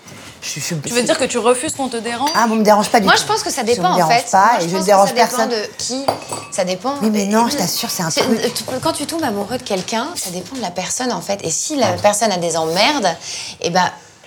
[SPEAKER 3] Je, je-
[SPEAKER 6] Tu veux dire que tu refuses qu'on te dérange
[SPEAKER 3] Ah, bon, on me dérange pas du
[SPEAKER 4] Moi,
[SPEAKER 3] tout.
[SPEAKER 4] je pense que ça
[SPEAKER 3] Si on
[SPEAKER 4] dépend
[SPEAKER 3] me
[SPEAKER 4] en
[SPEAKER 3] dérange
[SPEAKER 4] fait.
[SPEAKER 3] pas,
[SPEAKER 4] Moi,
[SPEAKER 3] et je
[SPEAKER 4] pense
[SPEAKER 3] ne
[SPEAKER 4] que
[SPEAKER 3] dérange
[SPEAKER 4] ça dépend
[SPEAKER 3] personne.
[SPEAKER 4] de qui. Ça dépend.
[SPEAKER 3] Oui, mais non, je
[SPEAKER 4] Et-
[SPEAKER 3] t'assure, c'est un
[SPEAKER 4] C'est-
[SPEAKER 3] truc.
[SPEAKER 4] euh, tu- Quand tu tombes amoureux de quelqu'un, ça dépend de la personne en fait. Et si la personne a des emmerdes, eh ben,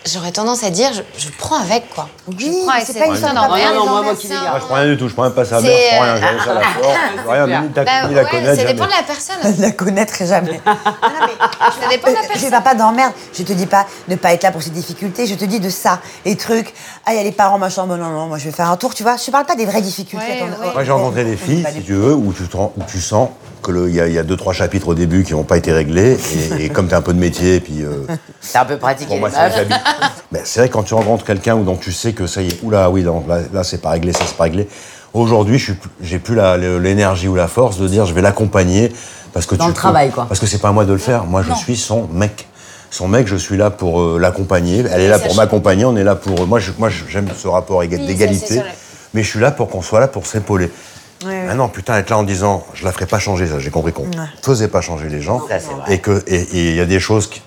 [SPEAKER 4] j'aurais tendance à dire, je, je prends avec quoi. je
[SPEAKER 3] Oui,
[SPEAKER 4] prends avec
[SPEAKER 3] c'est
[SPEAKER 4] cette
[SPEAKER 3] pas une
[SPEAKER 4] personne
[SPEAKER 3] histoire
[SPEAKER 4] en rien. les
[SPEAKER 3] d'amour. Non, non, moi,
[SPEAKER 4] emmerdes,
[SPEAKER 3] qui
[SPEAKER 4] ça,
[SPEAKER 3] les
[SPEAKER 8] Ah, je prends rien du tout, je prends même pas sa
[SPEAKER 4] C'est- euh,
[SPEAKER 8] mère, je prends rien, j'ai laissé à la porte. Rien, ni
[SPEAKER 4] Bah,
[SPEAKER 8] la, ni la
[SPEAKER 4] ouais,
[SPEAKER 8] connaître,
[SPEAKER 4] ça
[SPEAKER 8] jamais.
[SPEAKER 4] dépend de la personne.
[SPEAKER 3] de la connaître jamais.
[SPEAKER 4] ça dépend de la
[SPEAKER 3] Je
[SPEAKER 4] personne.
[SPEAKER 3] ne parle pas d'emmerde. Je te dis pas de pas être là pour ces difficultés. Je te dis de ça, les trucs. Ah, il y a les parents, machin. Bon, non, non, moi je vais faire un tour, tu vois. Je te parle pas des vraies difficultés.
[SPEAKER 4] Ouais,
[SPEAKER 3] Attends,
[SPEAKER 4] ouais.
[SPEAKER 8] Moi, j'ai
[SPEAKER 3] oh,
[SPEAKER 8] rencontré
[SPEAKER 3] oh,
[SPEAKER 8] des
[SPEAKER 3] oh,
[SPEAKER 8] filles,
[SPEAKER 4] bah,
[SPEAKER 3] pas
[SPEAKER 8] si tu veux, où tu, te rends- où tu sens qu'il y, a- il y a deux, trois chapitres au début qui n'ont pas été réglés. Et, et comme tu as un peu de métier, puis. euh,
[SPEAKER 5] T'as un peu pratiqué
[SPEAKER 8] bon,
[SPEAKER 5] les
[SPEAKER 8] moi, c'est vrai que
[SPEAKER 5] meufs.
[SPEAKER 8] j'habite. Mais c'est vrai, que quand tu rencontres quelqu'un où donc, tu sais que ça y est, oula, oui, non, là, là, c'est pas réglé, ça, c'est pas réglé. Aujourd'hui, je suis plus- j'ai plus la- le- l'énergie ou la force de dire je vais l'accompagner. Parce que
[SPEAKER 2] Dans
[SPEAKER 8] tu
[SPEAKER 2] le travail, quoi.
[SPEAKER 8] Parce que c'est pas à moi de le faire. Moi, je suis son mec. Son mec, je suis là pour euh, l'accompagner. Elle est là pour m'accompagner. On est là pour. euh, moi, je- moi, j'aime ce rapport éga-
[SPEAKER 4] Oui, ça, c'est
[SPEAKER 8] d'égalité.
[SPEAKER 4] sûr.
[SPEAKER 8] Mais je suis là pour qu'on soit là pour s'épauler. Ah non, putain, être là en disant, je la ferai pas changer, ça, j'ai compris qu'on faisait pas changer les gens.
[SPEAKER 5] Ça, c'est vrai.
[SPEAKER 8] et que et- et il y a des choses qui,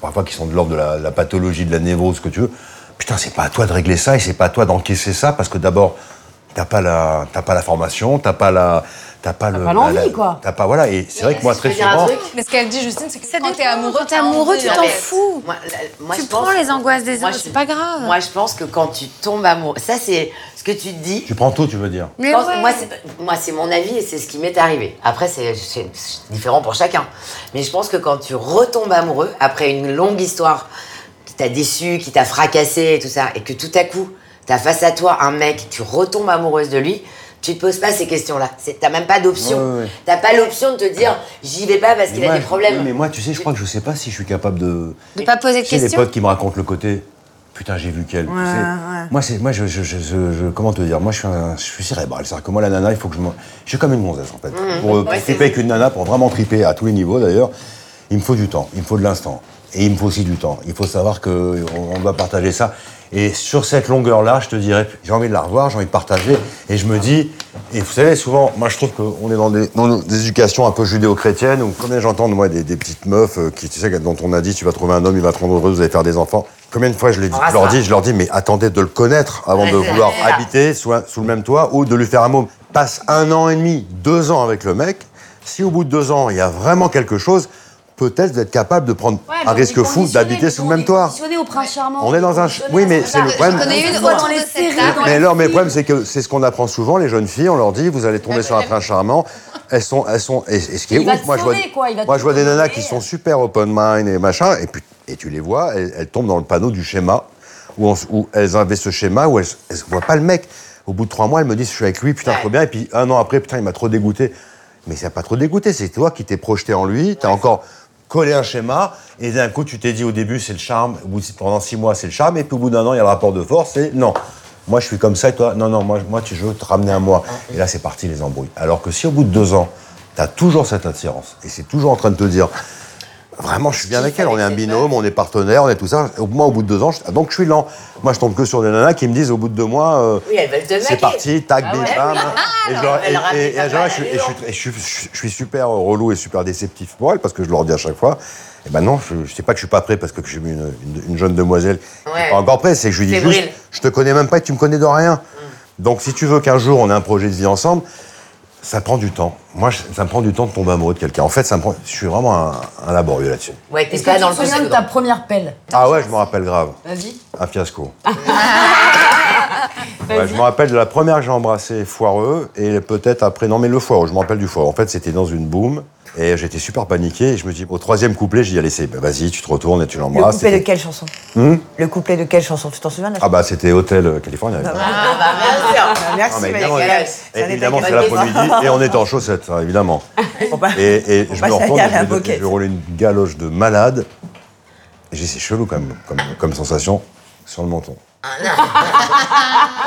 [SPEAKER 8] parfois qui sont de l'ordre de la, la pathologie, de la névrose, ce que tu veux. Putain, c'est pas à toi de régler ça et c'est pas à toi d'encaisser ça parce que d'abord, t'as pas la t'as pas la formation, t'as pas la t'as pas le
[SPEAKER 2] pas l'envie,
[SPEAKER 8] la- la-
[SPEAKER 2] quoi.
[SPEAKER 8] T'as pas voilà. Et c'est vrai que moi très
[SPEAKER 5] Je peux dire un
[SPEAKER 8] souvent,
[SPEAKER 5] truc
[SPEAKER 6] Mais ce qu'elle dit, Justine, c'est que quand t'es
[SPEAKER 4] dépend,
[SPEAKER 6] amoureux,
[SPEAKER 4] quand t'es amoureux,
[SPEAKER 6] envie.
[SPEAKER 4] tu
[SPEAKER 6] Non,
[SPEAKER 4] t'en
[SPEAKER 6] mais-
[SPEAKER 4] fous.
[SPEAKER 5] Moi, la- moi,
[SPEAKER 4] Tu
[SPEAKER 5] je
[SPEAKER 4] prends
[SPEAKER 5] pense-
[SPEAKER 4] les angoisses des
[SPEAKER 5] Moi,
[SPEAKER 4] autres,
[SPEAKER 5] je-
[SPEAKER 4] c'est pas grave.
[SPEAKER 5] Moi, je pense que quand tu tombes amoureux, ça, c'est ce que tu te dis.
[SPEAKER 8] tu prends tout, tu veux dire.
[SPEAKER 4] Mais
[SPEAKER 5] Quand-
[SPEAKER 4] ouais.
[SPEAKER 5] Moi, c'est moi, c'est mon avis et c'est ce qui m'est arrivé. Après, c'est c'est- c'est différent pour chacun. Mais je pense que quand tu retombes amoureux, après une longue histoire qui t'a déçu, qui t'a fracassé et tout ça, et que tout à coup, t'as face à toi un mec, tu retombes amoureuse de lui, tu te poses pas ces questions-là. C'est- T'as même pas d'option.
[SPEAKER 8] Ouais, ouais, ouais.
[SPEAKER 5] T'as pas l'option de te dire, j'y vais pas parce qu'il
[SPEAKER 8] Mais moi,
[SPEAKER 5] a des
[SPEAKER 8] je-
[SPEAKER 5] problèmes.
[SPEAKER 8] oui, mais moi, tu sais, je crois que je sais pas si je suis capable de.
[SPEAKER 4] De pas poser de
[SPEAKER 8] Tu sais, les
[SPEAKER 4] questions.
[SPEAKER 8] potes qui me racontent le côté. Putain, j'ai vu qu'elle. tu sais. Moi, c'est moi, je, je, je- je- je- comment te dire, moi, je suis, un- je suis cérébral. C'est-à-dire que moi, la nana, il faut que je me, je suis comme une gonzesse en fait.
[SPEAKER 4] Mhm.
[SPEAKER 8] Pour, euh, pour triper avec une nana, pour vraiment triper à tous les niveaux d'ailleurs, il me faut du temps, il me faut de l'instant, et il me faut aussi du temps. Il faut savoir que on, on doit partager ça. Et sur cette longueur-là, je te dirais, j'ai envie de la revoir, j'ai envie de partager, et je me dis, et vous savez, souvent, moi, je trouve qu'on est dans des, dans des éducations un peu judéo-chrétiennes où, combien j'entends de moi des, des petites meufs euh, qui, tu sais, dont on a dit, tu vas trouver un homme, il va te rendre heureuse, vous allez faire des enfants. Combien de fois je, l'ai dit- je leur dis, je leur dis, mais attendez de le connaître avant de
[SPEAKER 5] Ah, Ouais, c'est
[SPEAKER 8] vouloir
[SPEAKER 5] ça.
[SPEAKER 8] habiter sous, un- sous le même toit ou de lui faire un môme. Passe un an et demi, deux ans avec le mec. Si au bout de deux ans, il y a vraiment quelque chose, peut-être vous êtes capable de prendre un risque fou d'habiter sous le même toit.
[SPEAKER 2] Conditionné au prince charmant.
[SPEAKER 8] On est dans un... ch- Oui, mais c'est le problème...
[SPEAKER 4] J'en ai une
[SPEAKER 2] Dans
[SPEAKER 4] autour
[SPEAKER 2] les
[SPEAKER 4] de
[SPEAKER 2] séries,
[SPEAKER 4] cette table.
[SPEAKER 2] dans
[SPEAKER 8] Mais alors, mais le problème, c'est que c'est ce qu'on apprend souvent, les jeunes filles, on leur dit, vous allez tomber sur un prince charmant. Elles sont, elles sont, et, et ce qui
[SPEAKER 2] Bah,
[SPEAKER 8] est
[SPEAKER 2] Il va
[SPEAKER 8] ouf,
[SPEAKER 2] te
[SPEAKER 8] moi, je vois,
[SPEAKER 2] sauver, quoi, il va
[SPEAKER 8] moi,
[SPEAKER 2] te
[SPEAKER 8] je vois des nanas
[SPEAKER 2] sauver.
[SPEAKER 8] qui sont super open mind et machin, et puis, et tu les vois, elles, elles tombent dans le panneau du schéma, où, on s- où elles avaient ce schéma, où elles, elles voient pas le mec. Au bout de trois mois, elles me disent, je suis avec lui, putain, trop bien, et puis un an après, putain, il m'a trop dégoûté. Mais ça n'a pas trop dégoûté, c'est toi qui t'es projeté en lui, t'as encore collé un schéma, et d'un coup, tu t'es dit au début, c'est le charme, au bout de- pendant six mois, c'est le charme, et puis au bout d'un an, il y a le rapport de force, et non. Moi, je suis comme ça, et toi, non, non, moi, moi tu veux te ramener à moi. Et là, c'est parti, les embrouilles. Alors que si au bout de deux ans, t'as toujours cette attirance, et c'est toujours en train de te dire, Vraiment, je suis bien
[SPEAKER 4] qu'il
[SPEAKER 8] avec elle. On est
[SPEAKER 4] fallait
[SPEAKER 8] un
[SPEAKER 4] que t'aies
[SPEAKER 8] binôme, on est partenaire, on est tout ça. Au- Moi, au bout de deux ans, je- donc je suis lent. Moi, je tombe que sur des nanas qui me disent au bout de deux mois, euh,
[SPEAKER 5] Oui, elles veulent te
[SPEAKER 8] c'est
[SPEAKER 5] maquer.
[SPEAKER 8] parti, tac, bim,
[SPEAKER 5] Ah ouais.
[SPEAKER 8] bam. Et genre,
[SPEAKER 5] elle ramène
[SPEAKER 8] et- et- et
[SPEAKER 5] pas
[SPEAKER 8] à ce moment-là, je suis-
[SPEAKER 5] mal à
[SPEAKER 8] et je suis tr- et je suis- je suis super relou et super déceptif pour elle parce que je leur dis à chaque fois. Et ben non, je, je sais pas que je suis pas prêt parce que j'ai une, une, une jeune demoiselle qui
[SPEAKER 5] Ouais.
[SPEAKER 8] n'est pas encore prête. C'est que je lui dis
[SPEAKER 5] Fébrile.
[SPEAKER 8] juste, je te connais même pas et tu me connais de rien.
[SPEAKER 5] Mm.
[SPEAKER 8] Donc si tu veux qu'un jour on ait un projet de vie ensemble, ça prend du temps. Moi, je- ça me prend du temps de tomber amoureux de quelqu'un. En fait, ça me prend. Je suis vraiment un, un laborieux là-dessus.
[SPEAKER 5] Ouais, t'es
[SPEAKER 1] Est-ce que
[SPEAKER 5] pas
[SPEAKER 1] tu
[SPEAKER 5] Bah, dans
[SPEAKER 1] te
[SPEAKER 5] le
[SPEAKER 1] souviens de
[SPEAKER 5] procédé.
[SPEAKER 1] ta première pelle
[SPEAKER 8] Ah ouais, je me rappelle grave.
[SPEAKER 1] Vas-y.
[SPEAKER 8] Un fiasco. Ouais, je me rappelle de la première que j'ai embrassée, foireux, et peut-être après, non mais le foireux, je me rappelle du foireux. En fait, c'était dans une boom, et j'étais super paniqué, et je me dis, au troisième couplet, j'y ai laissé, bah, vas-y, tu te retournes et tu
[SPEAKER 3] Le
[SPEAKER 8] l'embrasses.
[SPEAKER 3] couplet de
[SPEAKER 8] C'était-
[SPEAKER 3] quelle chanson Le couplet de quelle chanson Tu t'en souviens de la
[SPEAKER 8] Ah bah, c'était Hôtel California.
[SPEAKER 5] Ah, bah, bien sûr.
[SPEAKER 3] chanson Merci,
[SPEAKER 8] Ah, mais
[SPEAKER 3] Maëlle.
[SPEAKER 8] évidemment,
[SPEAKER 5] galère.
[SPEAKER 8] et-
[SPEAKER 3] Ça
[SPEAKER 8] évidemment,
[SPEAKER 3] n'est
[SPEAKER 8] c'est
[SPEAKER 3] pas une
[SPEAKER 8] l'après-midi, et on est en chaussettes, hein, évidemment.
[SPEAKER 3] Faut pas-
[SPEAKER 8] Et, et
[SPEAKER 3] Faut
[SPEAKER 8] je
[SPEAKER 3] pas
[SPEAKER 8] me retourne,
[SPEAKER 3] salir la
[SPEAKER 8] je vais-
[SPEAKER 3] moquette.
[SPEAKER 8] je vais rouler une galoche de malade. Et j'ai c'est chelou quand même, comme, comme sensation, sur le menton.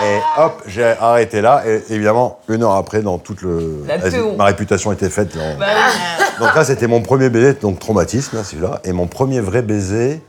[SPEAKER 8] et hop, j'ai arrêté là. Et évidemment, une heure après, dans toute le. Asie, ma réputation était faite. dans- Donc là, c'était mon premier baiser, donc traumatisme, là, celui-là. Et mon premier vrai baiser.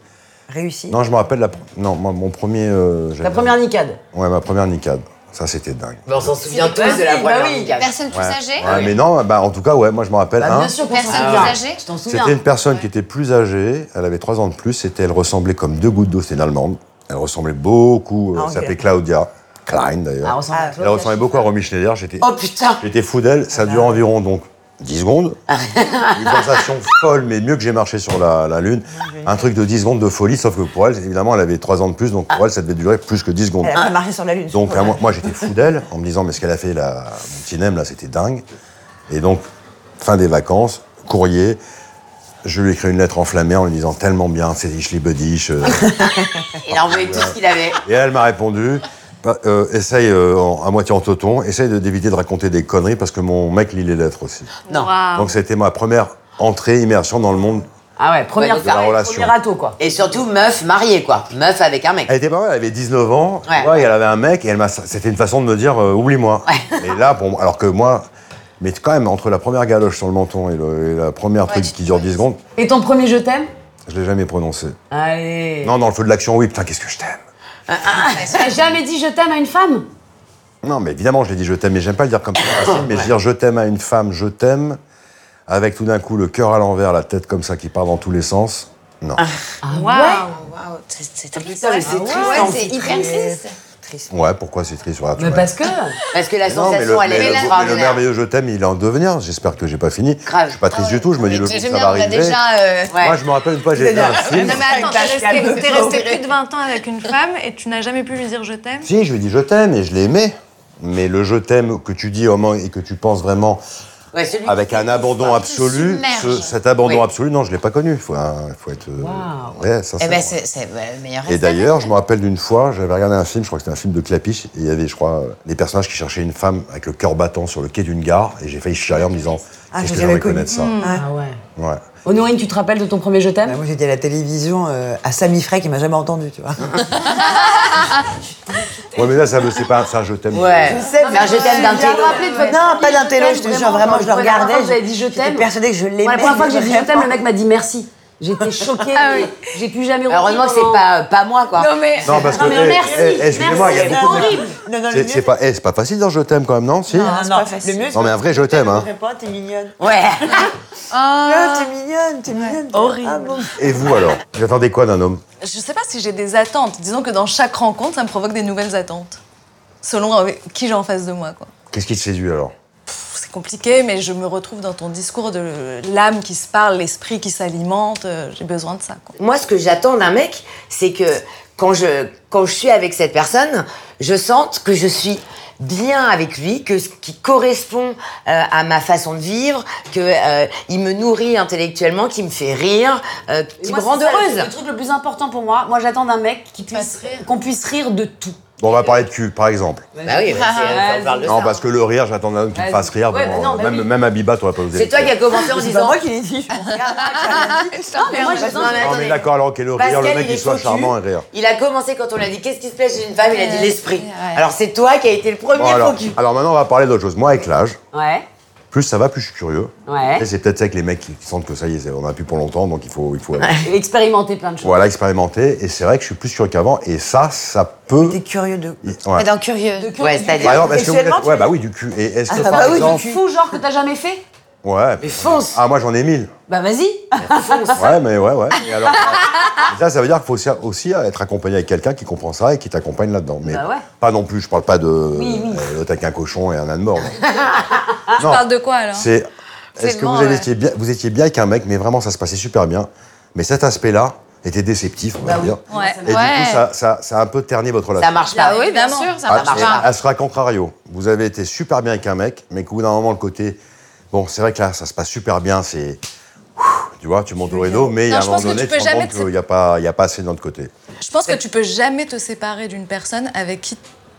[SPEAKER 3] Réussi.
[SPEAKER 8] Non, je me rappelle la. pr- Non, moi, mon premier. euh, j'avais-
[SPEAKER 2] La première nicade.
[SPEAKER 8] Ouais, ma première nicade. Ça, c'était dingue.
[SPEAKER 5] Bah, on s'en souvient tous de
[SPEAKER 2] Vas-y,
[SPEAKER 5] la
[SPEAKER 2] bah
[SPEAKER 5] première
[SPEAKER 2] oui.
[SPEAKER 5] nicade.
[SPEAKER 4] Personne plus
[SPEAKER 8] Ouais.
[SPEAKER 4] âgée
[SPEAKER 8] Ouais, mais non, bah, en tout cas, ouais, moi, je me rappelle.
[SPEAKER 1] Bah,
[SPEAKER 8] un.
[SPEAKER 1] bien sûr qu'on
[SPEAKER 4] Personne
[SPEAKER 1] s'en
[SPEAKER 4] plus
[SPEAKER 1] souvient.
[SPEAKER 5] Ah.
[SPEAKER 4] âgée
[SPEAKER 1] Je t'en souviens.
[SPEAKER 8] C'était une personne qui était plus âgée, elle avait trois ans de plus, c'était, elle ressemblait comme deux gouttes d'eau, c'était une Allemande. Elle ressemblait beaucoup, euh,
[SPEAKER 3] Ah,
[SPEAKER 8] elle
[SPEAKER 3] ok.
[SPEAKER 8] s'appelait Claudia Klein
[SPEAKER 1] Ah,
[SPEAKER 8] d'ailleurs.
[SPEAKER 1] ressemble à
[SPEAKER 3] Ah,
[SPEAKER 1] toi.
[SPEAKER 8] Elle ressemblait beaucoup à Romy Schneider, j'étais
[SPEAKER 5] Oh putain
[SPEAKER 8] j'étais fou d'elle, ça dure environ donc 10 secondes. Une sensation folle, mais mieux que j'ai marché sur la, la Lune. Un truc de 10 secondes de folie, sauf que pour elle, évidemment, elle avait trois ans de plus, donc pour elle, ça devait durer plus que 10 secondes.
[SPEAKER 3] Elle a pas marché sur la lune.
[SPEAKER 8] Donc
[SPEAKER 3] surtout.
[SPEAKER 8] là, moi, moi, j'étais fou d'elle en me disant mais ce qu'elle a fait là, mon petit Nem là, c'était dingue. Et donc fin des vacances, courrier, je lui ai écrit une lettre enflammée en lui disant tellement bien, c'est ich liebe dich. euh.
[SPEAKER 5] Il a envoyé tout ce qu'il avait.
[SPEAKER 8] Et elle m'a répondu. Bah, euh, essaye euh, en- à moitié en toton, essaye de- d'éviter de raconter des conneries parce que mon mec lit les lettres aussi.
[SPEAKER 5] Non.
[SPEAKER 6] Waouh.
[SPEAKER 8] Donc c'était ma première entrée, immersion dans le monde.
[SPEAKER 2] Ah ouais, première
[SPEAKER 5] Ouais, de la
[SPEAKER 2] soirée,
[SPEAKER 8] relation.
[SPEAKER 2] premier râteau, quoi.
[SPEAKER 5] Et surtout, meuf mariée, quoi. Meuf avec un mec.
[SPEAKER 8] Elle était pas mal, elle avait 19 ans, tu
[SPEAKER 5] Ouais.
[SPEAKER 8] vois, et elle avait un mec, et elle m'a- c'était une façon de me dire euh, oublie-moi. Et là, pour, alors que moi, mais quand même, entre la première galoche sur le menton et, le- et la première truc qui dure 10 secondes,
[SPEAKER 2] Et ton premier je t'aime
[SPEAKER 8] je l'ai jamais prononcé.
[SPEAKER 2] Allez.
[SPEAKER 8] Non, dans le feu de l'action, oui, putain, qu'est-ce que je t'aime.
[SPEAKER 2] T'as jamais dit je t'aime à une femme
[SPEAKER 8] Non, mais évidemment, je l'ai dit je t'aime, mais j'aime pas le dire comme ça, facile, mais dire je t'aime à une femme, je t'aime, avec tout d'un coup le cœur à l'envers, la tête comme ça qui part dans tous les sens, non.
[SPEAKER 6] Ah, Waouh.
[SPEAKER 4] Waouh, c'est- c'est triste.
[SPEAKER 5] Putain, mais c'est triste.
[SPEAKER 4] Ah Ouais,
[SPEAKER 5] hein.
[SPEAKER 4] c'est hyper triste.
[SPEAKER 8] Ouais, pourquoi c'est triste voilà, tu
[SPEAKER 2] Mais
[SPEAKER 8] vois.
[SPEAKER 2] parce que.
[SPEAKER 5] Parce que la
[SPEAKER 8] Non, mais le,
[SPEAKER 5] sensation, elle
[SPEAKER 8] mais
[SPEAKER 5] est
[SPEAKER 8] le- mais le
[SPEAKER 5] extraordinaire.
[SPEAKER 8] merveilleux je t'aime, il est en devenir. J'espère que j'ai pas fini.
[SPEAKER 5] Grave.
[SPEAKER 8] Je suis pas triste
[SPEAKER 4] Ah ouais.
[SPEAKER 8] du tout. Je me dis
[SPEAKER 4] Mais
[SPEAKER 8] le coup,
[SPEAKER 4] j'ai-
[SPEAKER 8] ça
[SPEAKER 4] j'ai
[SPEAKER 8] va
[SPEAKER 4] bien, on a
[SPEAKER 8] arriver.
[SPEAKER 4] déjà, euh,
[SPEAKER 5] Ouais.
[SPEAKER 8] Moi, je me rappelle une fois, j'ai fait un film.
[SPEAKER 4] Non, mais attends,
[SPEAKER 6] T'es
[SPEAKER 4] t'es
[SPEAKER 6] resté,
[SPEAKER 4] resté-
[SPEAKER 6] t'es resté plus de 20 ans avec une femme et tu n'as jamais pu lui dire je t'aime
[SPEAKER 8] Si, je lui dis je t'aime et je l'aimais. Mais le je t'aime que tu dis au moment et que tu penses vraiment
[SPEAKER 5] Ouais, celui qui
[SPEAKER 8] avec
[SPEAKER 5] fait
[SPEAKER 8] un
[SPEAKER 5] tout,
[SPEAKER 8] abandon
[SPEAKER 5] quoi.
[SPEAKER 8] absolu,
[SPEAKER 4] submerge.
[SPEAKER 8] ce- cet abandon
[SPEAKER 5] Oui.
[SPEAKER 8] absolu, non, je l'ai pas connu. Il faut, un- faut être. euh, ouais, sincère.
[SPEAKER 4] Eh ben, c'est c'est, ouais, le meilleur
[SPEAKER 8] Et
[SPEAKER 4] reste.
[SPEAKER 8] d'ailleurs, je me rappelle d'une fois, j'avais regardé un film, je crois que c'était un film de Clapiche, et il y avait, je crois, euh, des personnages qui cherchaient une femme avec le cœur battant sur le quai d'une gare, et j'ai failli chialer en me disant,
[SPEAKER 3] Ah,
[SPEAKER 8] qu'est-ce
[SPEAKER 3] je
[SPEAKER 8] que
[SPEAKER 3] l'avais
[SPEAKER 8] j'aimerais
[SPEAKER 3] connu.
[SPEAKER 8] connaître ça.
[SPEAKER 2] Ah ouais.
[SPEAKER 8] Ouais.
[SPEAKER 2] Honorine, tu te rappelles de ton premier je
[SPEAKER 3] Bah,
[SPEAKER 2] t'aime
[SPEAKER 3] moi, j'ai dit à la télévision euh, à Samy Frey qui m'a jamais entendu, tu vois.
[SPEAKER 8] Ouais, mais là, ça me, c'est pas un- c'est un je t'aime.
[SPEAKER 5] Ouais. Mais un je t'aime d'un télo.
[SPEAKER 3] Non, pas d'un télo, je te jure, vraiment, je le regardais.
[SPEAKER 2] Vous avez dit je
[SPEAKER 3] j'étais
[SPEAKER 2] t'aime.
[SPEAKER 3] persuadée que je l'aimais.
[SPEAKER 2] Moi, La première fois que j'ai dit je
[SPEAKER 3] vraiment. Ah
[SPEAKER 2] t'aime, le mec m'a dit merci. J'étais choquée. J'ai plus jamais
[SPEAKER 5] Heureusement que c'est pas, euh, pas moi, quoi.
[SPEAKER 6] Non mais.
[SPEAKER 8] Non, parce que.
[SPEAKER 2] mais
[SPEAKER 8] eh,
[SPEAKER 2] merci,
[SPEAKER 8] eh, excusez-moi, il y a
[SPEAKER 2] merci,
[SPEAKER 3] Ah,
[SPEAKER 8] beaucoup de
[SPEAKER 2] c'est
[SPEAKER 8] mecs-
[SPEAKER 3] Non, non, le
[SPEAKER 8] C'est
[SPEAKER 3] mieux,
[SPEAKER 8] c'est pas, eh, c'est pas facile de dire je t'aime quand même, non Si
[SPEAKER 3] Non, non, le mieux,
[SPEAKER 8] Non, mais un vrai je t'aime, hein.
[SPEAKER 3] c'est pas, t'es mignonne.
[SPEAKER 5] Ouais.
[SPEAKER 6] hein.
[SPEAKER 3] Ah, t'es mignonne, t'es mignonne. Horrible. Ah, bon.
[SPEAKER 8] Et vous alors Vous attendez quoi d'un homme
[SPEAKER 6] Je sais pas si j'ai des attentes. Disons que dans chaque rencontre, ça me provoque des nouvelles attentes. Selon avec qui j'ai en face de moi, quoi.
[SPEAKER 8] Qu'est-ce qui te séduit alors
[SPEAKER 6] Pff, C'est compliqué, mais je me retrouve dans ton discours de l'âme qui se parle, l'esprit qui s'alimente. euh, J'ai besoin de ça, quoi.
[SPEAKER 5] Moi, ce que j'attends d'un mec, c'est que quand je, quand je suis avec cette personne, je sente que je suis bien avec lui, que ce qui correspond euh, à ma façon de vivre, que euh, il me nourrit intellectuellement, qui me fait rire, euh, qui me
[SPEAKER 2] Moi,
[SPEAKER 5] rend
[SPEAKER 2] c'est ça,
[SPEAKER 5] heureuse.
[SPEAKER 2] C'est le truc le plus important pour moi. Moi, j'attends d'un mec qui puisse- qu'on puisse rire de tout.
[SPEAKER 8] Bon, on va parler de cul, par exemple.
[SPEAKER 5] Bah oui, bah, c'est-
[SPEAKER 3] Ah,
[SPEAKER 5] on parle de
[SPEAKER 8] Non,
[SPEAKER 5] ça.
[SPEAKER 8] parce que le rire, j'attends d'un homme qui me
[SPEAKER 2] Vas-y.
[SPEAKER 8] fasse rire.
[SPEAKER 2] Ouais,
[SPEAKER 8] bon,
[SPEAKER 2] mais non, mais
[SPEAKER 8] même,
[SPEAKER 2] oui.
[SPEAKER 8] même à Biba, t'aurais pas osé.
[SPEAKER 5] C'est toi qui as commencé en
[SPEAKER 3] C'est pas
[SPEAKER 5] disant.
[SPEAKER 3] moi qui l'ai dit.
[SPEAKER 5] Ah, mais moi, j'ai besoin d'un-
[SPEAKER 8] Non, Ah, mais
[SPEAKER 5] Attendez.
[SPEAKER 8] d'accord, alors qu'elle le rire,
[SPEAKER 5] Pascal,
[SPEAKER 8] le mec,
[SPEAKER 5] il est
[SPEAKER 8] il soit
[SPEAKER 5] foutu.
[SPEAKER 8] charmant et rire.
[SPEAKER 5] Il a commencé quand on lui a dit qu'est-ce qui se plaît chez une femme, il a dit
[SPEAKER 6] Ouais,
[SPEAKER 5] l'esprit.
[SPEAKER 6] ouais.
[SPEAKER 5] Alors c'est toi qui as été le premier
[SPEAKER 8] Bon, alors,
[SPEAKER 5] faux cul.
[SPEAKER 8] alors maintenant, on va parler d'autre chose. Moi, avec l'âge,
[SPEAKER 2] Ouais.
[SPEAKER 8] Plus ça va, plus je suis curieux.
[SPEAKER 1] Ouais.
[SPEAKER 8] Après, C'est peut-être ça que les mecs qui qui sentent que ça y est, c'est- on a pu pour longtemps, donc il faut, il faut
[SPEAKER 1] Expérimenter plein de choses.
[SPEAKER 8] voilà, expérimenter. Et c'est vrai que je suis plus curieux qu'avant. Et ça, ça peut.
[SPEAKER 3] T'es curieux de.
[SPEAKER 8] Ouais.
[SPEAKER 4] Mais dans curieux.
[SPEAKER 5] Ouais, c'est-à-dire.
[SPEAKER 8] Par exemple, est-ce que vous
[SPEAKER 3] Sexuellement,
[SPEAKER 8] êtes...
[SPEAKER 3] tu-
[SPEAKER 8] Ouais, bah oui, du cul. Et est-ce que
[SPEAKER 3] Ah,
[SPEAKER 8] par
[SPEAKER 3] bah oui, du
[SPEAKER 8] exemple...
[SPEAKER 3] cul.
[SPEAKER 1] Fou genre que t'as jamais fait
[SPEAKER 8] Ouais. Mais
[SPEAKER 5] fonce.
[SPEAKER 8] Ah, moi j'en ai mille.
[SPEAKER 1] Bah vas-y
[SPEAKER 8] Ouais, mais ouais, ouais. Et alors, euh, ça, ça veut dire qu'il faut aussi- aussi être accompagné avec quelqu'un qui comprend ça et qui t'accompagne là-dedans. Mais
[SPEAKER 1] Bah ouais.
[SPEAKER 8] pas non plus, je parle pas de euh, le taquin cochon et un âne mort. non. Non,
[SPEAKER 6] Parle de quoi alors
[SPEAKER 8] c'est. Est-ce que
[SPEAKER 6] Tellement,
[SPEAKER 8] vous, avez-
[SPEAKER 6] ouais.
[SPEAKER 8] étiez bien, vous étiez bien avec un mec, mais vraiment ça se passait super bien. Mais cet aspect-là était déceptif, on va dire.
[SPEAKER 6] Bah Ouais.
[SPEAKER 8] Et du coup, ça, ça, ça a un peu terni votre relation.
[SPEAKER 5] Ça marche pas.
[SPEAKER 6] Bah oui, bien
[SPEAKER 4] Évidemment.
[SPEAKER 6] sûr, ça
[SPEAKER 8] Ah,
[SPEAKER 6] marche
[SPEAKER 8] mais
[SPEAKER 6] pas.
[SPEAKER 8] à ce contrario, vous avez été super bien avec un mec, mais qu'au bout d'un moment, le côté. Bon, c'est vrai que là, ça se passe super bien, c'est. Ouh, Tu vois, tu montes au rideau, mais il y
[SPEAKER 6] Non,
[SPEAKER 8] a un
[SPEAKER 6] je
[SPEAKER 8] moment
[SPEAKER 6] pense que
[SPEAKER 8] donné,
[SPEAKER 6] tu
[SPEAKER 8] tu
[SPEAKER 6] peux
[SPEAKER 8] te rends
[SPEAKER 6] jamais
[SPEAKER 8] compte
[SPEAKER 6] te-
[SPEAKER 8] qu'il n'y a, pas- il y a pas assez de notre côté.
[SPEAKER 6] Je pense que tu peux jamais te séparer d'une personne avec qui,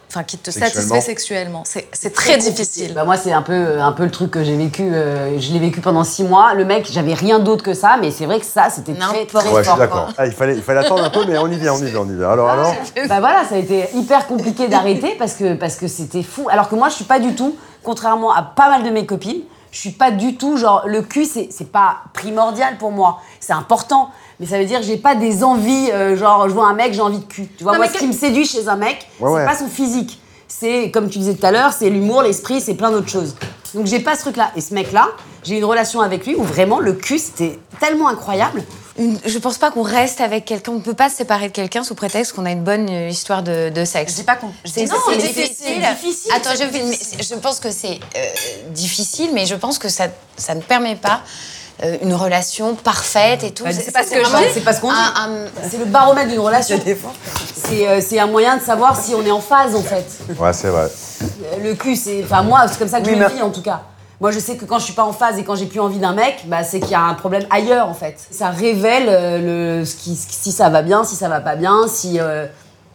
[SPEAKER 6] enfin, qui te satisfait sexuellement. C'est c'est très difficile.
[SPEAKER 1] Bah moi c'est un peu un peu le truc que j'ai vécu. euh, je l'ai vécu pendant six mois. Le mec j'avais rien d'autre que ça, mais c'est vrai que ça c'était très
[SPEAKER 4] N'importe
[SPEAKER 1] très
[SPEAKER 8] Ouais, je suis
[SPEAKER 1] fort.
[SPEAKER 8] d'accord. Ah, il, fallait, il fallait attendre un peu, mais on y vient, on y vient, on y vient. Alors, alors
[SPEAKER 6] Ah,
[SPEAKER 1] Bah voilà, ça a été hyper compliqué d'arrêter parce que parce que c'était fou. Alors que moi je suis pas du tout, contrairement à pas mal de mes copines, je suis pas du tout genre le cul c'est c'est pas primordial pour moi. C'est important, mais ça veut dire que j'ai pas des envies euh, genre je vois un mec j'ai envie de cul. Tu vois
[SPEAKER 6] Non,
[SPEAKER 1] moi
[SPEAKER 6] mais
[SPEAKER 1] ce
[SPEAKER 6] que-
[SPEAKER 1] qui me séduit chez un mec
[SPEAKER 8] Ouais,
[SPEAKER 1] c'est
[SPEAKER 8] ouais.
[SPEAKER 1] pas son physique. C'est, comme tu disais tout à l'heure, c'est l'humour, l'esprit, c'est plein d'autres choses. Donc j'ai pas ce truc-là. Et ce mec-là, j'ai eu une relation avec lui où vraiment le cul, c'était tellement incroyable.
[SPEAKER 4] Une- Je pense pas qu'on reste avec quelqu'un. On peut pas se séparer de quelqu'un sous prétexte qu'on a une bonne euh, histoire de, de sexe.
[SPEAKER 6] Je dis pas qu'on. je dis
[SPEAKER 4] C'est
[SPEAKER 6] pas
[SPEAKER 4] non,
[SPEAKER 6] que
[SPEAKER 4] c'est
[SPEAKER 1] difficile.
[SPEAKER 4] difficile.
[SPEAKER 1] Difficile,
[SPEAKER 4] Attends,
[SPEAKER 1] c'est
[SPEAKER 4] je, vais- mais je pense que c'est euh, difficile, mais je pense que ça, ça ne permet pas euh, une relation parfaite et tout.
[SPEAKER 1] Bah, c'est pas ce que je
[SPEAKER 4] vraiment
[SPEAKER 1] dis, c'est pas ce qu'on dit.
[SPEAKER 4] un- un-
[SPEAKER 1] C'est le baromètre d'une relation. C'est euh, c'est un moyen de savoir si on est en phase, en fait. Euh,
[SPEAKER 8] Ouais, c'est vrai.
[SPEAKER 1] Le cul, c'est. Enfin, moi, c'est comme ça que
[SPEAKER 3] Oui,
[SPEAKER 1] je le
[SPEAKER 3] mais-
[SPEAKER 1] vis, en tout cas. Moi, je sais que quand je suis pas en phase et quand j'ai plus envie d'un mec, bah, c'est qu'il y a un problème ailleurs, en fait. Ça révèle euh, le, ce qui, ce qui- si ça va bien, si ça va pas bien, si. euh,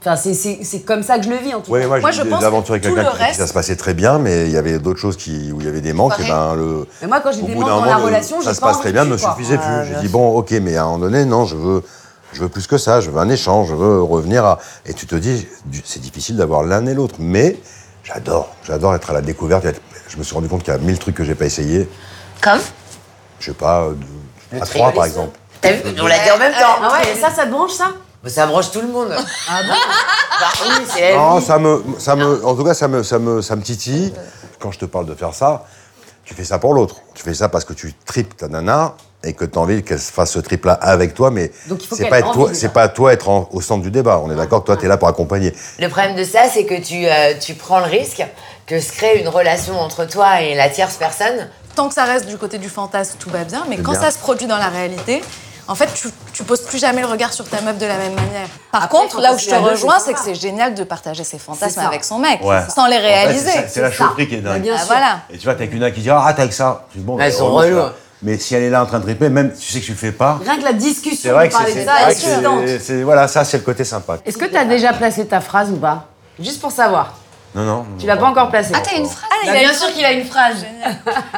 [SPEAKER 1] Enfin, c'est- c'est c'est comme ça que je le vis, en tout cas.
[SPEAKER 8] Ouais, mais moi,
[SPEAKER 6] Moi,
[SPEAKER 8] j'ai
[SPEAKER 6] je
[SPEAKER 8] eu
[SPEAKER 6] pense
[SPEAKER 8] des aventures avec
[SPEAKER 6] que tout
[SPEAKER 8] quelqu'un
[SPEAKER 6] le
[SPEAKER 8] qui- qui ça
[SPEAKER 6] reste-
[SPEAKER 8] se passait très bien, mais il y avait d'autres choses qui, où il y avait des manques. Et
[SPEAKER 4] Pareil.
[SPEAKER 8] ben, le,
[SPEAKER 1] Mais moi, quand j'ai
[SPEAKER 8] au
[SPEAKER 1] des
[SPEAKER 8] bout
[SPEAKER 1] manques
[SPEAKER 8] d'un
[SPEAKER 1] dans la
[SPEAKER 8] moment, le-
[SPEAKER 1] relation, j'ai
[SPEAKER 8] ça se
[SPEAKER 1] pas
[SPEAKER 8] passe
[SPEAKER 1] envie
[SPEAKER 8] très
[SPEAKER 1] de
[SPEAKER 8] bien,
[SPEAKER 1] cul,
[SPEAKER 8] me
[SPEAKER 1] quoi.
[SPEAKER 8] suffisait
[SPEAKER 3] Ah,
[SPEAKER 8] plus. J'ai
[SPEAKER 3] bien
[SPEAKER 8] dit, bon, ok, mais à un moment donné, non, je veux, je veux plus que ça, je veux un échange, je veux revenir à. Et tu te dis, du- c'est difficile d'avoir l'un et l'autre, mais j'adore, j'adore être à la découverte. et être- Je me suis rendu compte qu'il y a mille trucs que j'ai pas essayé.
[SPEAKER 4] Comme
[SPEAKER 8] Je sais pas, euh, de- à trois par exemple.
[SPEAKER 5] T'as vu On l'a dit en même temps.
[SPEAKER 1] Ah ouais, et ça, ça te branche, ça
[SPEAKER 5] Mais Ça branche tout le monde. Ah bon Bah oui, c'est
[SPEAKER 1] Ah,
[SPEAKER 5] la
[SPEAKER 8] Non,
[SPEAKER 5] vie.
[SPEAKER 8] Ah, ça me, ça me, en tout cas, ça me, ça me, ça me titille. Quand je te parle de faire ça, tu fais ça pour l'autre. Tu fais ça parce que tu tripes ta nana et que tu as envie qu'elle se fasse ce trip-là avec toi, mais
[SPEAKER 1] Donc, il faut
[SPEAKER 8] c'est
[SPEAKER 1] qu'elle
[SPEAKER 8] pas,
[SPEAKER 1] ait
[SPEAKER 8] être
[SPEAKER 1] envie
[SPEAKER 8] toi,
[SPEAKER 1] de
[SPEAKER 8] c'est
[SPEAKER 1] ça.
[SPEAKER 8] pas à toi être en- au centre du débat. On est d'accord que toi, tu es là pour accompagner.
[SPEAKER 5] Le problème de ça, c'est que tu, euh, tu prends le risque que se crée une relation entre toi et la tierce personne.
[SPEAKER 6] Tant que ça reste du côté du fantasme, tout va bien. Mais quand
[SPEAKER 8] bien.
[SPEAKER 6] ça se produit dans la réalité, en fait, tu, tu poses plus jamais le regard sur ta meuf de la même manière. Par
[SPEAKER 1] Après,
[SPEAKER 6] contre,
[SPEAKER 1] quand
[SPEAKER 6] là
[SPEAKER 1] on
[SPEAKER 6] où
[SPEAKER 1] se
[SPEAKER 6] je te
[SPEAKER 1] met à deux,
[SPEAKER 6] rejoins,
[SPEAKER 1] c'est
[SPEAKER 6] c'est que
[SPEAKER 1] sympa.
[SPEAKER 6] c'est génial de partager ses fantasmes
[SPEAKER 1] ça.
[SPEAKER 6] avec son mec,
[SPEAKER 8] Ouais.
[SPEAKER 6] sans les réaliser.
[SPEAKER 8] Ouais, c'est ça, c'est la
[SPEAKER 1] ça.
[SPEAKER 8] choperie qui est dingue.
[SPEAKER 1] Mais bien
[SPEAKER 6] Ah,
[SPEAKER 1] sûr.
[SPEAKER 6] voilà.
[SPEAKER 8] Et tu vois, t'es avec une nana qui dit arrête avec ça. Je dis, bon, bah,
[SPEAKER 5] Elles
[SPEAKER 8] mais
[SPEAKER 5] sont
[SPEAKER 8] vraiment,
[SPEAKER 5] reloues.
[SPEAKER 8] tu vois. Mais si elle est là en train de triper, même tu sais que tu le fais pas.
[SPEAKER 1] Rien que la
[SPEAKER 8] C'est
[SPEAKER 1] discussion de
[SPEAKER 8] vrai que c'est-
[SPEAKER 1] parler
[SPEAKER 8] c'est
[SPEAKER 1] de ça,
[SPEAKER 8] vrai
[SPEAKER 1] elle
[SPEAKER 8] que
[SPEAKER 1] est
[SPEAKER 8] c'est-
[SPEAKER 1] excitante.
[SPEAKER 8] c'est- voilà, ça c'est le côté sympa.
[SPEAKER 1] Est-ce que tu as déjà placé ta phrase ou pas Juste pour savoir.
[SPEAKER 8] Non, non.
[SPEAKER 1] Tu l'as pas encore placée.
[SPEAKER 4] Ah, t'as une phrase
[SPEAKER 6] Ah, il a une-
[SPEAKER 1] qu'il a une phrase.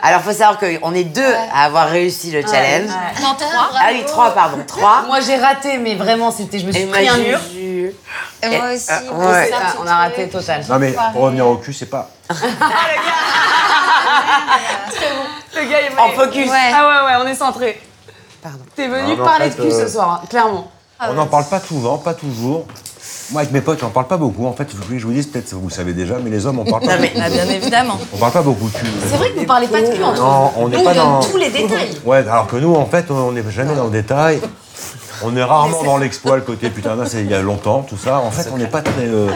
[SPEAKER 5] Alors, faut savoir qu'on est deux à avoir réussi le challenge.
[SPEAKER 4] Non, trois.
[SPEAKER 5] Ah oui, trois, pardon. Trois.
[SPEAKER 1] Ah. Moi j'ai raté, mais vraiment c'était, je me
[SPEAKER 5] Et
[SPEAKER 1] suis
[SPEAKER 5] moi,
[SPEAKER 1] pris un
[SPEAKER 5] j'ai-
[SPEAKER 1] mur.
[SPEAKER 5] j'ai-
[SPEAKER 4] Et Moi aussi.
[SPEAKER 5] Ah,
[SPEAKER 4] pour
[SPEAKER 5] ouais.
[SPEAKER 4] ça,
[SPEAKER 1] Ah,
[SPEAKER 4] ce
[SPEAKER 1] on a raté
[SPEAKER 4] truc.
[SPEAKER 1] total.
[SPEAKER 8] Non, mais pour revenir au cul, c'est pas.
[SPEAKER 1] Le gars est
[SPEAKER 5] En focus.
[SPEAKER 4] Ouais.
[SPEAKER 1] Ah ouais ouais, on est centré. Pardon. T'es venu
[SPEAKER 8] Non, mais en
[SPEAKER 1] parler
[SPEAKER 8] fait,
[SPEAKER 1] de cul
[SPEAKER 8] euh,
[SPEAKER 1] ce soir, hein, clairement.
[SPEAKER 8] On n'en parle pas souvent, pas toujours. Moi, avec mes potes, j'en parle pas beaucoup. En fait, je voulais que je vous dise, peut-être vous le savez déjà, mais les hommes, on parle pas.
[SPEAKER 5] Non, mais-
[SPEAKER 6] Ah, bien évidemment.
[SPEAKER 8] On parle pas beaucoup de cul.
[SPEAKER 1] bah, C'est vrai que vous parlez pas de cul entre
[SPEAKER 8] Non, on n'est
[SPEAKER 1] vous.
[SPEAKER 8] pas
[SPEAKER 1] On donne
[SPEAKER 8] dans.
[SPEAKER 1] tous les détails.
[SPEAKER 8] Ouais, alors que nous, en fait, on n'est jamais dans le détail. On est rarement dans l'exploit, le côté putain, là, c'est il y a longtemps, tout ça. En fait, on n'est pas très. euh,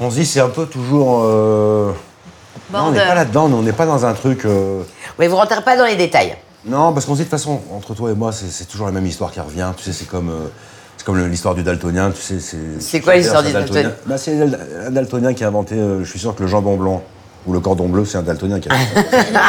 [SPEAKER 8] On se dit, c'est un peu toujours. euh, Non, on n'est
[SPEAKER 6] Bordel.
[SPEAKER 8] pas là-dedans, on n'est pas dans un truc. euh,
[SPEAKER 5] Mais vous rentrez pas dans les détails.
[SPEAKER 8] Non, parce qu'on se dit de toute façon, entre toi et moi, c'est c'est toujours la même histoire qui revient. Tu sais, c'est comme, euh, c'est comme le- l'histoire du daltonien. Tu sais, c'est.
[SPEAKER 5] C'est quoi l'histoire du
[SPEAKER 8] C'est un daltonien.
[SPEAKER 5] daltonien
[SPEAKER 8] Bah, C'est dal- un daltonien qui a inventé. euh, je suis sûr que le jambon blanc ou le cordon bleu, c'est un daltonien qui a. inventé ça.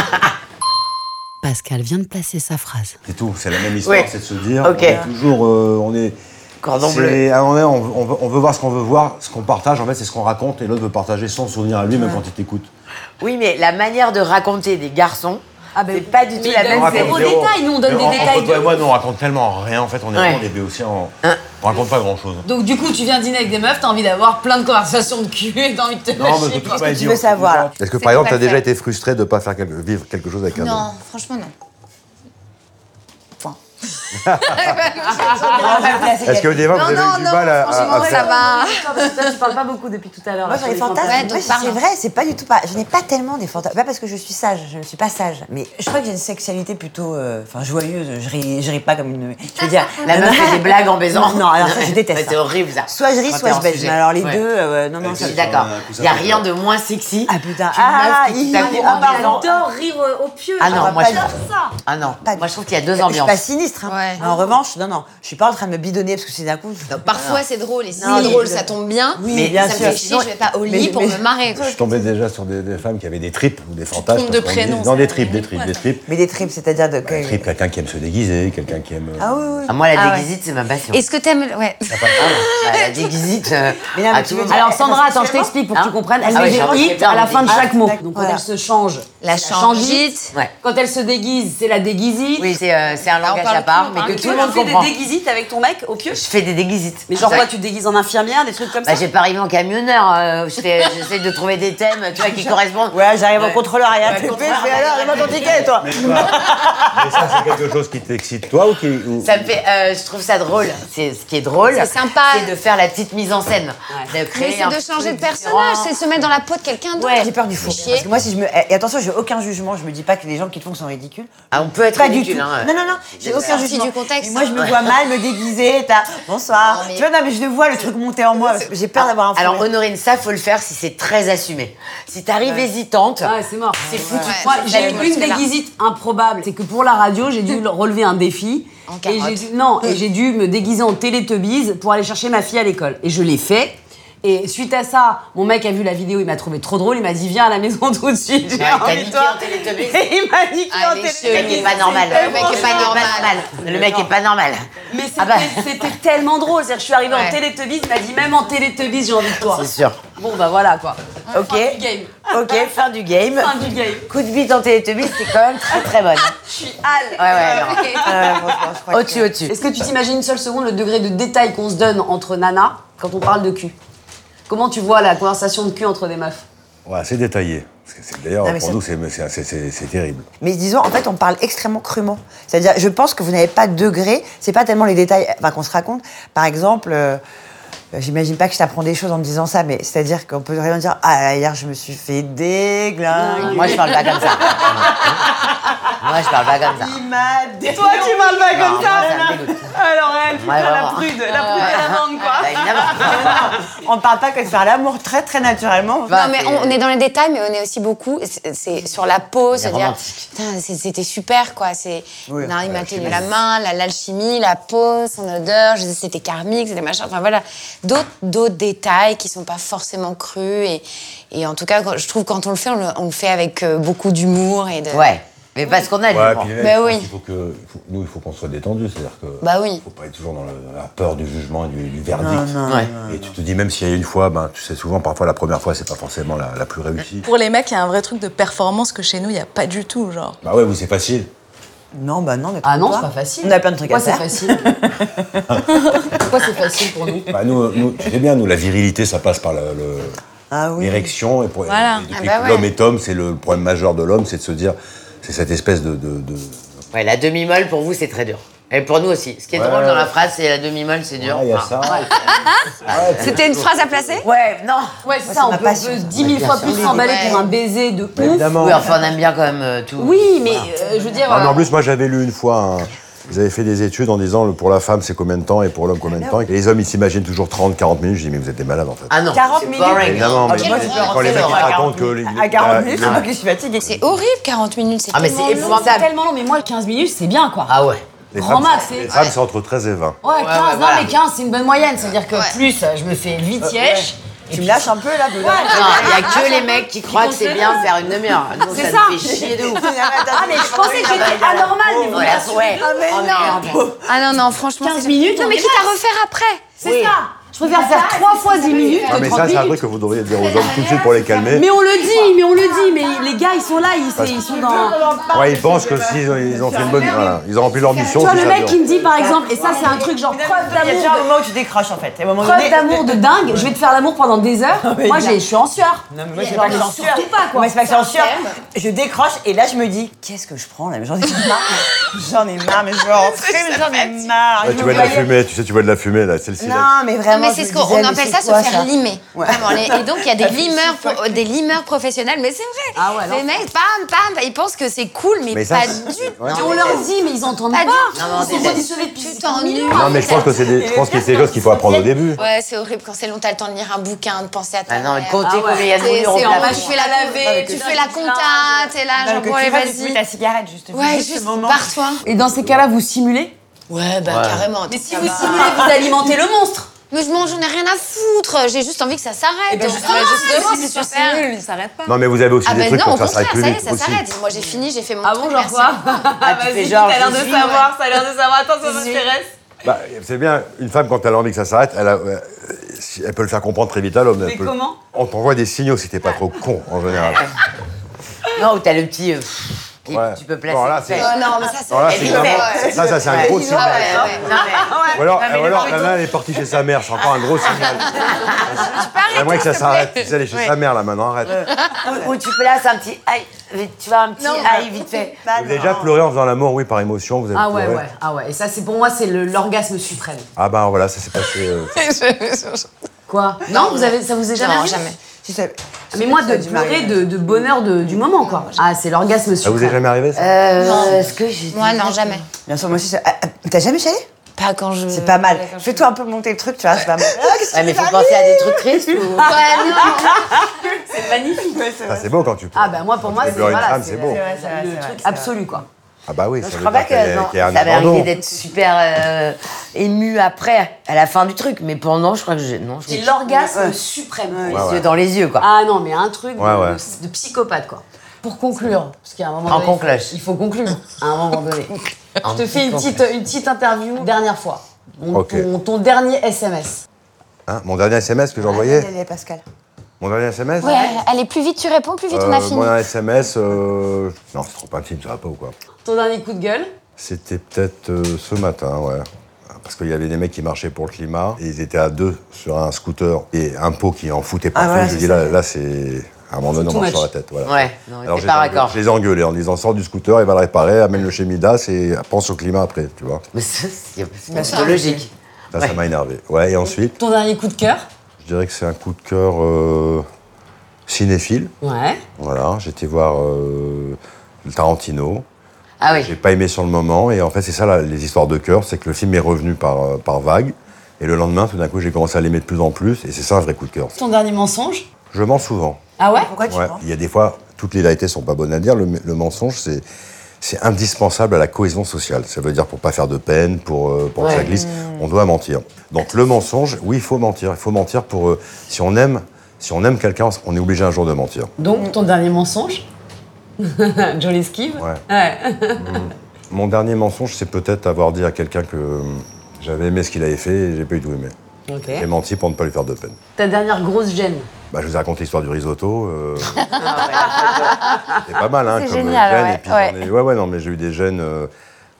[SPEAKER 9] Pascal vient de placer sa phrase.
[SPEAKER 8] c'est tout. C'est la même histoire.
[SPEAKER 5] Oui.
[SPEAKER 8] C'est de se dire.
[SPEAKER 5] Ok.
[SPEAKER 8] On est toujours. euh, on est.
[SPEAKER 5] Cordon
[SPEAKER 8] c'est-
[SPEAKER 5] bleu.
[SPEAKER 8] à un moment donné, on, veut- on veut, on veut voir ce qu'on veut voir, ce qu'on partage. En fait, c'est ce qu'on raconte, et l'autre veut partager son souvenir à lui, même quand il t'écoute.
[SPEAKER 5] Oui, mais la manière de raconter des garçons,
[SPEAKER 6] Ah ben
[SPEAKER 5] c'est pas du tout la
[SPEAKER 8] Bah, On
[SPEAKER 5] même
[SPEAKER 8] raconte
[SPEAKER 5] chose.
[SPEAKER 1] zéro
[SPEAKER 8] zéro.
[SPEAKER 1] détail, nous, on donne
[SPEAKER 8] Mais
[SPEAKER 1] des
[SPEAKER 8] en-
[SPEAKER 1] détails
[SPEAKER 8] Entre toi
[SPEAKER 1] de
[SPEAKER 8] et moi, nous, on raconte tellement rien. En fait, on est
[SPEAKER 5] Ouais.
[SPEAKER 8] vraiment des béotiens en.
[SPEAKER 5] Hein.
[SPEAKER 8] On raconte pas grand chose.
[SPEAKER 1] Donc du coup, tu viens dîner avec des meufs, t'as envie d'avoir plein de conversations de cul et t'as envie de te lâcher,
[SPEAKER 8] mais de
[SPEAKER 1] quoi.
[SPEAKER 8] toute façon,
[SPEAKER 3] tu veux savoir, là
[SPEAKER 8] Est-ce que
[SPEAKER 4] C'est
[SPEAKER 8] par exemple,
[SPEAKER 4] pas
[SPEAKER 8] t'as déjà
[SPEAKER 4] faire.
[SPEAKER 8] été frustré de ne pas faire quelque- vivre quelque chose avec un homme
[SPEAKER 4] Non, franchement, non. Point.
[SPEAKER 8] Est-ce qu'au départ, vous
[SPEAKER 4] Non,
[SPEAKER 8] avez
[SPEAKER 4] non,
[SPEAKER 8] eu du
[SPEAKER 4] non,
[SPEAKER 8] mal à- à, à
[SPEAKER 4] franchement, ça
[SPEAKER 8] faire
[SPEAKER 4] va.
[SPEAKER 1] Parce que toi, tu parles pas beaucoup depuis tout à l'heure.
[SPEAKER 3] Moi,
[SPEAKER 1] là,
[SPEAKER 3] sur les
[SPEAKER 4] Ouais,
[SPEAKER 3] fantasmes,
[SPEAKER 4] donc
[SPEAKER 3] ouais,
[SPEAKER 4] parle.
[SPEAKER 3] c'est vrai, c'est pas du tout pas. Je n'ai pas tellement des fantasmes. Pas parce que je suis sage, je ne suis pas sage. Mais je crois que j'ai une sexualité plutôt euh, enfin, joyeuse. Je ris, je ris pas comme une. Je veux dire.
[SPEAKER 5] La meuf fait des blagues en baisant.
[SPEAKER 3] Euh, Non, alors ça, je déteste
[SPEAKER 5] Ouais,
[SPEAKER 3] ça.
[SPEAKER 5] C'est horrible ça.
[SPEAKER 3] Soit je ris,
[SPEAKER 5] Quand
[SPEAKER 3] soit
[SPEAKER 5] t'es
[SPEAKER 3] je
[SPEAKER 5] en
[SPEAKER 3] baise.
[SPEAKER 5] sujet.
[SPEAKER 3] Mais alors les
[SPEAKER 5] Ouais.
[SPEAKER 3] deux, euh, non, non,
[SPEAKER 5] Je
[SPEAKER 3] ça.
[SPEAKER 5] suis d'accord. Il n'y a rien de moins sexy.
[SPEAKER 3] Ah putain,
[SPEAKER 5] qu'une
[SPEAKER 3] ah,
[SPEAKER 5] meuf qui
[SPEAKER 3] il
[SPEAKER 5] tape des
[SPEAKER 3] ah,
[SPEAKER 5] hanches.
[SPEAKER 3] pardon.
[SPEAKER 1] J'adore rire euh, au pieu.
[SPEAKER 5] Ah non,
[SPEAKER 3] va
[SPEAKER 5] moi
[SPEAKER 3] pas
[SPEAKER 5] je...
[SPEAKER 3] dire
[SPEAKER 5] Ah non,
[SPEAKER 3] Pas du- Bah,
[SPEAKER 5] moi je trouve qu'il y a deux
[SPEAKER 3] Je suis pas
[SPEAKER 5] ambiances.
[SPEAKER 3] sinistre. hein.
[SPEAKER 4] Ouais.
[SPEAKER 3] Mais En revanche, non, non, je suis pas en train de me bidonner parce que c'est d'un coup. je-
[SPEAKER 4] Parfois, c'est drôle. Et si
[SPEAKER 3] Ah. Non,
[SPEAKER 4] c'est
[SPEAKER 3] mais-
[SPEAKER 4] drôle, ça tombe bien.
[SPEAKER 3] Oui,
[SPEAKER 4] mais
[SPEAKER 3] bien
[SPEAKER 4] ça
[SPEAKER 3] sûr.
[SPEAKER 4] me fait chier, je vais pas au lit
[SPEAKER 3] Mais-
[SPEAKER 4] pour
[SPEAKER 3] mais-
[SPEAKER 4] me marrer. quoi.
[SPEAKER 8] Je tombais déjà sur des, des femmes qui avaient des tripes ou des fantasmes.
[SPEAKER 6] trompes de
[SPEAKER 8] parce qu'on dit-
[SPEAKER 6] prénom,
[SPEAKER 8] Non,
[SPEAKER 6] ça
[SPEAKER 8] des
[SPEAKER 6] va.
[SPEAKER 8] tripes, des tripes, des tripes.
[SPEAKER 3] Mais des tripes, c'est-à-dire de. que-
[SPEAKER 8] Des Bah, tripes, quelqu'un qui aime se déguiser, quelqu'un qui aime. euh,
[SPEAKER 3] Ah oui, oui.
[SPEAKER 5] Ah, moi la
[SPEAKER 4] Ah ouais.
[SPEAKER 5] déguisite, c'est ma passion.
[SPEAKER 4] Est-ce que t'aimes. le- Ouais.
[SPEAKER 5] Ah, bah, La déguisite, euh,
[SPEAKER 3] Mais non, mais
[SPEAKER 5] à
[SPEAKER 3] tu
[SPEAKER 5] tout
[SPEAKER 3] veux
[SPEAKER 5] moment.
[SPEAKER 3] dire-
[SPEAKER 1] Alors Sandra, attends, je t'explique pour que
[SPEAKER 5] Hein
[SPEAKER 1] tu comprennes. Elle
[SPEAKER 5] Ah
[SPEAKER 1] met
[SPEAKER 5] oui, j'avoue,
[SPEAKER 1] des
[SPEAKER 5] j'ai
[SPEAKER 1] hits
[SPEAKER 5] peur,
[SPEAKER 1] à la
[SPEAKER 5] mais
[SPEAKER 1] fin de
[SPEAKER 5] des-
[SPEAKER 1] chaque mot.
[SPEAKER 3] Ah,
[SPEAKER 1] Donc quand
[SPEAKER 3] voilà.
[SPEAKER 1] elle se change,
[SPEAKER 4] La
[SPEAKER 1] c'est changite.
[SPEAKER 4] changite.
[SPEAKER 5] Ouais.
[SPEAKER 1] Quand elle se déguise, c'est la déguisite.
[SPEAKER 5] Oui, c'est euh, c'est un langage
[SPEAKER 4] parle
[SPEAKER 5] à part,
[SPEAKER 4] tout, Ah, on
[SPEAKER 5] mais
[SPEAKER 4] parle
[SPEAKER 5] que tout le monde comprend. Je
[SPEAKER 1] déguisites avec ton mec au pieu
[SPEAKER 5] fais des déguisites. Ouais.
[SPEAKER 1] tu te déguises en infirmière, des trucs comme
[SPEAKER 5] Bah, j'ai pas arrivé en camionneur. euh, je fais- J'essaie de trouver des thèmes, tu vois, qui correspondent.
[SPEAKER 3] Ouais, j'arrive en contrôleur et à
[SPEAKER 5] Ouais,
[SPEAKER 3] TP, je
[SPEAKER 5] contrôleur,
[SPEAKER 3] fais alors,
[SPEAKER 5] ouais,
[SPEAKER 3] donne-moi ton
[SPEAKER 5] ouais.
[SPEAKER 3] ticket, toi.
[SPEAKER 8] Mais ça, c'est quelque chose qui t'excite, toi ou qui. ou-
[SPEAKER 5] Ça me fait, euh, je trouve ça drôle. C'est ce qui est drôle.
[SPEAKER 4] C'est sympa.
[SPEAKER 5] C'est de faire la petite mise en scène, de
[SPEAKER 4] Mais
[SPEAKER 5] créer.
[SPEAKER 4] c'est
[SPEAKER 5] un
[SPEAKER 4] de
[SPEAKER 5] petit
[SPEAKER 4] changer
[SPEAKER 5] truc
[SPEAKER 4] de personnage,
[SPEAKER 5] différent.
[SPEAKER 4] c'est de se mettre dans la peau de quelqu'un d'autre.
[SPEAKER 3] J'ai peur du faux.
[SPEAKER 4] Chier.
[SPEAKER 3] Parce que moi, si je me. eh, Et attention, j'ai aucun jugement. Je me dis pas que les gens qui le font sont ridicules.
[SPEAKER 5] Ah, on peut être
[SPEAKER 3] Pas
[SPEAKER 5] ridicule,
[SPEAKER 3] du tout.
[SPEAKER 5] hein.
[SPEAKER 3] Non, non, non, j'ai aucun
[SPEAKER 4] sorti
[SPEAKER 3] jugement.
[SPEAKER 4] du contexte,
[SPEAKER 3] Mais moi, je me
[SPEAKER 4] hein.
[SPEAKER 3] vois mal me déguiser. T'as bonsoir.
[SPEAKER 4] Non, mais-
[SPEAKER 3] Tu vois, non, mais je le vois le truc monter en moi. parce que J'ai peur d'avoir un fou.
[SPEAKER 5] Ah, Alors, Honorine, ça, faut le faire si c'est très assumé. Si t'arrives hésitante,
[SPEAKER 1] Ah Ouais, c'est mort.
[SPEAKER 5] c'est foutu.
[SPEAKER 4] Ouais.
[SPEAKER 1] Moi,
[SPEAKER 4] c'est
[SPEAKER 1] j'ai
[SPEAKER 4] clair.
[SPEAKER 1] eu une déguisite improbable. C'est que pour la radio, j'ai dû relever un défi.
[SPEAKER 4] En
[SPEAKER 1] et
[SPEAKER 4] carotte.
[SPEAKER 1] j'ai dû, Non, et j'ai dû me déguiser en Teletubbies pour aller chercher ma fille à l'école. Et je l'ai fait. Et suite à ça, mon mec a vu la vidéo, il m'a trouvé trop drôle, il m'a dit viens à la maison tout de suite, j'ai
[SPEAKER 5] Ouais, t'as
[SPEAKER 1] envie de
[SPEAKER 5] niqué
[SPEAKER 1] toi.
[SPEAKER 5] en Teletubbies.
[SPEAKER 1] Et il m'a niqué
[SPEAKER 4] Ah,
[SPEAKER 1] en
[SPEAKER 4] il est
[SPEAKER 1] Teletubbies.
[SPEAKER 4] chelou,
[SPEAKER 5] Le mec est pas normal.
[SPEAKER 4] Le mec est pas normal.
[SPEAKER 5] Le mec est pas normal.
[SPEAKER 1] Mais c'était
[SPEAKER 5] Ah bah.
[SPEAKER 1] c'était tellement drôle, c'est-à-dire que je suis arrivée en
[SPEAKER 4] Ouais.
[SPEAKER 1] Teletubbies, il m'a dit même en Teletubbies j'ai envie de toi.
[SPEAKER 5] C'est sûr.
[SPEAKER 1] Bon bah voilà quoi.
[SPEAKER 3] Ok.
[SPEAKER 1] Fin du game.
[SPEAKER 3] Ok, fin du game.
[SPEAKER 1] Fin du game.
[SPEAKER 5] Coup de bite en Teletubbies, c'est quand même très très bonne.
[SPEAKER 1] Je suis hal.
[SPEAKER 5] Ouais, ouais, alors.
[SPEAKER 3] Euh, franchement, je crois que-
[SPEAKER 5] Au-dessus, au-dessus.
[SPEAKER 1] Est-ce que tu t'imagines une seule seconde le degré de détail qu'on se donne entre nanas quand on parle de cul Comment tu vois la conversation de cul entre des meufs
[SPEAKER 8] Ouais, c'est détaillé. Parce que c'est- D'ailleurs,
[SPEAKER 3] Non, mais
[SPEAKER 8] pour
[SPEAKER 3] ça-
[SPEAKER 8] nous, c'est- c'est c'est- c'est- c'est terrible.
[SPEAKER 3] Mais disons, en fait, on parle extrêmement crûment. C'est-à-dire, je pense que vous n'avez pas de degré. C'est pas tellement les détails enfin, qu'on se raconte. Par exemple, euh, euh, j'imagine pas que je t'apprends des choses en me disant ça, mais c'est-à-dire qu'on peut rien dire. Ah, là, hier, je me suis fait déglinguer.
[SPEAKER 5] Moi, je parle pas comme ça. Moi, je parle pas comme ça.
[SPEAKER 3] Il m'a dé-
[SPEAKER 1] Toi, tu parles pas
[SPEAKER 5] Non, moi, ça me dégoûte.
[SPEAKER 1] Alors Ah, elle, putain,
[SPEAKER 5] Ouais, vraiment.
[SPEAKER 1] la prude et la bande
[SPEAKER 5] Bah, évidemment.
[SPEAKER 3] On parle pas que de faire l'amour très, très naturellement.
[SPEAKER 5] Bah,
[SPEAKER 4] non, mais
[SPEAKER 5] c'est-
[SPEAKER 4] on, on est dans les détails, mais on est aussi beaucoup. c'est- C'est sur la peau, se dire.
[SPEAKER 5] romantique.
[SPEAKER 4] Putain, c'est- c'était super, quoi. C'est
[SPEAKER 3] Oui,
[SPEAKER 4] on a imaginé la main, la- l'alchimie, la, peau, son odeur. Je sais, c'était karmique, c'était machin. Enfin, voilà. D'autres d'autres détails qui sont pas forcément crus. Et, et en tout cas, quand- je trouve quand on le fait, on le, on le fait avec euh, beaucoup d'humour et de.
[SPEAKER 5] Ouais, mais parce qu'on a du
[SPEAKER 8] Ouais,
[SPEAKER 5] vent.
[SPEAKER 8] puis les mecs,
[SPEAKER 4] Bah
[SPEAKER 8] je pense
[SPEAKER 4] oui.
[SPEAKER 8] qu'il faut que, il faut- nous, il faut qu'on soit détendu. C'est-à-dire que.
[SPEAKER 4] Bah oui.
[SPEAKER 8] faut pas être toujours dans, le- la peur du jugement et du, du verdict.
[SPEAKER 5] Ouais.
[SPEAKER 8] Et tu te dis, même s'il y a une fois, ben, tu sais souvent, parfois la première fois, c'est pas forcément la, la plus réussie.
[SPEAKER 6] Pour les mecs, il y a un vrai truc de performance que chez nous, il n'y a pas du tout, genre.
[SPEAKER 8] Bah ouais, vous, c'est facile.
[SPEAKER 3] Non, bah non, mais
[SPEAKER 1] Ah non,
[SPEAKER 3] pourquoi
[SPEAKER 1] c'est pas facile.
[SPEAKER 3] On a plein de trucs à
[SPEAKER 1] Pourquoi
[SPEAKER 3] faire.
[SPEAKER 1] c'est facile Pourquoi c'est facile pour nous
[SPEAKER 8] Bah nous, nous, tu sais bien, nous, la virilité, ça passe par le- le-
[SPEAKER 3] Ah oui.
[SPEAKER 8] l'érection. Et pour,
[SPEAKER 6] Voilà.
[SPEAKER 8] et depuis
[SPEAKER 4] Ah bah
[SPEAKER 8] que
[SPEAKER 4] ouais.
[SPEAKER 8] l'homme est homme, c'est le problème majeur de l'homme, c'est de se dire, c'est cette espèce de. de- de-
[SPEAKER 5] Ouais, la demi-molle, pour vous, c'est très dur. Et pour nous aussi. Ce qui est
[SPEAKER 8] Ouais.
[SPEAKER 5] drôle dans la phrase, c'est la demi-molle, c'est dur.
[SPEAKER 8] Ah, il y a
[SPEAKER 5] Ah.
[SPEAKER 8] ça.
[SPEAKER 4] C'était une phrase à placer
[SPEAKER 5] Ouais, non.
[SPEAKER 1] Ouais, c'est ça, on
[SPEAKER 3] ma
[SPEAKER 1] peut
[SPEAKER 3] passion,
[SPEAKER 1] on peut
[SPEAKER 3] ça.
[SPEAKER 1] 10 000 fois plus s'emballer
[SPEAKER 4] Ouais.
[SPEAKER 1] pour un baiser de
[SPEAKER 8] Mais
[SPEAKER 1] ouf.
[SPEAKER 8] Évidemment.
[SPEAKER 5] Oui, enfin, on aime bien quand même euh, tout.
[SPEAKER 1] Oui, mais euh, je veux dire.
[SPEAKER 8] Ah, mais en
[SPEAKER 1] euh,
[SPEAKER 8] plus, moi, j'avais lu une fois. un- Ils avaient fait des études en disant le- pour la femme c'est combien de temps et pour l'homme combien de temps. Et les hommes ils s'imaginent toujours 30-40 minutes. Je dis mais vous êtes des malades en fait.
[SPEAKER 5] Ah non.
[SPEAKER 3] 40
[SPEAKER 5] c'est
[SPEAKER 3] minutes.
[SPEAKER 5] boring.
[SPEAKER 8] Évidemment, mais
[SPEAKER 5] Quel
[SPEAKER 3] moi,
[SPEAKER 5] horreur,
[SPEAKER 3] je vais
[SPEAKER 8] quand les
[SPEAKER 5] c'est
[SPEAKER 8] mecs ils
[SPEAKER 5] horrible.
[SPEAKER 8] racontent que. les-
[SPEAKER 3] À 40 minutes,
[SPEAKER 8] la-
[SPEAKER 3] moi, que je suis fatiguée.
[SPEAKER 4] C'est horrible, 40 minutes. C'est
[SPEAKER 5] Ah, mais
[SPEAKER 4] tellement
[SPEAKER 5] c'est
[SPEAKER 4] long.
[SPEAKER 1] non, c'est
[SPEAKER 5] épouvantable.
[SPEAKER 1] tellement long, mais moi 15 minutes c'est bien quoi.
[SPEAKER 5] Ah ouais.
[SPEAKER 8] les
[SPEAKER 1] Grand
[SPEAKER 8] femmes,
[SPEAKER 1] max,
[SPEAKER 8] c'est-
[SPEAKER 1] c'est- Oh,
[SPEAKER 8] Les femmes c'est entre 13 et 20.
[SPEAKER 1] Ouais, 15,
[SPEAKER 5] Ouais, ouais,
[SPEAKER 1] non
[SPEAKER 5] voilà.
[SPEAKER 1] mais 15 c'est une bonne moyenne, c'est-à-dire que
[SPEAKER 4] Ouais.
[SPEAKER 1] plus euh, je me fais vite yèche.
[SPEAKER 3] Tu me lâches un peu là, peut-être
[SPEAKER 5] Non, il y a que les mecs qui croient que c'est bien de faire une demi-heure. Nous,
[SPEAKER 1] C'est
[SPEAKER 5] ça nous
[SPEAKER 1] ça.
[SPEAKER 5] fait chier de ouf.
[SPEAKER 1] Ah mais je pensais que j'étais anormale, mais vous
[SPEAKER 5] Voilà, ouais.
[SPEAKER 4] Ah non, non, franchement.
[SPEAKER 1] 15
[SPEAKER 4] c'est-
[SPEAKER 1] minutes,
[SPEAKER 4] Non,
[SPEAKER 1] on
[SPEAKER 4] mais
[SPEAKER 1] est
[SPEAKER 4] quitte à
[SPEAKER 1] mal.
[SPEAKER 4] refaire après.
[SPEAKER 1] C'est ça Je
[SPEAKER 2] préfère faire trois fois 10 minutes
[SPEAKER 8] Ah,
[SPEAKER 2] que
[SPEAKER 8] mais
[SPEAKER 2] 30
[SPEAKER 8] ça, c'est un
[SPEAKER 2] minutes.
[SPEAKER 8] truc que vous devriez dire aux hommes tout de suite pour les calmer.
[SPEAKER 2] Mais on le dit, mais on le dit, mais les gars ils sont là, ils, c'est- ils sont dans.
[SPEAKER 8] Ouais, ils pensent que s'ils ont, ils ont fait une bonne. voilà, ils ont rempli leur mission.
[SPEAKER 2] Tu vois
[SPEAKER 8] puis
[SPEAKER 2] le
[SPEAKER 8] ça
[SPEAKER 2] mec
[SPEAKER 8] dure.
[SPEAKER 2] qui me dit par exemple, et ça c'est un truc genre preuve
[SPEAKER 3] Il y a déjà un
[SPEAKER 2] d'amour,
[SPEAKER 3] moment où tu décroches en fait. Il y a un moment
[SPEAKER 2] de-
[SPEAKER 3] donné-
[SPEAKER 2] preuve d'amour de dingue, je vais te faire l'amour pendant des heures. Moi
[SPEAKER 3] il y a-
[SPEAKER 2] j'ai- je suis en sueur.
[SPEAKER 3] Non, mais moi, c'est pas que j'en suis
[SPEAKER 2] surtout pas, quoi.
[SPEAKER 3] Moi, c'est pas que j'en suis Je décroche et là, je me dis, qu'est-ce que je prends là Mais J'en ai marre. J'en ai marre, mais je veux rentrer, mais j'en ai marre.
[SPEAKER 8] Ouais,
[SPEAKER 3] Je
[SPEAKER 8] tu
[SPEAKER 3] me
[SPEAKER 8] vois de la
[SPEAKER 3] voyais-
[SPEAKER 8] fumée, tu sais, tu vois de la fumée, là, celle-ci. là.
[SPEAKER 3] Non, mais
[SPEAKER 4] Non,
[SPEAKER 3] vraiment.
[SPEAKER 4] mais
[SPEAKER 3] je
[SPEAKER 4] c'est
[SPEAKER 3] me
[SPEAKER 4] ce qu'on
[SPEAKER 3] disais,
[SPEAKER 4] on
[SPEAKER 3] mais
[SPEAKER 4] appelle
[SPEAKER 3] c'est
[SPEAKER 4] ça se
[SPEAKER 3] quoi,
[SPEAKER 4] faire limer.
[SPEAKER 3] Ouais.
[SPEAKER 4] Vraiment, les- et donc il y a des
[SPEAKER 3] Ça fait
[SPEAKER 4] limeurs,
[SPEAKER 3] super
[SPEAKER 4] pro- des limeurs professionnels, mais c'est vrai.
[SPEAKER 2] Ah ouais,
[SPEAKER 4] les
[SPEAKER 2] l'enfer.
[SPEAKER 4] mecs, pam, pam, bah, ils pensent que c'est cool, mais,
[SPEAKER 8] Mais ça,
[SPEAKER 4] pas
[SPEAKER 8] c'est-
[SPEAKER 4] du tout.
[SPEAKER 8] ouais.
[SPEAKER 2] Et on leur dit, mais ils entendent
[SPEAKER 4] Pas
[SPEAKER 2] pas.
[SPEAKER 4] du tout.
[SPEAKER 5] Non, mais
[SPEAKER 2] Ils sont
[SPEAKER 5] on
[SPEAKER 2] conditionnés depuis
[SPEAKER 4] Tu t'ennuies.
[SPEAKER 2] 5000 ans.
[SPEAKER 8] Non, mais je pense que c'est des, je pense que c'est des choses qu'il faut apprendre au début.
[SPEAKER 4] Ouais, c'est horrible quand c'est long, t'as le temps de lire un bouquin, de penser à ta
[SPEAKER 5] Ah non,
[SPEAKER 4] mère.
[SPEAKER 5] comptez combien il y a de
[SPEAKER 4] C'est-
[SPEAKER 5] mouillures au
[SPEAKER 4] c'est
[SPEAKER 5] plafond.
[SPEAKER 4] en mode, tu fais la laver, tu fais la compta, t'es là,
[SPEAKER 3] Bah,
[SPEAKER 4] genre
[SPEAKER 3] que
[SPEAKER 4] bon,
[SPEAKER 3] tu
[SPEAKER 4] allez,
[SPEAKER 3] vois, tu fous
[SPEAKER 4] vas-y.
[SPEAKER 3] ta cigarette, juste.
[SPEAKER 4] Ouais,
[SPEAKER 3] ce
[SPEAKER 4] juste
[SPEAKER 3] moment.
[SPEAKER 4] pars-toi.
[SPEAKER 2] Et dans ces cas-là, vous simulez
[SPEAKER 4] Ouais, bah carrément.
[SPEAKER 2] Mais si vous simulez, vous alimentez le monstre.
[SPEAKER 4] Mais je m'en- j'en ai rien à foutre, j'ai juste envie que ça s'arrête.
[SPEAKER 6] ben,
[SPEAKER 4] Donc,
[SPEAKER 6] justement,
[SPEAKER 4] ouais,
[SPEAKER 6] justement,
[SPEAKER 4] c'est
[SPEAKER 6] si tu
[SPEAKER 4] super.
[SPEAKER 6] simules, ça s'arrête pas.
[SPEAKER 8] Non, mais vous avez aussi
[SPEAKER 4] Ah
[SPEAKER 8] des
[SPEAKER 4] ben
[SPEAKER 8] trucs
[SPEAKER 4] non,
[SPEAKER 8] pour
[SPEAKER 4] au
[SPEAKER 8] que ça
[SPEAKER 4] contraire,
[SPEAKER 8] s'arrête plus
[SPEAKER 4] ça y est,
[SPEAKER 8] vite.
[SPEAKER 4] ça
[SPEAKER 8] aussi.
[SPEAKER 4] s'arrête. Moi j'ai fini, j'ai fait mon
[SPEAKER 2] Ah
[SPEAKER 4] truc,
[SPEAKER 2] bon, genre
[SPEAKER 4] merci.
[SPEAKER 2] quoi
[SPEAKER 5] Ah, tu fais genre, je suis,
[SPEAKER 2] ça a l'air de savoir, attends, ça m'intéresse.
[SPEAKER 8] Bah, c'est bien, une femme, quand elle a envie que ça s'arrête, elle, a- euh, si- elle peut le faire comprendre très vite à l'homme. elle
[SPEAKER 2] Mais
[SPEAKER 8] peut-
[SPEAKER 2] comment
[SPEAKER 8] On t'envoie des signaux si t'es pas trop con, en général.
[SPEAKER 5] Non, ou t'as le petit. euh, qui-
[SPEAKER 8] Ouais.
[SPEAKER 5] Tu peux placer.
[SPEAKER 8] Bon, là,
[SPEAKER 5] vite
[SPEAKER 8] c'est-
[SPEAKER 5] fait.
[SPEAKER 4] Oh non, mais ça c'est.
[SPEAKER 8] Alors là, c'est
[SPEAKER 5] Mais
[SPEAKER 8] vraiment-
[SPEAKER 4] ouais.
[SPEAKER 8] là, ça, c'est un gros signal.
[SPEAKER 4] Ah ouais, ouais.
[SPEAKER 8] Ou alors, ou alors la main, elle est partie chez sa mère, c'est encore un gros signal. J'aimerais Ah que ça s'arrête. Tu sais, elle est chez sa mère, là, maintenant, arrête.
[SPEAKER 5] Ou- Ou tu places un petit aïe, vite, tu vois, un petit aïe vite fait.
[SPEAKER 8] Vous avez déjà pleuré en faisant l'amour, oui, par émotion, vous avez
[SPEAKER 2] Ah ouais,
[SPEAKER 8] pleuré.
[SPEAKER 2] ouais, ah ouais. Et ça, c'est pour moi, c'est le- l'orgasme suprême.
[SPEAKER 8] Ah bah voilà, ça s'est passé. euh,
[SPEAKER 2] Quoi Non, vous avez, ça vous est jamais
[SPEAKER 4] Non,
[SPEAKER 2] arrivé
[SPEAKER 4] jamais.
[SPEAKER 3] Si ça-
[SPEAKER 2] Ah, Mais moi, de
[SPEAKER 3] Ça, du euh,
[SPEAKER 2] pleurer
[SPEAKER 3] mariage.
[SPEAKER 2] de, de bonheur de- du moment, quoi. Ah, c'est l'orgasme
[SPEAKER 8] ça
[SPEAKER 2] suprême.
[SPEAKER 8] vous est jamais arrivé, ça
[SPEAKER 5] Euh, Est-ce que j'ai.
[SPEAKER 4] Moi non, jamais.
[SPEAKER 3] Bien sûr, moi aussi. ça- Ah, ah, T'as jamais chialé
[SPEAKER 4] Pas quand je.
[SPEAKER 3] C'est pas mal. Fais-toi un peu monter le truc, tu vois. C'est pas mal.
[SPEAKER 5] Ouais, mais faut penser à des trucs tristes ou.
[SPEAKER 4] Ouais, non.
[SPEAKER 2] C'est magnifique.
[SPEAKER 8] Ça, c'est beau quand tu pleures.
[SPEAKER 2] Ah bah moi, pour
[SPEAKER 8] Quand
[SPEAKER 2] moi,
[SPEAKER 8] tu
[SPEAKER 2] c'est
[SPEAKER 8] fais pleurer une
[SPEAKER 2] voilà,
[SPEAKER 8] femme, c'est beau.
[SPEAKER 3] vrai, c'est vrai,
[SPEAKER 2] le
[SPEAKER 3] c'est vrai,
[SPEAKER 2] truc
[SPEAKER 3] c'est vrai.
[SPEAKER 2] absolu, quoi.
[SPEAKER 8] Ah bah oui, ça
[SPEAKER 5] Je
[SPEAKER 8] veut
[SPEAKER 5] crois pas
[SPEAKER 8] dire
[SPEAKER 5] que
[SPEAKER 8] qu'il y a-
[SPEAKER 5] euh, non,
[SPEAKER 8] qu'il y a un
[SPEAKER 5] ça avait arrivé
[SPEAKER 8] abandon.
[SPEAKER 5] d'être super euh, ému après, à la fin du truc, mais pendant, je crois que j'ai. Non, je
[SPEAKER 2] C'est l'orgasme suprême.
[SPEAKER 5] les
[SPEAKER 8] ouais.
[SPEAKER 5] yeux dans les yeux, quoi.
[SPEAKER 2] Ah non, mais un truc de,
[SPEAKER 8] Ouais, ouais.
[SPEAKER 2] de- de psychopathe, quoi. Pour conclure, parce qu'à un moment
[SPEAKER 5] En
[SPEAKER 2] donné,
[SPEAKER 5] concloche.
[SPEAKER 2] il faut conclure à un moment donné.
[SPEAKER 5] En
[SPEAKER 2] Je te fais une
[SPEAKER 5] concloche.
[SPEAKER 2] petite, une petite interview, dernière fois. On-
[SPEAKER 8] Ok.
[SPEAKER 2] ton, ton dernier SMS.
[SPEAKER 8] Hein, mon dernier SMS que j'ai envoyé
[SPEAKER 3] Allez, Pascal.
[SPEAKER 8] Mon dernier SMS
[SPEAKER 4] Ouais, allez, plus vite tu réponds, plus vite on a
[SPEAKER 8] Euh,
[SPEAKER 4] fini.
[SPEAKER 8] Mon dernier SMS. euh, Non, c'est trop pas un film, ça va pas ou quoi
[SPEAKER 2] Ton dernier coup de gueule.
[SPEAKER 8] C'était peut-être euh, ce matin, ouais. Parce qu'il y avait des mecs qui marchaient pour le climat et ils étaient à deux sur un scooter et un pot qui en foutait partout.
[SPEAKER 3] voilà,
[SPEAKER 8] je
[SPEAKER 3] c'est
[SPEAKER 8] dis là, là c'est. À un moment donné, on
[SPEAKER 2] too
[SPEAKER 8] marche sur la
[SPEAKER 2] much.
[SPEAKER 8] tête. Voilà.
[SPEAKER 5] Ouais, non,
[SPEAKER 8] Alors,
[SPEAKER 5] t'es
[SPEAKER 8] j'ai
[SPEAKER 5] pas
[SPEAKER 8] engueulé-
[SPEAKER 5] raccord.
[SPEAKER 8] Je les ai engueulés en disant sors du scooter, il va le réparer, amène le chez Midas et pense au climat après, tu vois.
[SPEAKER 5] Mais ça, c'est c'est pas logique.
[SPEAKER 8] Là, ça m'a énervé. Ouais, et ensuite,
[SPEAKER 2] Ton dernier coup de cœur.
[SPEAKER 8] je dirais que c'est un coup de cœur euh, cinéphile.
[SPEAKER 2] Ouais.
[SPEAKER 8] Voilà, j'étais voir euh, le Tarantino.
[SPEAKER 5] Ah oui.
[SPEAKER 8] J'ai pas aimé sur le moment, et en fait, c'est ça la- les histoires de cœur, c'est que le film est revenu par, euh, par vague, et le lendemain, tout d'un coup, j'ai commencé à l'aimer de plus en plus, et c'est ça un vrai coup de cœur.
[SPEAKER 2] Ton dernier mensonge.
[SPEAKER 8] Je mens souvent.
[SPEAKER 2] Ah ouais
[SPEAKER 3] Pourquoi tu
[SPEAKER 8] Ouais.
[SPEAKER 3] mens
[SPEAKER 8] Il y a des fois, toutes les vérités sont pas bonnes à dire, le, le mensonge, c'est. C'est indispensable à la cohésion sociale. Ça veut dire pour pas faire de peine, pour, euh, pour que ça glisse. On doit mentir. Donc le mensonge, oui, il faut mentir. Il faut mentir pour euh, si on aime, si on aime quelqu'un, on est obligé un jour de mentir.
[SPEAKER 2] Donc, ton dernier mensonge. Jolie esquive.
[SPEAKER 8] Ouais. Mon dernier mensonge, c'est peut-être avoir dit à quelqu'un que euh, j'avais aimé ce qu'il avait fait et j'ai pas du tout aimé.
[SPEAKER 2] Ok.
[SPEAKER 8] J'ai menti pour ne pas lui faire de peine.
[SPEAKER 2] Ta dernière grosse gêne.
[SPEAKER 8] Bah, je vous ai raconté l'histoire du risotto. euh, C'était pas mal, hein,
[SPEAKER 4] Ah C'est
[SPEAKER 8] comme
[SPEAKER 4] génial,
[SPEAKER 8] gêne.
[SPEAKER 4] ouais,
[SPEAKER 8] Et puis
[SPEAKER 4] ouais.
[SPEAKER 8] j'en ai- ouais, ouais, non, mais j'ai eu des gènes. euh,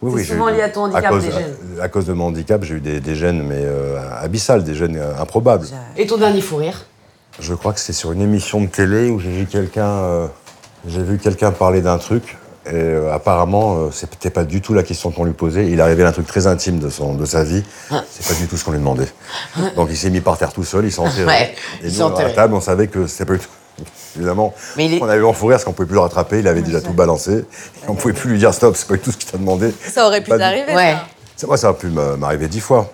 [SPEAKER 8] oui,
[SPEAKER 2] C'est
[SPEAKER 8] oui, j'ai
[SPEAKER 2] souvent
[SPEAKER 8] eu des-
[SPEAKER 2] lié à ton handicap,
[SPEAKER 8] cause,
[SPEAKER 2] les gènes.
[SPEAKER 8] À, cause de mon handicap, j'ai eu des, des gènes, mais euh, abyssales, des gènes euh, improbables.
[SPEAKER 2] Et ton dernier fou rire.
[SPEAKER 8] Je crois que c'était sur une émission de télé où j'ai vu quelqu'un euh, j'ai vu quelqu'un parler d'un truc et euh, apparemment euh, c'était pas du tout la question qu'on lui posait, il a révélé un truc très intime de son de sa vie, c'est pas du tout ce qu'on lui demandait. Donc il s'est mis par terre tout seul, il s'enterrait.
[SPEAKER 5] Ouais,
[SPEAKER 8] et
[SPEAKER 5] il
[SPEAKER 8] nous à la
[SPEAKER 5] s'enterrait.
[SPEAKER 8] table, on savait que c'était pas du tout Évidemment,
[SPEAKER 5] Mais il est-
[SPEAKER 8] on avait en fou rire parce qu'on pouvait plus le rattraper, il avait déjà tout balancé. Et on pouvait plus lui dire stop, c'est pas du tout ce qu'il t'a demandé.
[SPEAKER 6] Ça aurait pu
[SPEAKER 8] Pas du-
[SPEAKER 6] t'arriver.
[SPEAKER 5] Ouais.
[SPEAKER 6] ça.
[SPEAKER 8] ça, moi, ça a pu m'a- m'arriver dix fois.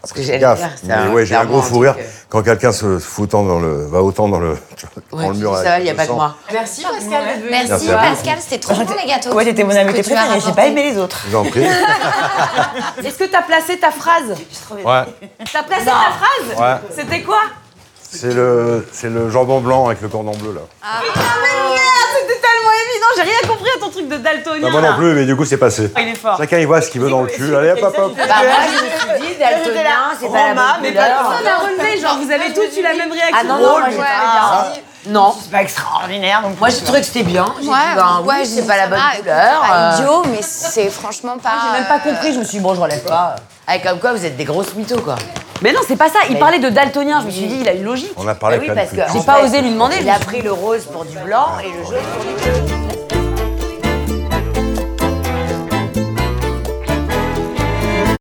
[SPEAKER 8] Parce
[SPEAKER 5] que j'allais dire, c'est un-
[SPEAKER 8] mais ouais, j'ai un
[SPEAKER 5] clairement
[SPEAKER 8] gros
[SPEAKER 5] un
[SPEAKER 8] fou
[SPEAKER 5] truc,
[SPEAKER 8] rire
[SPEAKER 5] euh,
[SPEAKER 8] quand quelqu'un se fout autant dans le, va autant dans le, tu vois, dans
[SPEAKER 5] Ouais,
[SPEAKER 8] le
[SPEAKER 5] tu
[SPEAKER 8] mur.
[SPEAKER 5] dis
[SPEAKER 8] avec
[SPEAKER 5] ça, il n'y a
[SPEAKER 8] le
[SPEAKER 5] pas que
[SPEAKER 8] sang.
[SPEAKER 5] moi.
[SPEAKER 2] Merci Pascal d'être venu.
[SPEAKER 4] Merci
[SPEAKER 8] à vous.
[SPEAKER 4] Pascal, c'était trop bon les gâteaux.
[SPEAKER 3] Ouais, t'étais mon
[SPEAKER 4] Ce
[SPEAKER 3] invité
[SPEAKER 4] que tu as
[SPEAKER 3] préféré, j'ai pas
[SPEAKER 4] rapporté.
[SPEAKER 3] aimé les autres.
[SPEAKER 8] Je vous en prie.
[SPEAKER 2] Est-ce que t'as placé ta phrase
[SPEAKER 8] Ouais,
[SPEAKER 2] T'as placé ta phrase
[SPEAKER 8] ouais.
[SPEAKER 2] C'était quoi
[SPEAKER 8] C'est le, c'est le jambon blanc avec le cordon bleu là.
[SPEAKER 2] C'était tellement évident
[SPEAKER 1] non, j'ai rien compris à ton truc de daltonien.
[SPEAKER 8] Bah, moi
[SPEAKER 1] là.
[SPEAKER 8] non plus, mais du coup, c'est passé.
[SPEAKER 1] Il est fort.
[SPEAKER 8] Chacun, il voit ce qu'il veut dans le cul. Allez, hop, hop, hop.
[SPEAKER 5] Bah, moi, je me suis dit, daltonien, c'est pas la bonne
[SPEAKER 1] mais pas
[SPEAKER 5] couleur.
[SPEAKER 1] personne à relever. Genre, vous avez tous eu la même réaction.
[SPEAKER 5] Ah non, non, moi, j'ai
[SPEAKER 4] Ouais,
[SPEAKER 5] ah, Non.
[SPEAKER 10] C'est pas extraordinaire. Donc
[SPEAKER 5] Moi, j'ai trouvé que c'était bien. J'ai dit,
[SPEAKER 4] Ouais,
[SPEAKER 5] ben
[SPEAKER 4] ouais,
[SPEAKER 5] oui,
[SPEAKER 4] j'ai
[SPEAKER 5] c'est
[SPEAKER 4] dit,
[SPEAKER 5] pas la
[SPEAKER 4] ça
[SPEAKER 5] bonne
[SPEAKER 4] va, écoute,
[SPEAKER 5] couleur.
[SPEAKER 4] Ah, c'est Ah, pas
[SPEAKER 5] euh,
[SPEAKER 4] idiot, mais c'est franchement pas.
[SPEAKER 1] J'ai même pas compris. Je me suis dit, bon, je relève pas.
[SPEAKER 5] Ah, comme quoi, vous êtes des grosses mythos, quoi.
[SPEAKER 1] Mais non, c'est pas ça. Il parlait de daltonien. Je me suis dit, il a une logique.
[SPEAKER 8] On a parlé
[SPEAKER 5] Bah oui,
[SPEAKER 8] plein de
[SPEAKER 5] parce que-
[SPEAKER 8] cultures.
[SPEAKER 1] J'ai pas osé lui demander.
[SPEAKER 5] Il a pris le rose pour du blanc et le jaune pour du bleu.